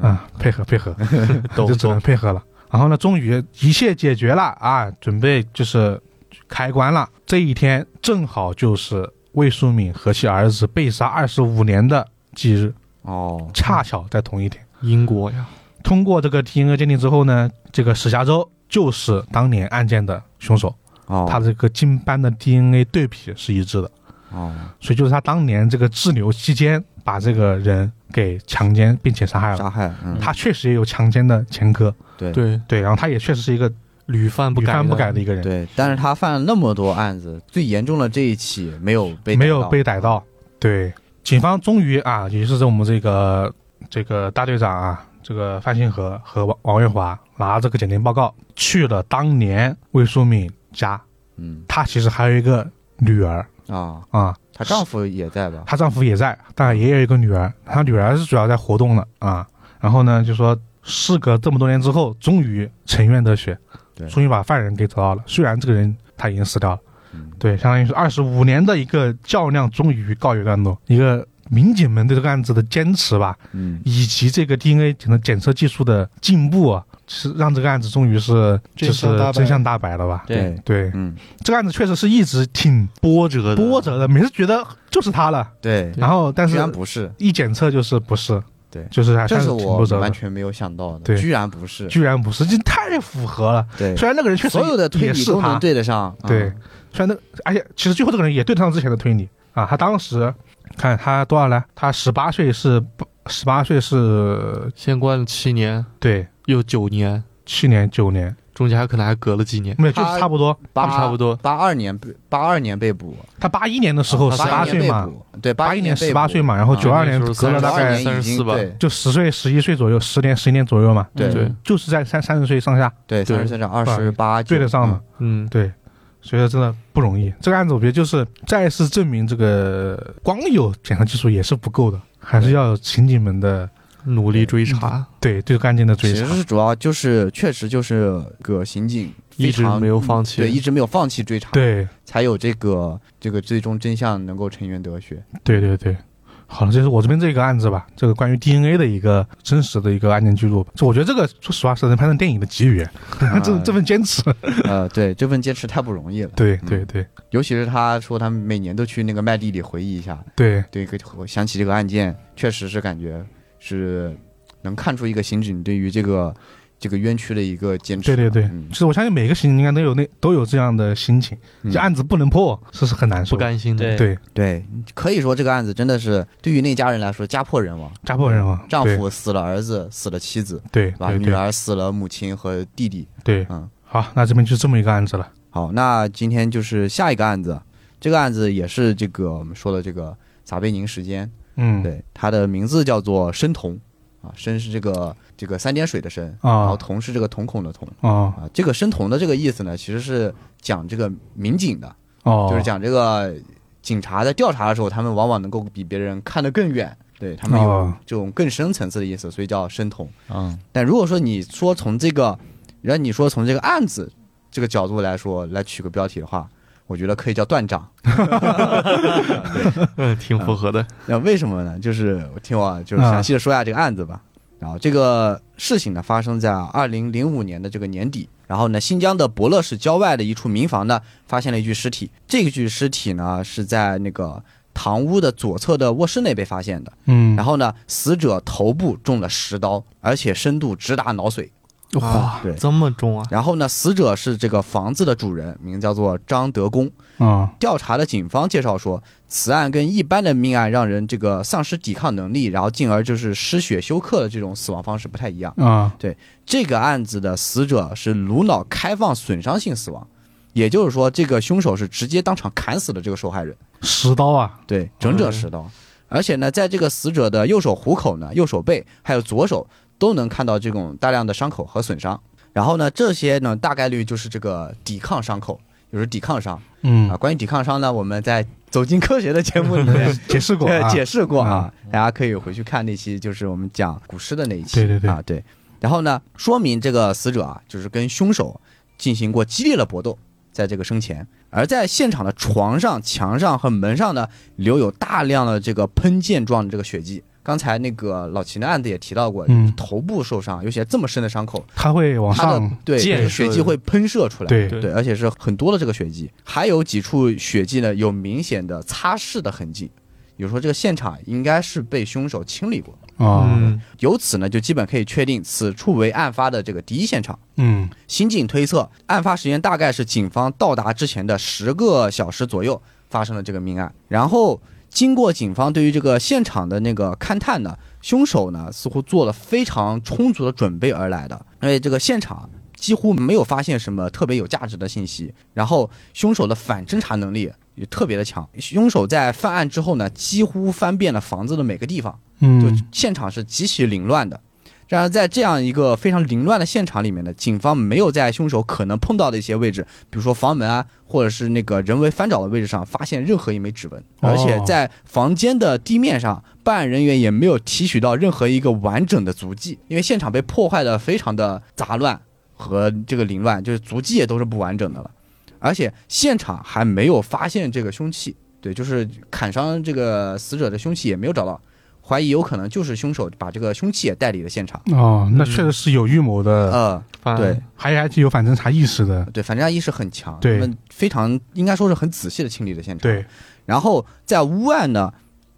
Speaker 1: 啊配合配合，
Speaker 2: 懂
Speaker 1: 就只能
Speaker 2: 懂。
Speaker 1: 配合了。然后呢，终于一切解决了啊，准备就是开棺了。这一天正好就是魏淑敏和其儿子被杀二十五年的忌日，
Speaker 4: 哦，
Speaker 1: 恰巧在同一天。
Speaker 2: 英国呀，
Speaker 1: 通过这个 DNA 鉴定之后呢，这个史加州就是当年案件的凶手，
Speaker 4: 哦，
Speaker 1: 他的这个金斑的 DNA 对比是一致的，
Speaker 4: 哦，
Speaker 1: 所以就是他当年这个滞留期间把这个人给强奸并且杀害了。
Speaker 4: 杀害，嗯，
Speaker 1: 他确实也有强奸的前科，
Speaker 4: 对
Speaker 2: 对，
Speaker 1: 对，然后他也确实是一个
Speaker 2: 屡犯不
Speaker 1: 屡
Speaker 2: 改，
Speaker 1: 犯不改的。一个人，
Speaker 4: 对，但是他犯了那么多案子，最严重的这一起没有被
Speaker 1: 没
Speaker 4: 逮
Speaker 1: 有
Speaker 4: 到
Speaker 1: 被逮到。对，警方终于啊，也就是我们这个这个大队长啊，这个范信和和王王月华拿这个鉴定报告去了当年魏淑敏家，
Speaker 4: 嗯
Speaker 1: 她其实还有一个女儿
Speaker 4: 啊，
Speaker 1: 啊，
Speaker 4: 她丈夫也在吧？
Speaker 1: 她丈夫也在，但也有一个女儿，她女儿是主要在活动的啊。然后呢，就说事隔这么多年之后，终于沉冤得雪
Speaker 4: 对，
Speaker 1: 终于把犯人给找到了。虽然这个人他已经死掉了，
Speaker 4: 嗯
Speaker 1: 对，相当于是二十五年的一个较量，终于告一段落。一个民警们对这个案子的坚持吧，
Speaker 4: 嗯，
Speaker 1: 以及这个 DNA 检测检测技术的进步啊，是让这个案子终于是就
Speaker 5: 真相
Speaker 1: 是
Speaker 5: 大白
Speaker 1: 真相大白了吧？
Speaker 3: 对，
Speaker 4: 对，
Speaker 1: 对，
Speaker 4: 嗯，
Speaker 1: 这个案子确实是一直挺
Speaker 2: 波折的，
Speaker 1: 波折的，每次觉得就是他了，
Speaker 4: 对，
Speaker 1: 然后但
Speaker 4: 居
Speaker 1: 是
Speaker 4: 然不是，
Speaker 1: 一检测就是不是，
Speaker 4: 对
Speaker 1: 就是还
Speaker 4: 这
Speaker 1: 算
Speaker 4: 是
Speaker 1: 挺
Speaker 4: 我
Speaker 1: 波折
Speaker 4: 完
Speaker 1: 的，
Speaker 4: 全没有想到的，
Speaker 1: 对
Speaker 4: 居然不是，
Speaker 1: 居然不是，这太符合了。
Speaker 4: 对，
Speaker 1: 虽然那个人确实
Speaker 4: 所有的推
Speaker 1: 也
Speaker 4: 理
Speaker 1: 是
Speaker 4: 都
Speaker 1: 他
Speaker 4: 能，对得上，啊
Speaker 1: 对，虽然那而且其实最后这个人也对得上之前的推理啊，他当时看他多少呢？他十八岁是十八岁是
Speaker 2: 先关了七年，
Speaker 1: 对
Speaker 2: 又九年，
Speaker 1: 七年九年，
Speaker 2: 中间还可能还隔了几年，
Speaker 1: 没有就
Speaker 4: 他
Speaker 1: 是差不多。
Speaker 4: 八
Speaker 2: 差不多
Speaker 4: 八二年被八二年被捕，
Speaker 1: 他八一年的时候
Speaker 2: 啊
Speaker 1: 哦十
Speaker 4: 八
Speaker 1: 八
Speaker 4: 一年
Speaker 1: 岁
Speaker 4: 被
Speaker 1: 嘛，
Speaker 4: 捕，对，
Speaker 1: 八
Speaker 4: 一
Speaker 1: 年
Speaker 4: 被
Speaker 1: 十八
Speaker 4: 捕
Speaker 1: 岁嘛，然后
Speaker 4: 啊
Speaker 1: 九二年
Speaker 2: 那时候
Speaker 1: 隔了大
Speaker 4: 92
Speaker 1: 概
Speaker 4: 年已经
Speaker 2: 32吧
Speaker 4: 对
Speaker 1: 就十岁十一岁左右，十年十年左右嘛，
Speaker 4: 对
Speaker 3: 嗯
Speaker 2: 对
Speaker 1: 就是在三三十岁上下
Speaker 4: 对，
Speaker 2: 对
Speaker 4: 三十岁长二十八，啊
Speaker 1: 对得上嘛。
Speaker 2: 嗯，
Speaker 1: 对，所以说真的不容易。这个案子我觉得就是再次证明，这个光有检查技术也是不够的，还是要有刑警们的
Speaker 2: 努力追查，
Speaker 1: 对对这个案件的追
Speaker 4: 其
Speaker 1: 查
Speaker 4: 实。是主要就是确实就是个刑警
Speaker 2: 一直
Speaker 4: 非常
Speaker 2: 没有放弃
Speaker 4: 对，一直没有放弃追查，，
Speaker 1: 对
Speaker 4: 才有这个这个最终真相能够沉冤得雪。
Speaker 1: 对对对，好了，这是我这边这个案子吧，这个关于 DNA 的一个真实的一个案件记录吧。这我觉得这个说实话是能拍成电影的机 遇，这这份坚持。
Speaker 4: 呃，对，这份坚持太不容易了，
Speaker 1: 对对对
Speaker 4: 尤其是他说他每年都去那个麦地里回忆一下，
Speaker 1: 对
Speaker 4: 对，给我想起这个案件，确实是感觉是能看出一个刑警对于这个这个冤屈的一个坚持。
Speaker 1: 对对对
Speaker 4: 嗯，
Speaker 1: 其实我相信每个刑警应该都有那都有这样的心情，
Speaker 4: 嗯
Speaker 1: 这案子不能破，这是很难
Speaker 2: 不
Speaker 1: 受的。
Speaker 2: 甘心的，
Speaker 3: 对
Speaker 1: 对，
Speaker 4: 对，可以说这个案子真的是对于那家人来说家破人亡，
Speaker 1: 家破人亡，
Speaker 4: 丈
Speaker 1: 对
Speaker 4: 夫死了儿子，死了妻子，
Speaker 1: 对
Speaker 4: 对吧？
Speaker 1: 对
Speaker 4: 女
Speaker 1: 对
Speaker 4: 儿死了母亲和弟弟。
Speaker 1: 对，
Speaker 4: 嗯，
Speaker 1: 好，那这边就这么一个案子了。
Speaker 4: 好，那今天就是下一个案子，这个案子也是这个我们说的这个撒贝宁时间，
Speaker 1: 嗯，
Speaker 4: 对，它的名字叫做申瞳啊，申是这个这个三点水的申，然后
Speaker 1: 啊
Speaker 4: 瞳是这个瞳孔的瞳
Speaker 1: 哦
Speaker 4: 啊。这个申瞳的这个意思呢，其实是讲这个民警的，
Speaker 1: 哦，
Speaker 4: 就是讲这个警察在调查的时候，他们往往能够比别人看得更远，对他们有
Speaker 1: 哦
Speaker 4: 这种更深层次的意思，所以叫申瞳。
Speaker 3: 嗯，
Speaker 4: 但如果说你说从这个，然后你说从这个案子这个角度来说来取个标题的话，我觉得可以叫断掌。
Speaker 2: 嗯，挺符合的，
Speaker 4: 那为什么呢？就是我听我就是详细的说一下这个案子吧。然后这个事情呢发生在二零零五年的这个年底，然后呢新疆的博乐市郊外的一处民房呢发现了一具尸体，这具尸体呢是在那个堂屋的左侧的卧室内被发现的。
Speaker 1: 嗯，
Speaker 4: 然后呢死者头部中了十刀，而且深度直达脑髓。
Speaker 1: 啊
Speaker 2: 哇
Speaker 4: 对，
Speaker 2: 这么重啊，
Speaker 4: 然后呢死者是这个房子的主人，名叫做张德公。
Speaker 1: 啊
Speaker 4: 调查的警方介绍说，此案跟一般的命案让人这个丧失抵抗能力，然后进而就是失血休克的这种死亡方式不太一样。
Speaker 1: 啊
Speaker 4: 这个案子的死者是颅脑开放损伤性死亡，也就是说，这个凶手是直接当场砍死的这个受害人。
Speaker 1: 十刀啊，
Speaker 4: 对，整整十刀。而且呢，在这个死者的右手虎口呢、右手背还有左手都能看到这种大量的伤口和损伤。然后呢，这些呢大概率就是这个抵抗伤口，就是抵抗伤啊。
Speaker 1: 嗯，
Speaker 4: 关于抵抗伤呢，我们在《走进科学》的节目里 面
Speaker 1: 解释过
Speaker 4: 对
Speaker 1: 啊，
Speaker 4: 解释过啊
Speaker 1: 啊，
Speaker 4: 大家可以回去看那期，就是我们讲古诗的那一期，
Speaker 1: 对对对
Speaker 4: 啊对。然后呢，说明这个死者啊，就是跟凶手进行过激烈的搏斗，在这个生前，而在现场的床上、墙上和门上呢，留有大量的这个喷溅状的这个血迹。刚才那个老秦的案子也提到过，
Speaker 1: 嗯
Speaker 4: 头部受伤，尤其这么深的伤口，
Speaker 1: 他会往
Speaker 4: 它的
Speaker 1: 上，
Speaker 4: 对
Speaker 2: 溅
Speaker 4: 这个血
Speaker 2: 射
Speaker 4: 迹会喷射出来，
Speaker 1: 对
Speaker 2: 对
Speaker 4: 对，而且是很多的这个血迹，还有几处血迹呢有明显的擦拭的痕迹，比如说这个现场应该是被凶手清理过，
Speaker 1: 啊，
Speaker 2: 嗯
Speaker 4: 由此呢就基本可以确定此处为案发的这个第一现场。
Speaker 1: 嗯
Speaker 4: 刑警推测，案发时间大概是警方到达之前的十个小时左右发生了这个命案。然后经过警方对于这个现场的那个勘探呢，凶手呢似乎做了非常充足的准备而来的，因为这个现场。几乎没有发现什么特别有价值的信息，然后凶手的反侦查能力也特别的强。凶手在犯案之后呢，几乎翻遍了房子的每个地方，就
Speaker 1: 嗯，
Speaker 4: 现场是极其凌乱的。然而，在这样一个非常凌乱的现场里面呢，警方没有在凶手可能碰到的一些位置，比如说房门啊，或者是那个人为翻找的位置上，发现任何一枚指纹。
Speaker 1: 哦
Speaker 4: 而且在房间的地面上，办案人员也没有提取到任何一个完整的足迹，因为现场被破坏的非常的杂乱和这个凌乱，就是足迹也都是不完整的了。而且现场还没有发现这个凶器，对，就是砍伤这个死者的凶器也没有找到。怀疑有可能就是凶手把这个凶器也带离了现场。
Speaker 1: 哦，那确实是有预谋的，
Speaker 4: 呃，
Speaker 2: 反
Speaker 4: 对
Speaker 1: 还还是有反侦查意识的，
Speaker 4: 对，反侦查意识很强，
Speaker 1: 对
Speaker 4: 他们非常应该说是很仔细的清理了现场。，
Speaker 1: 对，
Speaker 4: 然后在屋外呢，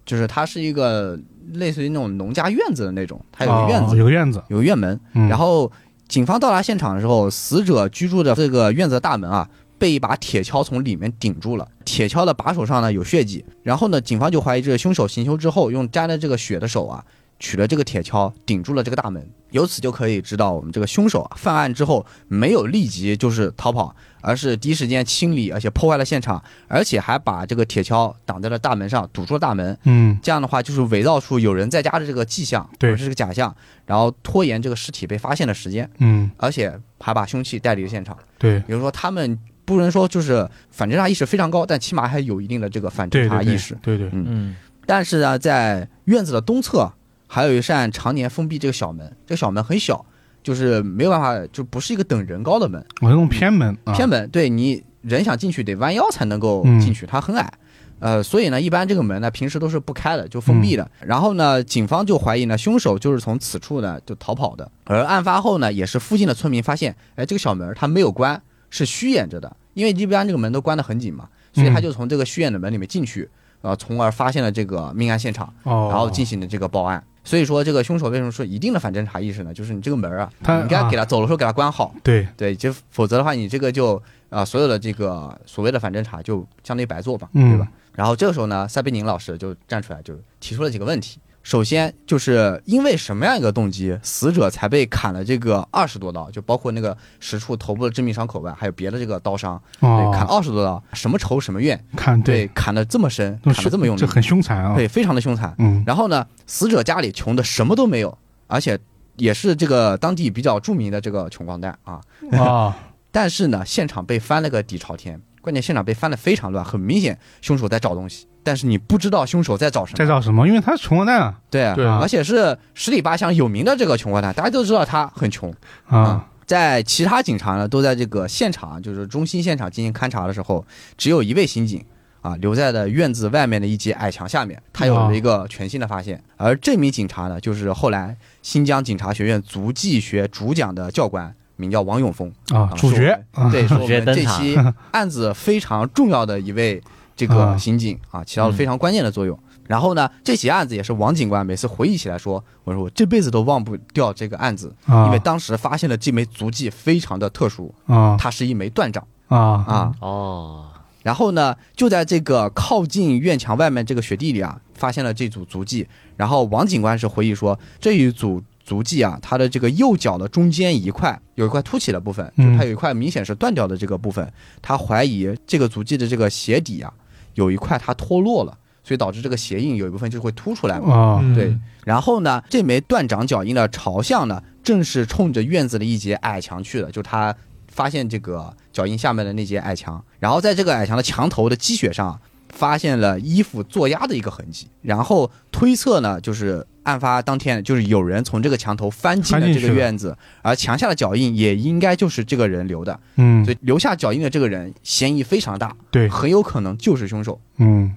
Speaker 4: 就是它是一个类似于那种农家院子的那种，它有个院
Speaker 1: 哦
Speaker 4: 子，
Speaker 1: 有个院子，
Speaker 4: 有个院门。
Speaker 1: 嗯，
Speaker 4: 然后警方到达现场的时候，死者居住的这个院子的大门啊，被一把铁锹从里面顶住了。铁锹的把手上呢有血迹，然后呢，警方就怀疑这个凶手行凶之后，用沾了这个血的手啊，取了这个铁锹顶住了这个大门。由此就可以知道，我们这个凶手啊，犯案之后没有立即就是逃跑，而是第一时间清理，而且破坏了现场，而且还把这个铁锹挡在了大门上，堵住了大门。
Speaker 1: 嗯
Speaker 4: 这样的话，就是伪造出有人在家的这个迹象，
Speaker 1: 对
Speaker 4: 或者是这个假象，然后拖延这个尸体被发现的时间，
Speaker 1: 嗯，
Speaker 4: 而且还把凶器带离了现场。
Speaker 1: 对，
Speaker 4: 比如说，他们不能说就是反侦查意识非常高，但起码还有一定的这个反
Speaker 1: 对对
Speaker 4: 侦查
Speaker 1: 对
Speaker 4: 意识。
Speaker 1: 对对，
Speaker 3: 嗯
Speaker 4: 但是呢，在院子的东侧还有一扇常年封闭这个小门，这个小门很小，就是没有办法，就不是一个等人高的门。
Speaker 1: 我那种偏门，啊
Speaker 4: 偏门，对你人想进去得弯腰才能够
Speaker 1: 嗯
Speaker 4: 进去，它很矮。呃，所以呢，一般这个门呢，平时都是不开的，就封闭的。
Speaker 1: 嗯
Speaker 4: 然后呢，警方就怀疑呢，凶手就是从此处呢就逃跑的。而案发后呢，也是附近的村民发现，哎，这个小门儿它没有关，是虚掩着的，因为一般这个门都关得很紧嘛，所以他
Speaker 1: 嗯
Speaker 4: 就从这个虚掩的门里面进去，呃，从而发现了这个命案现场，
Speaker 1: 哦，
Speaker 4: 然后进行了这个报案。所以说，这个凶手为什么说一定的反侦查意识呢？就是你这个门儿啊，
Speaker 1: 他
Speaker 4: 你应该
Speaker 1: 啊
Speaker 4: 给他走的时候给他关好，
Speaker 1: 对，
Speaker 4: 对，就否则的话，你这个就啊、所有的这个所谓的反侦查就相当于白做嘛，
Speaker 1: 嗯
Speaker 4: 对吧？然后这个时候呢，塞贝宁老师就站出来，就提出了几个问题。首先就是因为什么样一个动机，死者才被砍了这个二十多刀，就包括那个十处头部的致命伤口外，还有别的这个刀伤，对，砍
Speaker 1: 哦，
Speaker 4: 二十多刀，什么仇什么怨，
Speaker 1: 看
Speaker 4: 对，，砍的这么深，
Speaker 1: 那
Speaker 4: 砍的这么用力
Speaker 1: 这，很凶残啊，
Speaker 4: 对，非常的凶残。
Speaker 1: 嗯，
Speaker 4: 然后呢，死者家里穷的什么都没有，而且也是这个当地比较著名的这个穷光蛋啊，
Speaker 1: 啊，
Speaker 4: 但是呢，现场被翻了个底朝天，关键现场被翻得非常乱，很明显凶手在找东西，但是你不知道凶手在找什
Speaker 1: 在
Speaker 4: 么。
Speaker 1: 找什么？因为他是穷光蛋啊，
Speaker 4: 对啊
Speaker 2: 对
Speaker 1: 啊
Speaker 4: 而且是十里八乡有名的这个穷光蛋，大家都知道他很穷。
Speaker 1: 啊，
Speaker 4: 在其他警察呢都在这个现场，就是中心现场进行勘查的时候，只有一位刑警啊留在了院子外面的一节矮墙下面，他有了一个全新的发现。而这名警察呢，就是后来新疆警察学院足迹学主讲的教官，名叫王永峰。
Speaker 1: 啊，主角啊，
Speaker 4: 对，是我
Speaker 3: 主角
Speaker 4: 们
Speaker 3: 登
Speaker 4: 这
Speaker 3: 场
Speaker 4: 期案子非常重要的一位这个
Speaker 1: 啊
Speaker 4: 刑警啊，起到
Speaker 3: 嗯
Speaker 4: 了非常关键的作用。然后呢，这起案子也是王警官每次回忆起来说：“我说我这辈子都忘不掉这个案子，因为
Speaker 1: 啊
Speaker 4: 当时发现了这枚足迹非常的特殊，
Speaker 1: 啊
Speaker 4: 它是一枚断掌
Speaker 1: 啊
Speaker 4: 啊。
Speaker 3: 哦，
Speaker 4: 然后呢，就在这个靠近院墙外面这个雪地里啊，发现了这组足迹。然后王警官是回忆说，这一组足迹啊，它的这个右脚的中间一块有一块凸起的部分，就
Speaker 1: 嗯
Speaker 4: 是它有一块明显是断掉的这个部分。他怀疑这个足迹的这个鞋底啊，有一块它脱落了，所以导致这个鞋印有一部分就会凸出来嘛。
Speaker 1: 啊
Speaker 2: 嗯
Speaker 4: 对，然后呢，这枚断掌脚印的朝向呢，正是冲着院子的一节矮墙去的，就是他发现这个脚印下面的那节矮墙，然后在这个矮墙的墙头的积雪上发现了衣服作压的一个痕迹，然后推测呢，就是案发当天就是有人从这个墙头翻进
Speaker 1: 翻
Speaker 4: 了
Speaker 1: 进
Speaker 4: 这
Speaker 1: 去
Speaker 4: 个
Speaker 1: 了
Speaker 4: 院子，而墙下的脚印也应该就是这个人留的，
Speaker 1: 嗯
Speaker 4: 所，以留下脚印的这个人嫌疑非常大，
Speaker 1: 对，
Speaker 4: 很有可能就是凶手。
Speaker 1: 嗯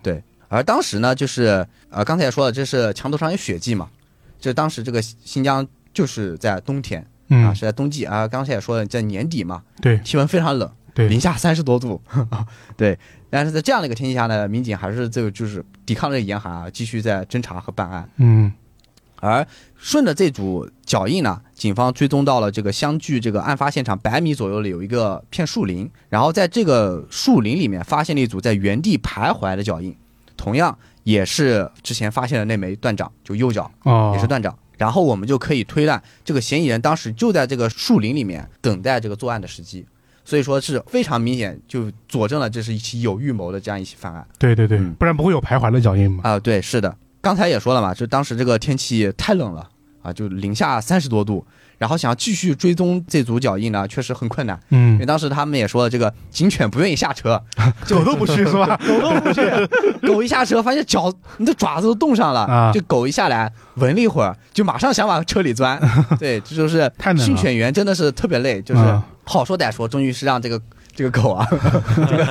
Speaker 4: 而当时呢，就是呃，刚才也说了，这是墙头上有血迹嘛，这当时这个新疆就是在冬天啊，
Speaker 1: 嗯，
Speaker 4: 是在冬季啊，刚才也说了，在年底嘛，
Speaker 1: 对
Speaker 4: 气温非常冷，
Speaker 1: 对
Speaker 4: 零下三十多度， 对。但是在这样的一个天气下呢，民警还是就就是抵抗这个严寒啊，继续在侦查和办案。
Speaker 1: 嗯
Speaker 4: 而顺着这组脚印呢，警方追踪到了这个相距这个案发现场百米左右的有一个片树林，然后在这个树林里面发现了一组在原地徘徊的脚印，同样也是之前发现的那枚断掌，就右脚
Speaker 1: 哦，
Speaker 4: 也是断掌。然后我们就可以推断，这个嫌疑人当时就在这个树林里面等待这个作案的时机，所以说是非常明显，就佐证了这是一起有预谋的这样一起犯案。
Speaker 1: 对对对，
Speaker 4: 嗯
Speaker 1: 不然不会有徘徊的脚印嘛。
Speaker 4: 啊、对，是的，刚才也说了嘛，就当时这个天气太冷了啊，就零下三十多度，然后想要继续追踪这组脚印呢，确实很困难，因
Speaker 1: 嗯
Speaker 4: 为，当时他们也说了，这个警犬不愿意下车，
Speaker 1: 狗都不去是吧？
Speaker 4: 狗都不去，狗一下车发现脚你的爪子都冻上了，
Speaker 1: 啊
Speaker 4: 就狗一下来闻了一会儿，就马上想往车里钻，对，这就是
Speaker 1: 太冷了
Speaker 4: 训犬员真的是特别累，就是
Speaker 1: 啊
Speaker 4: 好说歹说，终于是让这个。这个狗啊，这个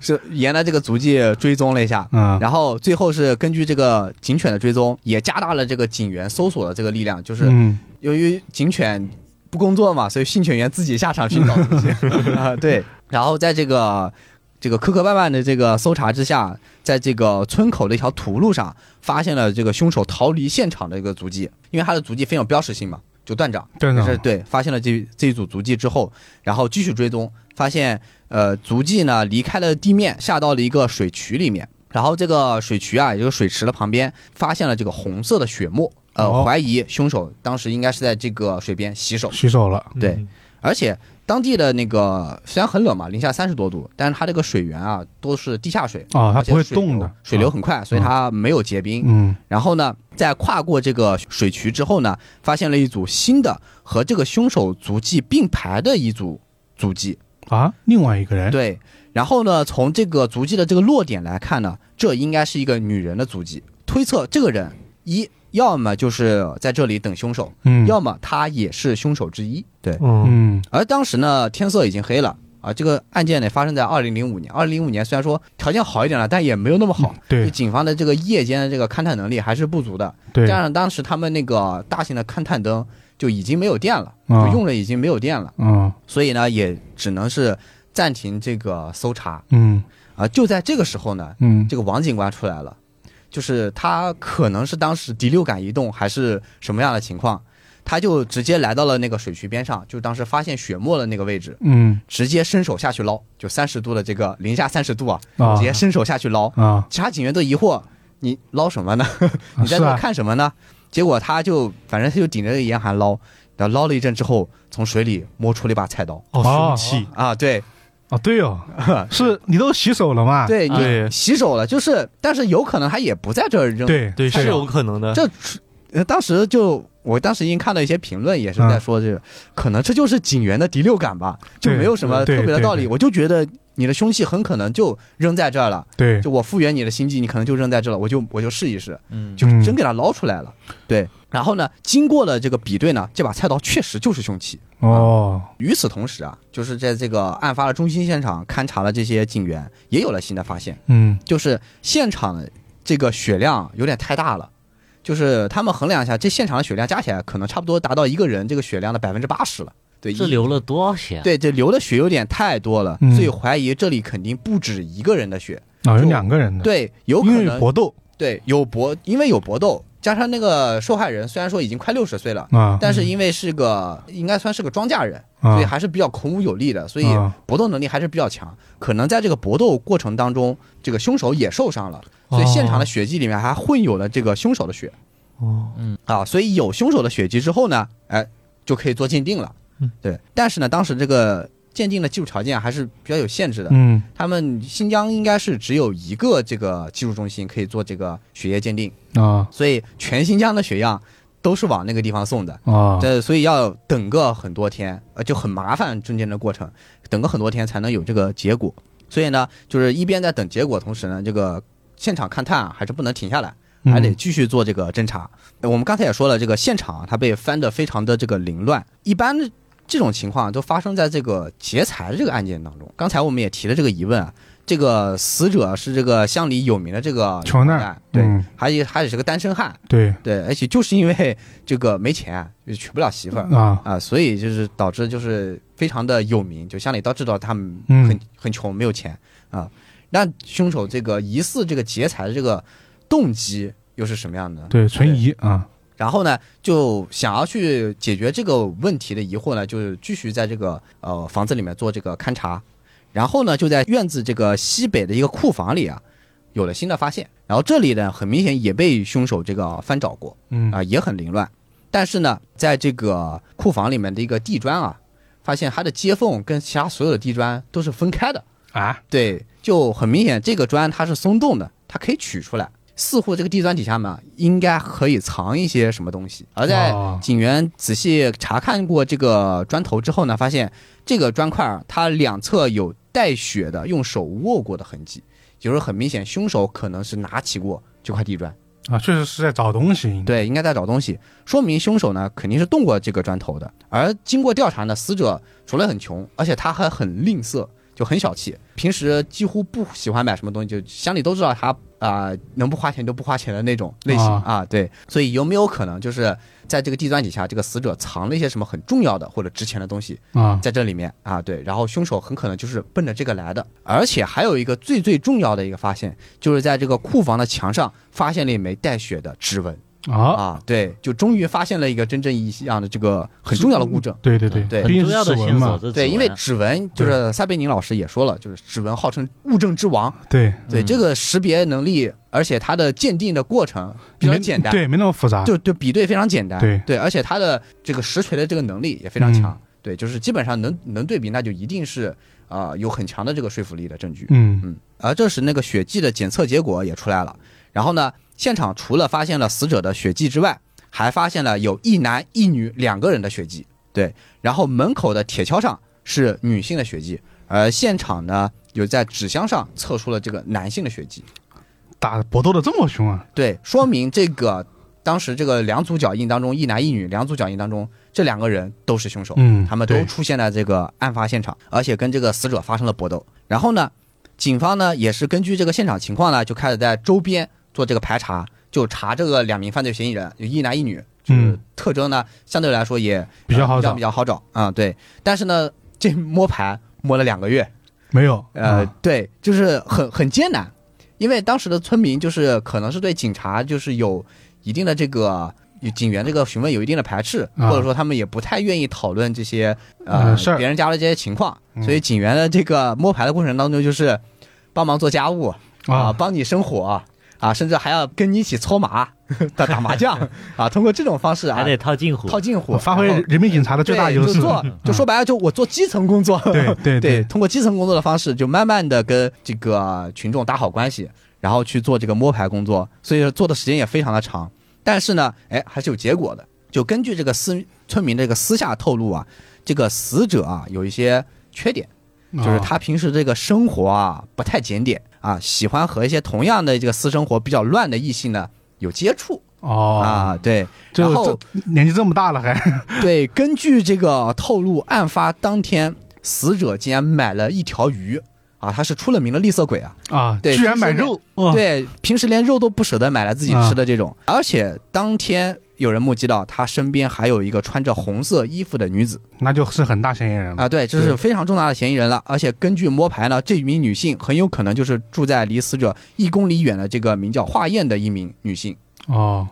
Speaker 4: 是沿着这个足迹追踪了一下，
Speaker 1: 啊，
Speaker 4: 然后最后是根据这个警犬的追踪，也加大了这个警员搜索的这个力量。就是
Speaker 1: 嗯
Speaker 4: 由于警犬不工作嘛，所以训犬员自己下场寻找 东西啊。对，然后在这个这个磕磕绊绊的这个搜查之下，在这个村口的一条土路上，发现了这个凶手逃离现场的一个足迹，因为他的足迹非常有标识性嘛，就断掌。
Speaker 1: 断
Speaker 4: 就是
Speaker 1: 掌，
Speaker 4: 对，发现了这这一组足迹之后，然后继续追踪，发现呃足迹呢离开了地面，下到了一个水渠里面，然后这个水渠啊，也就是水池的旁边，发现了这个红色的血沫，呃，
Speaker 1: 哦
Speaker 4: 怀疑凶手当时应该是在这个水边洗手，
Speaker 1: 洗手了。
Speaker 4: 对，而且当地的那个虽然很冷嘛，零下三十多度，但是它这个水源啊都是地下水。
Speaker 1: 哦，它
Speaker 4: 而且
Speaker 1: 不会
Speaker 4: 水流
Speaker 1: 动的，啊
Speaker 4: 水流很快，所以它没有结冰。
Speaker 1: 嗯
Speaker 4: 然后呢，在跨过这个水渠之后呢，发现了一组新的和这个凶手足迹并排的一组足迹。
Speaker 1: 啊，另外一个人，
Speaker 4: 对，然后呢，从这个足迹的这个落点来看呢，这应该是一个女人的足迹。推测这个人一要么就是在这里等凶手，
Speaker 1: 嗯
Speaker 4: 要么他也是凶手之一。对，
Speaker 2: 嗯，
Speaker 1: 嗯
Speaker 4: 而当时呢，天色已经黑了。啊，这个案件呢发生在二零零五年。二零零五年虽然说条件好一点了，但也没有那么好。就
Speaker 1: 嗯对
Speaker 4: 警方的这个夜间的这个勘探能力还是不足的。
Speaker 1: 对
Speaker 4: 加上当时他们那个大型的勘探灯就已经没有电了，
Speaker 1: 啊
Speaker 4: 就用了已经没有电了，
Speaker 1: 嗯
Speaker 4: 所以呢也只能是暂停这个搜查
Speaker 1: 嗯
Speaker 4: 啊。就在这个时候呢，
Speaker 1: 嗯
Speaker 4: 这个王警官出来了，就是他可能是当时第六感一动还是什么样的情况，他就直接来到了那个水渠边上，就当时发现血沫的那个位置，
Speaker 1: 嗯
Speaker 4: 直接伸手下去捞，就三十度的这个零下三十度啊，
Speaker 1: 啊
Speaker 4: 直接伸手下去捞，
Speaker 1: 啊，
Speaker 4: 其他警员都疑惑：你捞什么呢？你在
Speaker 1: 是
Speaker 4: 这
Speaker 1: 啊，
Speaker 4: 看什么呢？结果他就反正他就顶着这个严寒捞，然后捞了一阵之后，从水里摸出了一把菜刀
Speaker 2: 好凶器，
Speaker 4: 啊！对
Speaker 1: 哦对 哦，是你都洗手了嘛？
Speaker 4: 对，
Speaker 2: 对
Speaker 4: 你洗手了，就是，但是有可能他也不在这儿扔。
Speaker 1: 对啊
Speaker 2: 对，
Speaker 4: 菜
Speaker 2: 是
Speaker 4: 刀
Speaker 2: 有可能的。
Speaker 4: 这呃，当时就我当时已经看到一些评论，也是在说这个，可能这就是警员的第六感吧，就
Speaker 1: 啊对
Speaker 4: 没有什么
Speaker 1: 对
Speaker 4: 特别的
Speaker 1: 对
Speaker 4: 道理。
Speaker 1: 对
Speaker 4: 我就觉得你的凶器很可能就扔在这儿了，
Speaker 1: 对，
Speaker 4: 就我复原你的心机，你可能就扔在这儿了，我就我就试一试。
Speaker 3: 嗯，
Speaker 4: 就
Speaker 1: 嗯
Speaker 4: 真给它捞出来了。对，然后呢，经过了这个比对呢，这把菜刀确实就是凶器。
Speaker 1: 哦，
Speaker 4: 与此同时啊，就是在这个案发的中心现场勘查了这些警员，也有了新的发现，
Speaker 1: 嗯
Speaker 4: 就是现场的这个血量有点太大了。就是他们衡量一下，这现场的血量加起来可能差不多达到一个人这个血量的百分之八十了。对，
Speaker 3: 这
Speaker 4: 一
Speaker 3: 流了多少血啊？
Speaker 4: 对这流的血有点太多了，
Speaker 1: 嗯
Speaker 4: 所以怀疑这里肯定不止一个人的血。
Speaker 1: 啊，有
Speaker 4: 就
Speaker 1: 两个人的，，
Speaker 4: 对，有可
Speaker 1: 因
Speaker 4: 能
Speaker 1: 为搏斗
Speaker 4: 对，有搏，因为有搏斗，加上那个受害人虽然说已经快六十岁了，
Speaker 1: 啊，
Speaker 4: 但是因为是个应该算是个庄稼人，
Speaker 1: 啊
Speaker 4: 所以还是比较孔武有力的，所以
Speaker 1: 啊
Speaker 4: 搏斗能力还是比较强。可能在这个搏斗过程当中，这个凶手也受伤了，所以现
Speaker 1: 哦
Speaker 4: 场的血迹里面还混有了这个凶手的血
Speaker 2: 哦，
Speaker 4: 啊，所以有凶手的血迹之后呢，哎，就可以做鉴定了
Speaker 2: 嗯。
Speaker 4: 对，但是呢，当时这个鉴定的技术条件还是比较有限制的。
Speaker 1: 嗯
Speaker 4: 他们新疆应该是只有一个这个技术中心可以做这个血液鉴定，
Speaker 1: 啊
Speaker 4: 所以全新疆的血样都是往那个地方送的。
Speaker 1: 啊，
Speaker 4: 这所以要等个很多天，呃，就很麻烦中间的过程，等个很多天才能有这个结果。所以呢，就是一边在等结果，同时呢，这个现场勘探啊还是不能停下来，还得
Speaker 1: 嗯
Speaker 4: 继续做这个侦查。呃我们刚才也说了，这个现场啊它被翻得非常的这个凌乱，一般这种情况都发生在这个劫财的这个案件当中。刚才我们也提了这个疑问啊，这个死者是这个乡里有名的这个
Speaker 1: 乔纳
Speaker 4: 男的对，
Speaker 1: 嗯
Speaker 4: 还也还只是个单身汉，
Speaker 1: 对
Speaker 4: 对，而且就是因为 这个没钱，就娶不了媳妇儿
Speaker 1: 啊，
Speaker 4: 啊，所以就是导致就是非常的有名，就乡里都知道他们
Speaker 1: 嗯
Speaker 4: 很、很穷，没有钱啊。那凶手这个疑似这个劫财的这个动机又是什么样的？
Speaker 1: 对存疑啊，
Speaker 4: 然后呢，就想要去解决这个问题的疑惑呢，就是继续在这个呃房子里面做这个勘察，然后呢，就在院子这个西北的一个库房里啊，有了新的发现。然后这里呢，很明显也被凶手这个翻找过，
Speaker 1: 嗯
Speaker 4: 啊、也很凌乱。但是呢，在这个库房里面的一个地砖啊，发现它的接缝跟其他所有的地砖都是分开的。
Speaker 1: 啊，
Speaker 4: 对，就很明显，这个砖它是松动的，它可以取出来。似乎这个地砖底下嘛，应该可以藏一些什么东西。而在
Speaker 1: 哦
Speaker 4: 警员仔细查看过这个砖头之后呢，发现这个砖块儿它两侧有带血的、用手握过的痕迹，也就是很明显，凶手可能是拿起过这块地砖。
Speaker 1: 啊，确实是在找东西，
Speaker 4: 对，应该在找东西，说明凶手呢肯定是动过这个砖头的。而经过调查呢，死者除了很穷，而且他还很吝啬，就很小气，平时几乎不喜欢买什么东西，就乡里都知道他啊、能不花钱就不花钱的那种类型
Speaker 1: 啊
Speaker 4: 啊对，所以有没有可能就是在这个地砖底下，这个死者藏了一些什么很重要的或者值钱的东西？
Speaker 1: 啊，
Speaker 4: 在这里面啊，对，然后凶手很可能就是奔着这个来的，而且还有一个最最重要的一个发现，就是在这个库房的墙上发现了一枚带血的指纹
Speaker 1: 啊，
Speaker 4: 啊，对，就终于发现了一个真正意义上的这个很重要的物证。
Speaker 1: 对对对，
Speaker 4: 对
Speaker 1: 毕
Speaker 3: 很
Speaker 1: 竟
Speaker 3: 重
Speaker 1: 是
Speaker 3: 要
Speaker 1: 指
Speaker 3: 的
Speaker 1: 纹
Speaker 3: 线索，
Speaker 1: 嘛，
Speaker 3: 这
Speaker 4: 对，
Speaker 3: 指
Speaker 4: 因为
Speaker 3: 纹
Speaker 4: 指纹就是撒贝宁老师也说了，就是指纹号称物证之王，
Speaker 1: 对，
Speaker 4: 对
Speaker 3: 嗯
Speaker 4: 这个识别能力，而且它的鉴定的过程比较
Speaker 1: 没
Speaker 4: 简单，
Speaker 1: 对，没那么复杂，
Speaker 4: 就就比对非常简单，
Speaker 1: 嗯对嗯
Speaker 4: 而且它的这个实锤的这个能力也非常强，对，就是基本上能能对比，那就一定是啊、有很强的这个说服力的证据，
Speaker 1: 嗯
Speaker 4: 嗯，而这时那个血迹的检测结果也出来了，然后呢，现场除了发现了死者的血迹之外，还发现了有一男一女两个人的血迹，对，然后门口的铁锹上是女性的血迹，而现场呢有在纸箱上测出了这个男性的血迹，
Speaker 1: 打搏斗的这么凶啊，
Speaker 4: 对，说明这个当时这个两组脚印当中，一男一女两组脚印当中，这两个人都是凶手，
Speaker 1: 嗯
Speaker 4: 他们都
Speaker 1: 对
Speaker 4: 出现在这个案发现场，而且跟这个死者发生了搏斗。然后呢，警方呢也是根据这个现场情况呢，就开始在周边做这个排查，就查这个两名犯罪嫌疑人，有一男一女，就是
Speaker 1: 嗯
Speaker 4: 特征呢相对来说也
Speaker 1: 比较好
Speaker 4: 比较
Speaker 1: 找
Speaker 4: 比，较好找啊、对。但是呢，这摸排摸了两个月，
Speaker 1: 没有，
Speaker 4: 呃
Speaker 1: 啊，
Speaker 4: 对，就是很很艰难，因为当时的村民就是可能是对警察就是有一定的这个。有警员这个询问有一定的排斥，
Speaker 1: 啊
Speaker 4: 或者说他们也不太愿意讨论这些
Speaker 1: 呃
Speaker 4: 呃
Speaker 1: 事儿
Speaker 4: 别人家的这些情况，
Speaker 1: 嗯
Speaker 4: 所以警员的这个摸排的过程当中，就是帮忙做家务啊，
Speaker 1: 啊，
Speaker 4: 帮你生火啊，甚至还要跟你一起搓麻、 打打麻将啊，通过这种方式啊
Speaker 3: 还得套近乎，
Speaker 4: 套近乎，
Speaker 1: 发挥
Speaker 4: 然后
Speaker 1: 人民警察的最大
Speaker 4: 对
Speaker 1: 优
Speaker 4: 就
Speaker 1: 势，嗯
Speaker 4: 做就说白了，就我做基层工作，
Speaker 1: 对对
Speaker 4: 对，
Speaker 1: 对，
Speaker 4: 通过基层工作的方式，就慢慢的跟这个群众打好关系，然后去做这个摸排工作，所以说做的时间也非常的长。但是呢，哎，还是有结果的。就根据这个私村民这个私下透露啊，这个死者啊有一些缺点，就是
Speaker 1: 啊
Speaker 4: 他平时这个生活啊不太检点啊，喜欢和一些同样的这个私生活比较乱的异性呢有接触
Speaker 1: 哦
Speaker 4: 啊，，对。
Speaker 1: 这
Speaker 4: 然后
Speaker 1: 这年纪这么大了还
Speaker 4: 对，根据这个透露，案发当天死者竟然买了一条鱼啊，他是出了名的吝啬鬼啊。
Speaker 1: 啊，
Speaker 4: 对
Speaker 1: 居然买肉，哇，
Speaker 4: 对，平时连肉都不舍得买来自己吃的这种，而且当天有人目击到他身边还有一个穿着红色衣服的女子
Speaker 1: 那就是很大嫌疑人了
Speaker 4: 啊，对，这是
Speaker 1: 对
Speaker 4: 非常重大的嫌疑人了。而且根据摸排呢，这名女性很有可能就是住在离死者一公里远的这个名叫华燕的一名女性。
Speaker 1: 哦，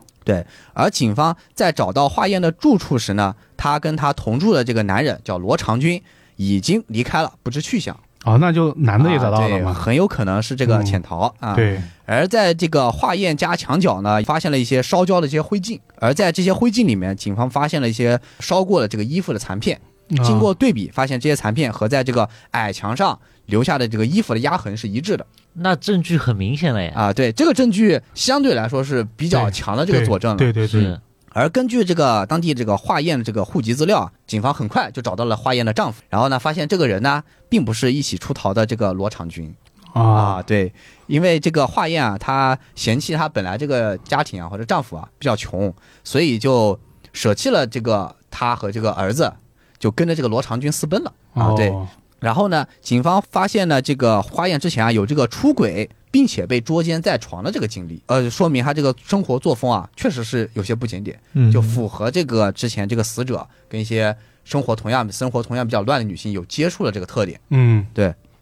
Speaker 4: 而警方在找到华燕的住处时呢，她跟她同住的这个男人叫罗长军，已经离开了，不知去向。
Speaker 1: 哦，那就男的也找到了
Speaker 4: 啊对
Speaker 1: 嘛，
Speaker 4: 很有可能是这个潜逃、啊。。
Speaker 1: 对，
Speaker 4: 而在这个化验家墙角呢，发现了一些烧焦的一些灰烬，而在这些灰烬里面，警方发现了一些烧过的这个衣服的残片，
Speaker 1: 啊
Speaker 4: 经过对比，发现这些残片和在这个矮墙上留下的这个衣服的压痕是一致的
Speaker 3: 那证据很明显了呀。
Speaker 4: 啊。对，这个证据相对来说是比较强的这个佐证了。
Speaker 1: 对对对，
Speaker 3: 是，
Speaker 4: 而根据这个当地这个化验的这个户籍资料啊，警方很快就找到了化验的丈夫，然后呢，发现这个人呢，并不是一起出逃的这个罗长军
Speaker 1: 啊，
Speaker 4: 啊，对，因为这个化验啊，他嫌弃他本来这个家庭啊或者丈夫啊比较穷，所以就舍弃了这个他和这个儿子，就跟着这个罗长军私奔了啊，
Speaker 1: 哦
Speaker 4: 对，然后呢，警方发现呢，这个花燕之前啊有这个出轨，并且被捉奸在床的这个经历，呃，说明他这个生活作风啊，确实是有些不检点，
Speaker 1: 嗯
Speaker 4: 就符合这个之前这个死者跟一些生活同样生活同样比较乱的女性有接触的这个特点。
Speaker 1: 嗯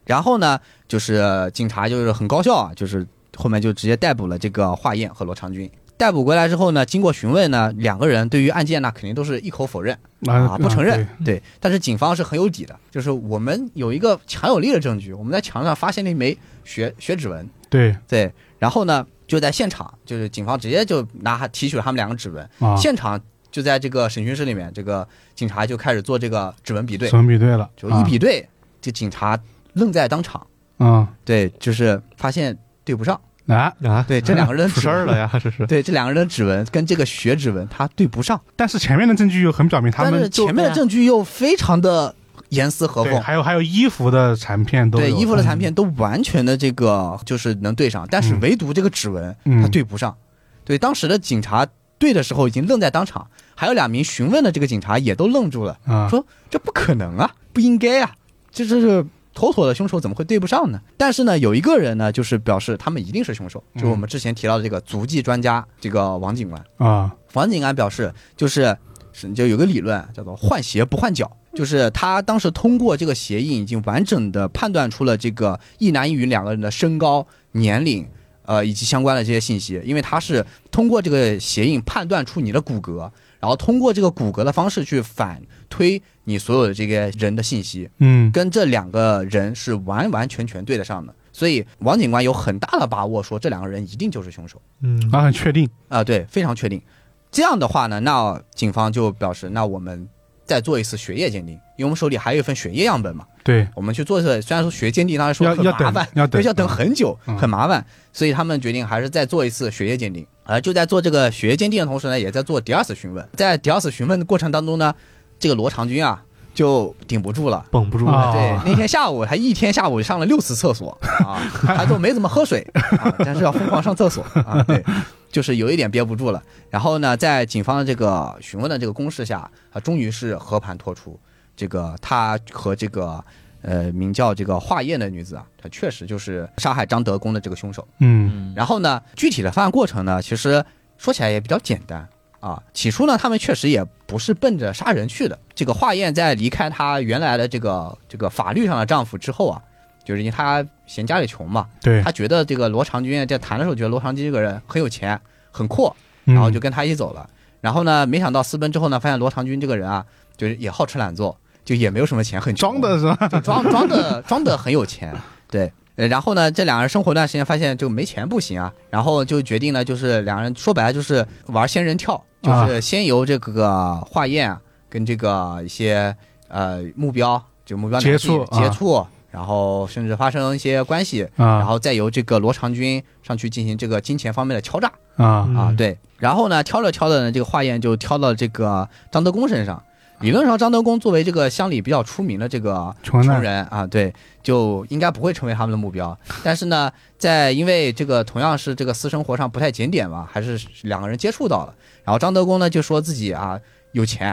Speaker 4: 然后呢，就是警察就是很高效啊，就是后面就直接逮捕了这个华燕和罗长军。逮捕回来之后呢，经过询问呢，两个人对于案件呢肯定都是一口否认。啊，不承认，，对，但是警方是很有底的，就是我们有一个强有力的证据，我们在墙上发现了一枚血血指纹，
Speaker 1: 对
Speaker 4: 对，然后呢就在现场，就是警方直接就拿他提取了他们两个指纹，
Speaker 1: 啊，
Speaker 4: 现场就在这个审讯室里面，这个警察就开始做这个指纹比对，
Speaker 1: 什么比对了？
Speaker 4: 就一比对，这警察愣在当场，
Speaker 1: 啊
Speaker 4: 对，就是发现对不上，
Speaker 1: 啊，
Speaker 2: 啊，
Speaker 4: 对，这两个人的
Speaker 2: 出
Speaker 4: 指
Speaker 2: 事儿
Speaker 4: 纹，
Speaker 2: 了呀，这是。
Speaker 4: 对，这两个人的指纹跟这个血指纹它对不上，啊
Speaker 1: 但是前面的证据又很表明他
Speaker 4: 但是
Speaker 1: 们
Speaker 4: 前面的证据又非常的严丝合
Speaker 1: 对，
Speaker 4: 缝。
Speaker 1: 还有还有衣服的残片都
Speaker 4: 对
Speaker 1: 有
Speaker 4: 衣服的残片都完全的这个就是能对上，但是
Speaker 1: 嗯
Speaker 4: 唯独这个指纹、
Speaker 1: 嗯
Speaker 4: 它对不上。对，当时的警察对的时候已经愣在当场，还有两名询问的这个警察也都愣住了，
Speaker 1: 啊，
Speaker 4: 说这不可能啊，不应该啊，这这是妥妥的凶手，怎么会对不上呢？但是呢，有一个人呢，就是表示他们一定是凶手，
Speaker 1: 嗯
Speaker 4: 就是我们之前提到的这个足迹专家这个王警官。
Speaker 1: 啊
Speaker 4: 王警官表示，就是是就有个理论叫做“换鞋不换脚”，就是他当时通过这个鞋印，已经完整的判断出了这个一男一女两个人的身高、年龄，呃，以及相关的这些信息，因为他是通过这个鞋印判断出你的骨骼，然后通过这个骨骼的方式去反推你所有的这个人的信息，
Speaker 1: 嗯
Speaker 4: 跟这两个人是完完全全对得上的，所以王警官有很大的把握说这两个人一定就是凶手。
Speaker 2: 嗯
Speaker 1: 啊，很确定
Speaker 4: 啊、对，非常确定。这样的话呢，那警方就表示，那我们再做一次血液鉴定，因为我们手里还有一份血液样本嘛，
Speaker 1: 对
Speaker 4: 我们去做一次。虽然说血液鉴定当然说
Speaker 1: 要
Speaker 4: 很
Speaker 1: 要
Speaker 4: 麻
Speaker 1: 等
Speaker 4: 烦，
Speaker 1: 要等
Speaker 4: 对要等很久，
Speaker 1: 嗯
Speaker 4: 很麻烦，所以他们决定还是再做一次血液鉴定。而就在做这个血液鉴定的同时呢，也在做第二次询问。在第二次询问的过程当中呢，这个罗长军啊就顶不住了。
Speaker 2: 绷不住
Speaker 1: 啊
Speaker 2: 了。
Speaker 4: 对，那天下午他一天下午上了六次厕所啊，他都没怎么喝水啊，但是要疯狂上厕所啊，对，就是有一点憋不住了。然后呢，在警方的这个询问的这个攻势下，啊，终于是和盘托出，这个他和这个呃名叫这个华燕的女子啊，她确实就是杀害张德公的这个凶手。
Speaker 1: 嗯
Speaker 3: 嗯，
Speaker 4: 然后呢，具体的犯案过程呢，其实说起来也比较简单啊。起初呢，他们确实也不是奔着杀人去的。这个华燕在离开她原来的这个这个法律上的丈夫之后啊，就是因为她嫌家里穷嘛，
Speaker 1: 对，
Speaker 4: 她觉得这个罗长军在谈的时候觉得罗长军这个人很有钱，很阔，
Speaker 1: 然
Speaker 4: 然后就跟他一起走了。然后呢，没想到私奔之后呢，发现罗长军这个人啊，就是也好吃懒做，就也没有什么钱，很
Speaker 1: 装
Speaker 4: 穷
Speaker 1: 的是吧？
Speaker 4: 就装装的装的很有钱，对。呃然后呢，这两人生活一段时间，发现就没钱不行啊，然后就决定呢，就是两人说白了就是玩仙人跳，就
Speaker 1: 啊
Speaker 4: 是先由这个化验啊跟这个一些呃目标，就目标
Speaker 1: 接
Speaker 4: 男性
Speaker 1: 触啊
Speaker 4: 接触，然后甚至发生一些关系，
Speaker 1: 啊，
Speaker 4: 然后再由这个罗长军上去进行这个金钱方面的敲诈。
Speaker 1: 啊
Speaker 4: 啊，
Speaker 2: 嗯
Speaker 4: 对。然后呢，挑着挑着呢，这个化验就挑到这个张德公身上。理论上，张德公作为这个乡里比较出名的这个
Speaker 1: 穷人
Speaker 4: 穷人啊，对，就应该不会成为他们的目标。但是呢，在因为这个同样是这个私生活上不太检点嘛，还是两个人接触到了。然后张德公呢就说自己啊有钱，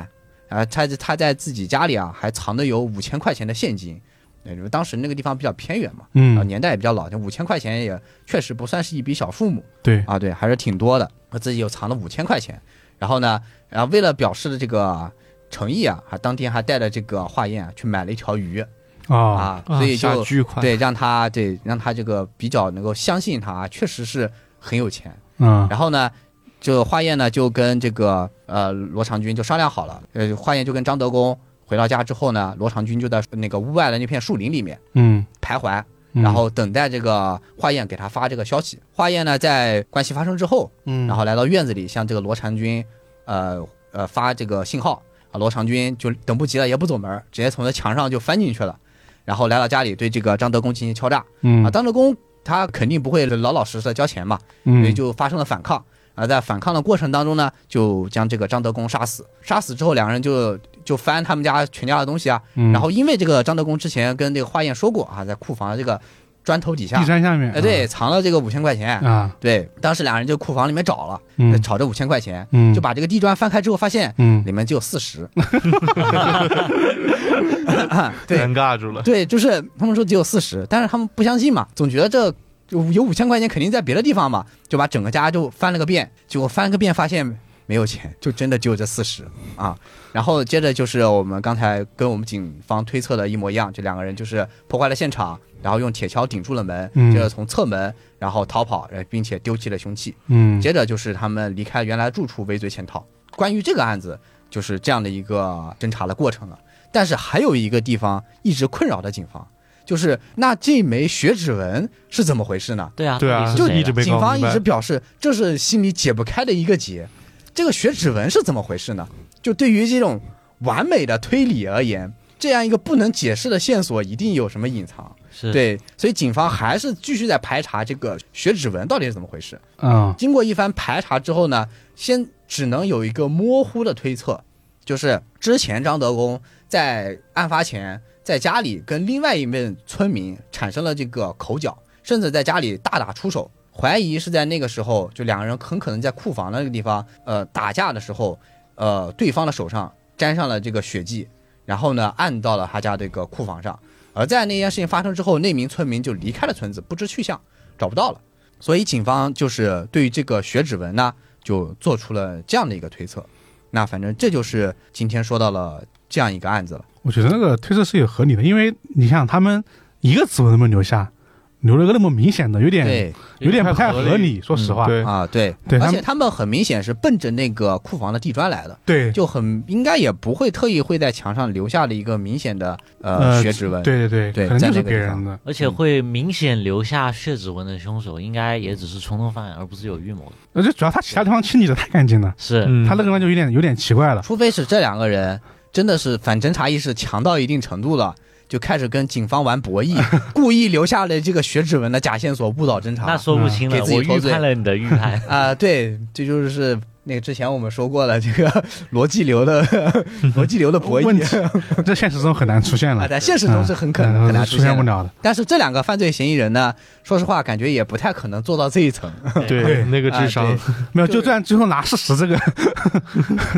Speaker 4: 啊他他在自己家里啊还藏着有五千块钱的现金。那就是当时那个地方比较偏远嘛，然后
Speaker 1: 嗯
Speaker 4: 年代也比较老，就五千块钱也确实不算是一笔小数目。
Speaker 1: 对
Speaker 4: 啊，对，还是挺多的。我自己又藏了五千块钱，然后呢，然后为了表示的这个诚意啊，还当天还带着这个化验啊去买了一条鱼
Speaker 1: 啊
Speaker 4: 啊，
Speaker 2: 啊
Speaker 4: 所以
Speaker 2: 下
Speaker 4: 就
Speaker 2: 巨款，
Speaker 4: 对让他对让他这个比较能够相信他啊，确实是很有钱。
Speaker 1: 啊
Speaker 4: 然后呢，就化验呢就跟这个呃罗长军就商量好了，呃，化验就跟张德公回到家之后呢，罗长军就在那个屋外的那片树林里面
Speaker 1: 嗯，
Speaker 4: 徘徊，
Speaker 1: 嗯
Speaker 4: 然后等待这个化验给他发这个消息。化验呢在关系发生之后。
Speaker 1: 嗯，
Speaker 4: 然后来到院子里向这个罗婵军，呃呃发这个信号啊罗长军就等不及了，也不走门儿，直接从这墙上就翻进去了，然后来到家里对这个张德公进行敲诈
Speaker 1: 嗯
Speaker 4: 啊。张德公他肯定不会老老实实的交钱嘛，所以
Speaker 1: 嗯
Speaker 4: 就发生了反抗。而在反抗的过程当中呢，就将这个张德公杀死。杀死之后，两个人就就翻他们家全家的东西啊。
Speaker 1: 嗯
Speaker 4: 然后因为这个张德公之前跟这个花燕说过啊，在库房的这个砖头底下
Speaker 1: 地，山啊下面，
Speaker 4: 哎，对，藏了这个五千块钱。
Speaker 1: 啊，
Speaker 4: 对，当时俩人就库房里面找了，
Speaker 1: 嗯
Speaker 4: 找这五千块钱，
Speaker 1: 嗯
Speaker 4: 就把这个地砖翻开之后，发现
Speaker 1: 嗯
Speaker 4: 里面只有四 十。 对
Speaker 2: 尴尬住了。
Speaker 4: 对，就是他们说只有四十，但是他们不相信嘛，总觉得这有五千块钱肯定在别的地方嘛，就把整个家就翻了个遍，结果翻个遍发现没有钱，就真的只有这四十啊。然后接着就是我们刚才跟我们警方推测的一模一样，这两个人就是破坏了现场，然后用铁锹顶住了门，
Speaker 1: 嗯
Speaker 4: 接着从侧门然后逃跑，然后并且丢弃了凶器。
Speaker 1: 嗯
Speaker 4: 接着就是他们离开原来住处，畏罪潜逃。关于这个案子，就是这样的一个侦查的过程了。但是还有一个地方一直困扰着警方，就是那这枚血指纹是怎么回事呢？
Speaker 3: 对啊，
Speaker 2: 对啊
Speaker 3: 到底是
Speaker 2: 就一
Speaker 3: 谁
Speaker 2: 直
Speaker 3: 的
Speaker 2: 被
Speaker 4: 警
Speaker 2: 搞
Speaker 4: 方
Speaker 2: 明
Speaker 4: 一
Speaker 2: 白
Speaker 4: 直表示这是心里解不开的一个结。这个血指纹是怎么回事呢？就对于这种完美的推理而言，这样一个不能解释的线索一定有什么隐藏。
Speaker 3: 是，
Speaker 4: 对，所以警方还是继续在排查这个血指纹到底是怎么回事。
Speaker 1: 啊
Speaker 4: 经过一番排查之后呢，先只能有一个模糊的推测，就是之前张德公在案发前在家里跟另外一名村民产生了这个口角，甚至在家里大打出手，怀疑是在那个时候，就两个人很可能在库房的那个地方，呃，打架的时候，呃，对方的手上沾上了这个血迹，然后呢，按到了他家这个库房上。而在那件事情发生之后，那名村民就离开了村子，不知去向，找不到了。所以警方就是对于这个血指纹呢，就做出了这样的一个推测。那反正这就是今天说到了这样一个案子了。
Speaker 1: 我觉得那个推测是有合理的，因为你想他们一个指纹都没留下，留了个那么明显的，有点
Speaker 4: 对
Speaker 1: 有点不太
Speaker 2: 有点不太
Speaker 1: 合
Speaker 2: 合
Speaker 1: 理，嗯说实话，
Speaker 2: 对，
Speaker 4: 啊，对，
Speaker 1: 对
Speaker 4: 而
Speaker 1: 他
Speaker 4: 且
Speaker 1: 们
Speaker 4: 他们很明显是奔着那个库房的地砖来的，
Speaker 1: 对
Speaker 4: 就很应该也不会特意会在墙上留下了一个明显的呃
Speaker 1: 呃
Speaker 4: 血指纹。
Speaker 1: 对对
Speaker 4: 对
Speaker 1: 对，可能
Speaker 4: 在
Speaker 1: 就是
Speaker 4: 那个
Speaker 1: 别
Speaker 4: 地方
Speaker 1: 人的，
Speaker 3: 而且会明显留下血指纹的凶手，应该也只是冲动犯，而不是有预谋的。
Speaker 1: 而且呃主要他其他地方清理的太干净了，
Speaker 3: 是，
Speaker 2: 嗯
Speaker 1: 他那个地方就有点有点奇怪了。
Speaker 4: 除非是这两个人真的是反侦查意识强到一定程度了。就开始跟警方玩 博弈，故意留下了这个血指纹的假线索误导侦查。
Speaker 3: 那
Speaker 1: 嗯
Speaker 3: 说不清了
Speaker 4: 给，自己
Speaker 3: 我
Speaker 4: 脱
Speaker 3: 预
Speaker 4: 罪。
Speaker 3: 判了你的预判
Speaker 4: 啊、对，这就是那个之前我们说过了，这个 逻辑流 的逻辑流的博
Speaker 1: 问
Speaker 4: 弈
Speaker 1: 题 这现实中很难出现
Speaker 4: 啊，
Speaker 1: 了，
Speaker 4: 在现实中是很可能
Speaker 1: 嗯
Speaker 4: 很难
Speaker 1: 出现
Speaker 4: 的
Speaker 1: 不。了的。
Speaker 4: 但是这两个犯罪嫌疑人呢，说实话，感觉也不太可能做到这一层。
Speaker 1: 对
Speaker 2: 对，那个
Speaker 4: 啊
Speaker 2: 智商，
Speaker 1: 没有，
Speaker 4: 就是
Speaker 1: 就算最后拿事实这个，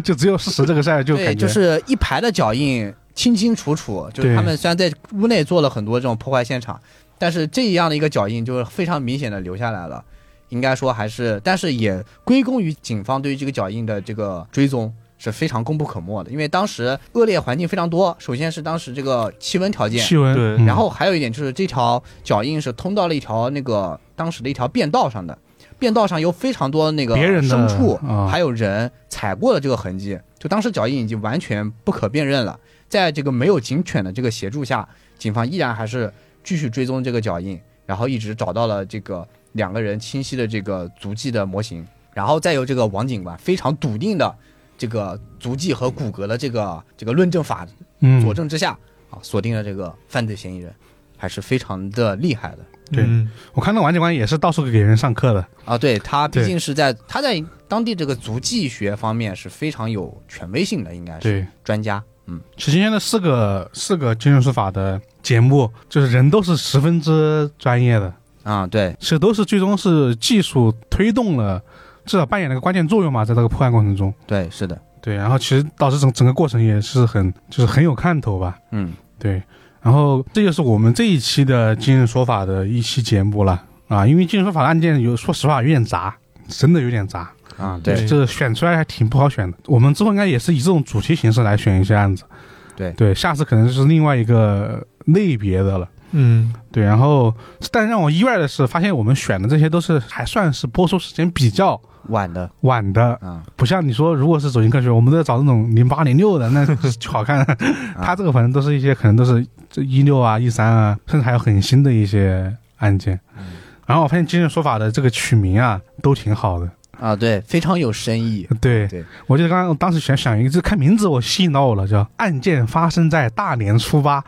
Speaker 1: 就只有事实这个事儿，就
Speaker 4: 对，对，
Speaker 1: 感觉
Speaker 4: 就是一排的脚印清清楚楚，就是
Speaker 1: 对
Speaker 4: 他们虽然在屋内做了很多这种破坏现场，但是这样的一个脚印就是非常明显的留下来了。应该说还是，但是也归功于警方对于这个脚印的这个追踪是非常功不可没的，因为当时恶劣环境非常多，首先是当时这个气温条件，
Speaker 1: 气温，
Speaker 2: 对
Speaker 1: 嗯
Speaker 4: 然后还有一点就是这条脚印是通到了一条那个当时的一条便道上的，便道上有非常多那个
Speaker 1: 别人的
Speaker 4: 牲畜，
Speaker 1: 啊
Speaker 4: 还有人踩过的这个痕迹，就当时脚印已经完全不可辨认了。在这个没有警犬的这个协助下，警方依然还是继续追踪这个脚印，然后一直找到了这个两个人清晰的这个足迹的模型，然后再由这个王警官非常笃定的这个足迹和骨骼的这个这个论证法
Speaker 1: 嗯
Speaker 4: 佐证之下啊，锁定了这个犯罪嫌疑人，还是非常的厉害的
Speaker 1: 对
Speaker 2: 嗯
Speaker 1: 我看那王警官也是到处给人上课的，
Speaker 4: 啊。对他毕
Speaker 1: 对
Speaker 4: 竟是在他在当地这个足迹学方面是非常有权威性的，应该是
Speaker 1: 对。
Speaker 4: 专家。嗯，
Speaker 1: 其实今天的四个四个金融手法的节目，就是人都是十分之专业的，
Speaker 4: 啊，对，
Speaker 1: 其实都是最终是技术推动了，至少扮演了个关键作用嘛，在这个破案过程中。
Speaker 4: 对，是的，
Speaker 1: 对，然后其实导致整整个过程也是很就是很有看头吧。
Speaker 4: 嗯，
Speaker 1: 对，然后这就是我们这一期的今日说法的一期节目了啊，因为今日说法的案件有说实话有点杂，真的有点杂，
Speaker 4: 啊，
Speaker 2: 对
Speaker 1: 这选出来还挺不好选的。我们之后应该也是以这种主题形式来选一些案子，
Speaker 4: 对
Speaker 1: 对，下次可能就是另外一个类别的了。
Speaker 2: 嗯，
Speaker 1: 对，然后但让我意外的是，发现我们选的这些都是还算是播出时间比较
Speaker 4: 晚的
Speaker 1: 晚的，
Speaker 4: 啊，
Speaker 1: 不像你说，如果是走进科学，我们都要找那种零八零六的，那 就好看。他这个反正都是一些可能都是这一六啊、一三啊，甚至还有很新的一些案件。然后我发现今日说法的这个取名啊，都挺好的，
Speaker 4: 啊，对，非常有深意。
Speaker 1: 对，
Speaker 4: 对
Speaker 1: 我记得刚刚我当时想想一个字，看名字我吸引到我了，叫“案件发生在大年初八”，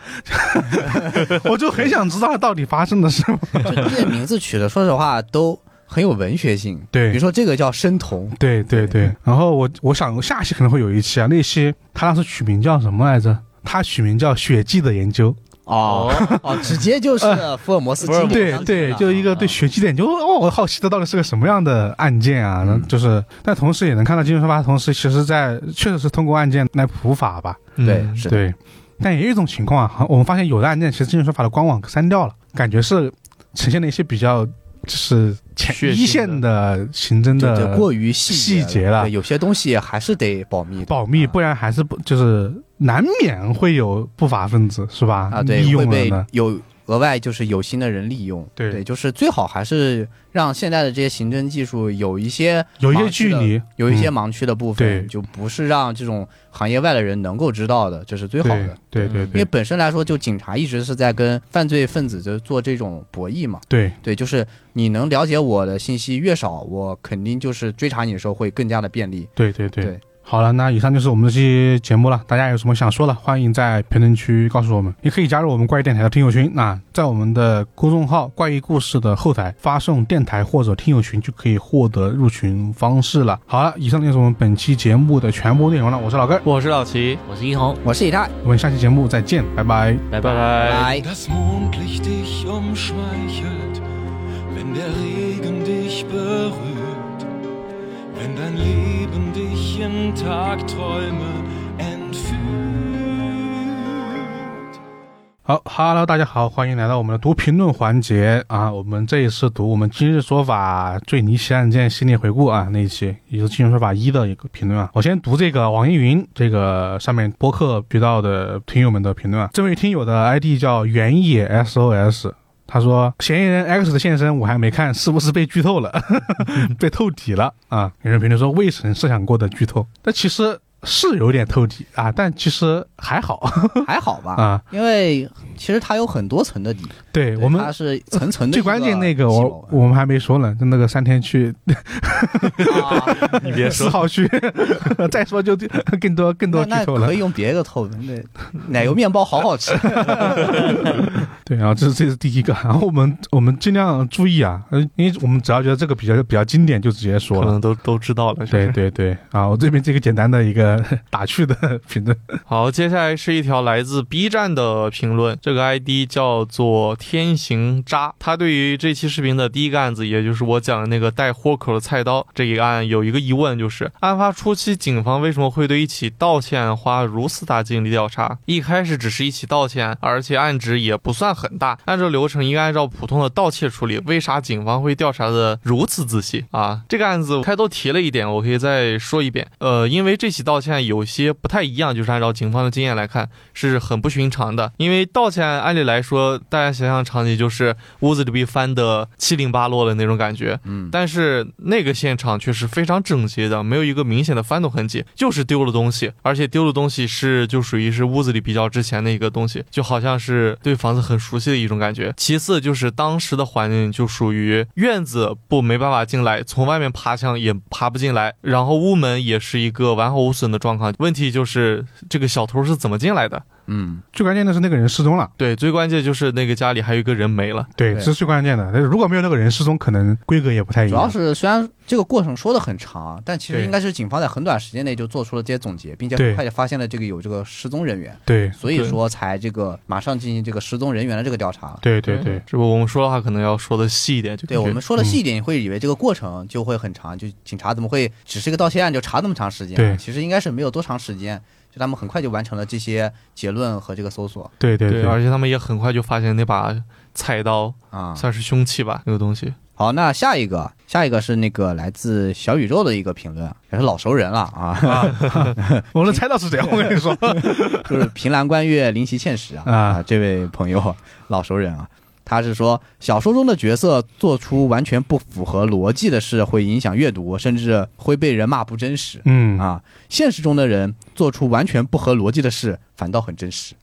Speaker 1: 我就很想知道到底发生的是什么。
Speaker 4: 就这名字取的，说实话都很有文学性。比如
Speaker 1: 对，
Speaker 4: 说这个叫生童，
Speaker 1: 对对嗯对。然后我我想下期可能会有一期啊，那期他当时取名叫什么来着？他取名叫《血迹的研究
Speaker 4: 哦哦，直接就是福尔摩斯经》，典
Speaker 1: 对
Speaker 4: 章节
Speaker 1: 对，
Speaker 4: 了
Speaker 1: 就一个对血迹的研究。哦，我好奇这到底是个什么样的案件啊？然后就是，但同时也能看到金融说法，同时其实在确实是通过案件来普法吧。
Speaker 2: 嗯
Speaker 4: 对是的
Speaker 1: 对，但也有一种情况啊，好我们发现有的案件其实金融说法的官网删掉了，感觉是呈现了一些比较就是前
Speaker 2: 血腥的
Speaker 1: 一线的刑侦
Speaker 4: 就
Speaker 1: 的
Speaker 4: 就过于细
Speaker 1: 细节了
Speaker 4: 对有些东西还是得保密的。
Speaker 1: 保密，不然还是不就是难免会有不法分子是吧？
Speaker 4: 啊，对
Speaker 1: 利，
Speaker 4: 会
Speaker 1: 用了
Speaker 4: 被
Speaker 1: 呢。
Speaker 4: 有额外就是有心的人利用。
Speaker 1: 对
Speaker 4: 就是最好还是让现在的这些刑侦技术有一些
Speaker 1: 有一些
Speaker 4: 盲区的
Speaker 1: 距离
Speaker 4: 有一些
Speaker 1: 嗯
Speaker 4: 盲区的部分，
Speaker 1: 对
Speaker 4: 就不是让这种行业外的人能够知道的，这是最好的。
Speaker 1: 对对
Speaker 3: 嗯
Speaker 4: 因为
Speaker 1: 对
Speaker 4: 本身来说，就警察一直是在跟犯罪分子就做这种博弈嘛。
Speaker 1: 对
Speaker 4: 对，就是你能了解我的信息越少，我肯定就是追查你的时候会更加的便利。
Speaker 1: 对对对
Speaker 4: 对
Speaker 1: 对。好了，那以上就是我们这期节目了。大家有什么想说的，欢迎在评论区告诉我们。也可以加入我们怪异电台的听友群啊，在我们的公众号“怪异故事”的后台发送“电台”或者“听友群”，就可以获得入群方式了。好了，以上就是我们本期节目的全部内容了。我是老根儿，
Speaker 2: 我是老齐，
Speaker 3: 我是一红，
Speaker 4: 我是以太，哎
Speaker 1: 我们下期节目再见，拜拜。
Speaker 3: 拜
Speaker 2: 拜
Speaker 1: 哎
Speaker 2: 拜。
Speaker 4: 拜。
Speaker 5: Das Mondlicht dich umschmeichelt, wenn der Regen dich berührt, wenn dein Leben dich in Tagträume entführt.
Speaker 1: 好哈喽，大家好，欢迎来到我们的读评论环节啊！我们这一次读我们今日说法最离奇案件系列回顾啊那一期，也就是今日说法一的一个评论啊。我先读这个网易云这个上面播客渠道的听友们的评论啊。这位听友的 ID 叫原野 SOS，他说嫌疑人 X 的现身我还没看，是不是被剧透了？ 被透底了啊！有人评论说未曾设想过的剧透，但其实是有点透底啊，但其实还好
Speaker 4: 还好吧，
Speaker 1: 啊。
Speaker 4: 因为其实它有很多层的底，
Speaker 1: 对我们
Speaker 4: 它是层层的。
Speaker 1: 最关键那个我我们还没说呢，就那个三天去
Speaker 4: 啊
Speaker 2: 你别
Speaker 1: 四
Speaker 2: 说，
Speaker 1: 号去， 再说就就更多更多
Speaker 4: 那
Speaker 1: 剧
Speaker 4: 那
Speaker 1: 透了
Speaker 4: 可以。用别的透文的，奶油面包好 好吃。
Speaker 1: 对，然后这是这是第一个，然后我们我们尽量注意啊，呃因为我们只要觉得这个比较比较经典，就直接说
Speaker 2: 可
Speaker 1: 了。
Speaker 2: 能都都知道了。是不
Speaker 1: 对
Speaker 2: 是
Speaker 1: 对对，啊，我这边这个简单的一个打趣的评论，
Speaker 2: 好，接下来是一条来自 B 站的评论，这个 ID 叫做天行渣。他对于这期视频的第一个案子，也就是我讲的那个带豁口的菜刀这一案，有一个疑问，就是案发初期警方为什么会对一起盗窃案花如此大精力调查？一开始只是一起盗窃案，而且案值也不算很大，按照流程应该按照普通的盗窃处理，为啥警方会调查的如此仔细啊？这个案子开头提了一点，我可以再说一遍。呃，因为这起盗窃案有些不太一样，就是按照警方的经验来看，是很不寻常的。因为盗窃案按理来说，大家想象场景就是屋子里被翻的七零八落的那种感觉，
Speaker 4: 嗯，
Speaker 2: 但是那个现场却是非常整洁的，没有一个明显的翻动痕迹，就是丢了东西，而且丢了东西是就属于是屋子里比较值钱的一个东西，就好像是对房子很熟悉的一种感觉。其次就是当时的环境就属于院子不没办法进来，从外面爬墙也爬不进来，然后屋门也是一个完好无损的状况。问题就是这个小偷是怎么进来的？
Speaker 4: 嗯，
Speaker 1: 最关键的是那个人失踪了，
Speaker 2: 对，最关键就是那个家里还有一个人没了。
Speaker 1: 对，
Speaker 4: 对
Speaker 1: 这是最关键的。但是如果没有那个人失踪，可能规格也不太一
Speaker 4: 主要
Speaker 1: 样。
Speaker 4: 是虽然这个过程说的很长，但其实
Speaker 1: 哎对
Speaker 4: 应该是警方在很短时间内就做出了这些总结，并且
Speaker 1: 对
Speaker 4: 很快就发现了这个有这个失踪人员，
Speaker 1: 对
Speaker 4: 所以说才这个马上进行这个失踪人员的这个调查。
Speaker 1: 对对对，
Speaker 2: 这不我们说的话可能要说的细一点，就
Speaker 4: 对
Speaker 2: 感
Speaker 4: 我
Speaker 2: 觉
Speaker 1: 嗯
Speaker 4: 们说的细一点，你会以为这个过程就会很长，就警察怎么会只是一个盗窃案就查那么长时间？
Speaker 1: 对
Speaker 4: 其实应该是没有多长时间，就他们很快就完成了这些结论和这个搜索
Speaker 1: 对对
Speaker 2: 对，而且他们也很快就发现那把菜刀
Speaker 4: 啊。
Speaker 2: 算是凶器吧，那个东西。
Speaker 4: 好，那下一个，下一个是那个来自小宇宙的一个评论，也是老熟人了啊，
Speaker 1: 我能猜到是谁，我跟你说，
Speaker 4: 就是凭栏观月林奇欠实啊
Speaker 1: 啊
Speaker 4: 啊，这位朋友老熟人啊，他是说小说中的角色做出完全不符合逻辑的事，会影响阅读，甚至会被人骂不真实
Speaker 1: 嗯，
Speaker 4: 啊。现实中的人做出完全不合逻辑的事，反倒很真实。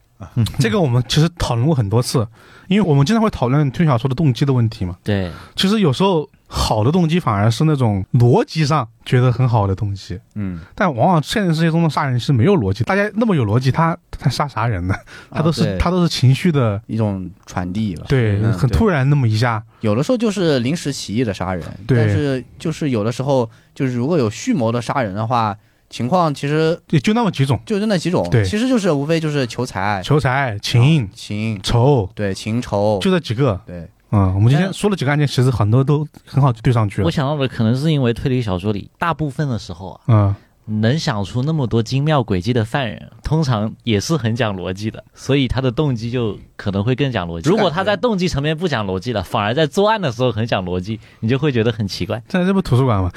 Speaker 1: 这个我们其实讨论过很多次，因为我们经常会讨论推理小说的动机的问题嘛。
Speaker 3: 对，
Speaker 1: 其实有时候好的动机反而是那种逻辑上觉得很好的动机，
Speaker 4: 嗯，
Speaker 1: 但往往现实世界中的杀人是没有逻辑。大家那么有逻辑，他他杀啥人呢？他都是、
Speaker 4: 啊对
Speaker 1: 他都是情绪的，
Speaker 4: 一种传递吧。
Speaker 1: 对，
Speaker 4: 嗯
Speaker 1: 很
Speaker 4: 对
Speaker 1: 突然那么一下，
Speaker 4: 有的时候就是临时起意的杀人，
Speaker 1: 对
Speaker 4: 但是就是有的时候就是如果有蓄谋的杀人的话，情况其实
Speaker 1: 也就那么几种：
Speaker 4: 就就那几种，
Speaker 1: 对
Speaker 4: 其实就是无非就是求财、
Speaker 1: 求财、情、
Speaker 4: 情，
Speaker 1: 仇，
Speaker 4: 对情仇，
Speaker 1: 就这几个。
Speaker 4: 对
Speaker 1: 嗯，我们今天
Speaker 4: 但
Speaker 1: 说了几个案件，其实很多都很好就对上去了
Speaker 3: 我。想到的可能是因为推理小说里大部分的时候啊，
Speaker 1: 嗯，
Speaker 3: 能想出那么多精妙诡计的犯人，通常也是很讲逻辑的，所以他的动机就可能会更讲逻辑。如果他在动机层面不讲逻辑了，反而在作案的时候很讲逻辑，你就会觉得很奇怪。
Speaker 1: 现在这不图书馆吗？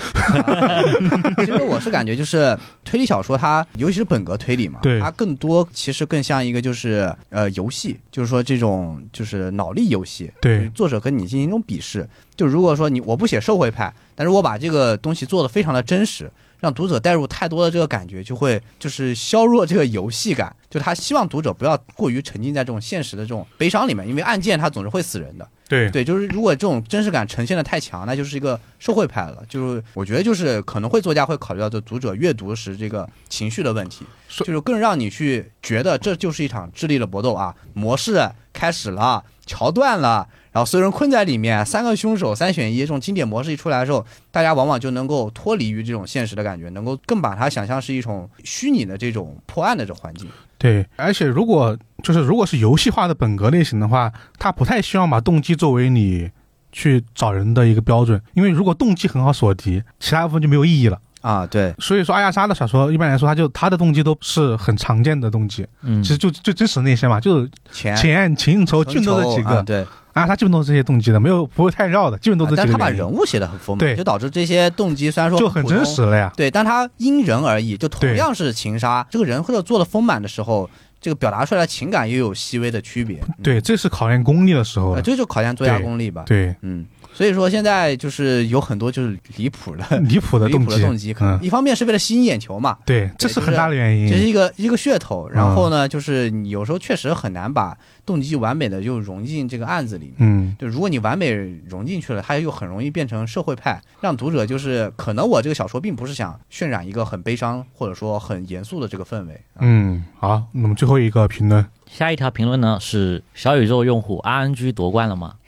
Speaker 4: 其实我是感觉就是推理小说它，尤其是本格推理嘛，
Speaker 1: 对
Speaker 4: 它更多其实更像一个就是呃游戏，就是说这种就是脑力游戏，
Speaker 1: 对，
Speaker 4: 作者跟你进行一种比试。就如果说你我不写社会派，但是我把这个东西做的非常的真实，让读者带入太多的这个感觉，就会就是削弱这个游戏感。就他希望读者不要过于沉浸在这种现实的这种悲伤里面，因为案件它总是会死人的。
Speaker 1: 对，
Speaker 4: 对，就是如果这种真实感呈现的太强，那就是一个社会派了。就是我觉得就是可能会作家会考虑到，就读者阅读时这个情绪的问题，
Speaker 1: 是
Speaker 4: 就是更让你去觉得这就是一场智力的搏斗啊，模式开始了，桥段了，然后所有人困在里面，三个凶手三选一这种经典模式一出来的时候，大家往往就能够脱离于这种现实的感觉，能够更把它想象是一种虚拟的这种破案的这环境。
Speaker 1: 对，而且如果就是如果是游戏化的本格类型的话，他不太希望把动机作为你去找人的一个标准，因为如果动机很好锁敌，其他部分就没有意义了。
Speaker 4: 啊，对，
Speaker 1: 所以说，阿亚莎的小说一般来说，他就他的动机都是很常见的动机，
Speaker 3: 嗯
Speaker 1: 其实就最真实的那些嘛，就是
Speaker 4: 钱、
Speaker 1: 钱、情哎仇，
Speaker 4: 成
Speaker 1: 基本都
Speaker 4: 仇
Speaker 1: 这几
Speaker 4: 啊
Speaker 1: 个。
Speaker 4: 对，
Speaker 1: 阿亚莎基本都是这些动机的，没有不会太绕的，基本都
Speaker 4: 啊
Speaker 1: 是这
Speaker 4: 但
Speaker 1: 几
Speaker 4: 是
Speaker 1: 个
Speaker 4: 他把
Speaker 1: 原因
Speaker 4: 人物写的很丰
Speaker 1: 对
Speaker 4: 满，就导致这些动机虽然说
Speaker 1: 就很
Speaker 4: 普通
Speaker 1: 真实，了呀。
Speaker 4: 对，但他因人而异。就同
Speaker 1: 对
Speaker 4: 样是情杀，这个人或者做的丰满的时候，这个表达出来的情感又有细微的区别。嗯
Speaker 1: 对，，这是考验功力的时候
Speaker 4: 呃
Speaker 1: 了。
Speaker 4: 这就考验作家
Speaker 1: 对
Speaker 4: 功力吧。
Speaker 1: 对，
Speaker 4: 嗯，所以说现在就是有很多就是离 谱的
Speaker 1: 离谱的
Speaker 4: 离
Speaker 1: 动
Speaker 4: 谱的
Speaker 1: 机，
Speaker 4: 动机，可能
Speaker 1: 嗯，
Speaker 4: 一方面是为了吸引眼球嘛，
Speaker 1: 对，这是很大的原
Speaker 4: 这是
Speaker 1: 因。
Speaker 4: 一个一个噱头。然
Speaker 1: 嗯
Speaker 4: 后呢，就是你有时候确实很难把动机完美的就融进这个案子里面。
Speaker 1: 嗯，
Speaker 4: 就如果你完美融进去了，它又很容易变成社会派，让读者就是可能我这个小说并不是想渲染一个很悲伤或者说很严肃的这个氛围。啊
Speaker 1: 嗯，好，那么最后一个评论，
Speaker 3: 下一条评论呢是小宇宙用户 RNG 夺冠了吗？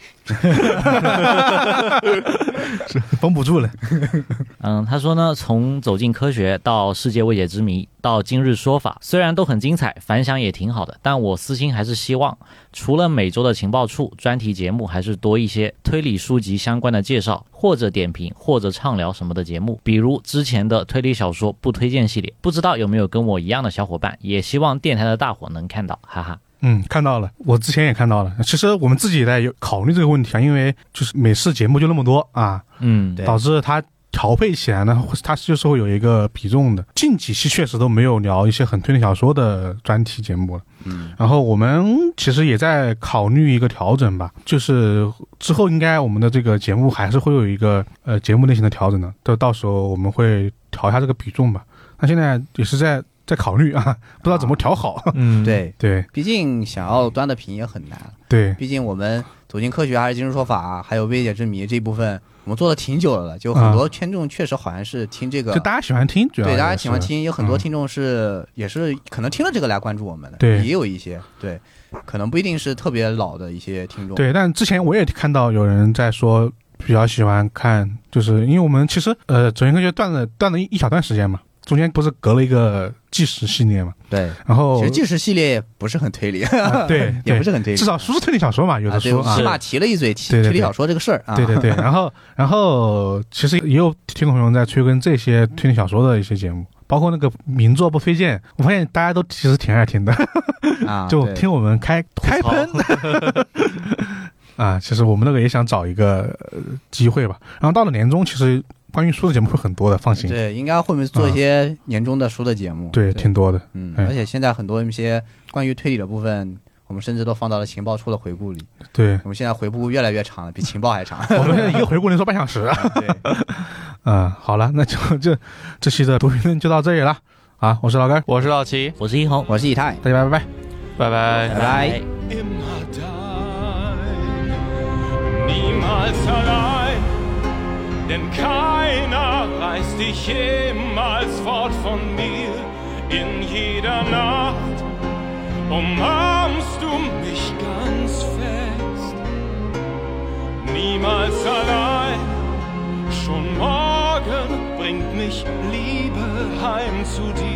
Speaker 1: 绷不住了。
Speaker 3: 嗯，他说呢，从走进科学到世界未解之谜，到今日说法，虽然都很精彩，反响也挺好的，但我私心还是希望，除了每周的情报处专题节目，还是多一些推理书籍相关的介绍，或者点评，或者畅聊什么的节目，比如之前的推理小说不推荐系列。不知道有没有跟我一样的小伙伴，也希望电台的大伙能看到，哈哈。
Speaker 1: 嗯，看到了，我之前也看到了。其实我们自己也在有考虑这个问题啊，因为就是美式节目就那么多啊，
Speaker 3: 嗯，
Speaker 4: 对
Speaker 1: 导致它调配起来呢，它就是会有一个比重的。近几期确实都没有聊一些很推理小说的专题节目了。
Speaker 4: 嗯，
Speaker 1: 然后我们其实也在考虑一个调整吧，就是之后应该我们的这个节目还是会有一个呃节目类型的调整的，到到时候我们会调一下这个比重吧。那现在也是在在考虑啊，不知道怎么调好。
Speaker 4: 啊
Speaker 2: 嗯，，
Speaker 4: 对，
Speaker 1: 对
Speaker 4: 毕竟想要端的平也很难，
Speaker 1: 对，
Speaker 4: 毕竟我们走进科学还是今日说法，啊还有未解之谜这一部分，我们做了挺久了了，就很多听众确实好像是听这个。
Speaker 1: 啊就大家喜欢听，主要
Speaker 4: 啊对，大家
Speaker 1: 也
Speaker 4: 喜欢
Speaker 1: 是。
Speaker 4: 听，有很多
Speaker 1: 嗯
Speaker 4: 听众是、也是可能听了这个来关注我们的，
Speaker 1: 对
Speaker 4: 也有一些对，可能不一定是特别老的一些听众，
Speaker 1: 对，但之前我也看到有人在说比较喜欢看，就是因为我们其实呃，整个就断了断了一一小段时间嘛，中间不是隔了一个计时系列嘛，
Speaker 4: 对，
Speaker 1: 然后
Speaker 4: 其实纪实系列也不是很推理，
Speaker 1: 啊对
Speaker 4: 也
Speaker 1: 对
Speaker 4: 不，是很推理，
Speaker 1: 至少书是推理小说嘛，有
Speaker 4: 啊，
Speaker 1: 的
Speaker 4: 对，
Speaker 1: 书啊
Speaker 4: 起，码提了一嘴提
Speaker 1: 对对
Speaker 4: 推理
Speaker 1: 对
Speaker 4: 小说这个事儿啊，
Speaker 1: 对对对，然后然后其实也有听众朋友在催更这些推理小说的一些节目。包括那个名作不推荐，我发现大家都其实挺爱听的，
Speaker 4: 啊，
Speaker 1: 就
Speaker 4: 对
Speaker 1: 听我们开开喷，啊，其实我们那个也想找一个、呃、机会吧。然后到了年终，其实关于书的节目会很多的，放心，
Speaker 4: 对，应该会不会做一些年终的书的节目，
Speaker 1: 啊对，挺多的。
Speaker 4: 嗯，
Speaker 1: 哎
Speaker 4: 而且现在很多一些关于推理的部分。我们甚至都放到了情报处的回顾里。
Speaker 1: 对
Speaker 4: 我们现在回顾越来越长了，比情报还长。
Speaker 1: 我们现在一个回顾能说半小时啊。
Speaker 4: 对，
Speaker 1: 嗯，好了，那就这这期的读评论就到这里了啊！我是老根，
Speaker 2: 我是老齐，
Speaker 3: 我是一红，
Speaker 4: 我是以太，
Speaker 1: 大家拜拜。
Speaker 2: 拜拜
Speaker 4: 拜拜。
Speaker 5: immer dein, niemals allein. reiß dich jemals fort von mir in jeder Nacht. Umarmst du mich ganz fest, niemals allein. Schon morgen bringt mich Liebe heim zu dir.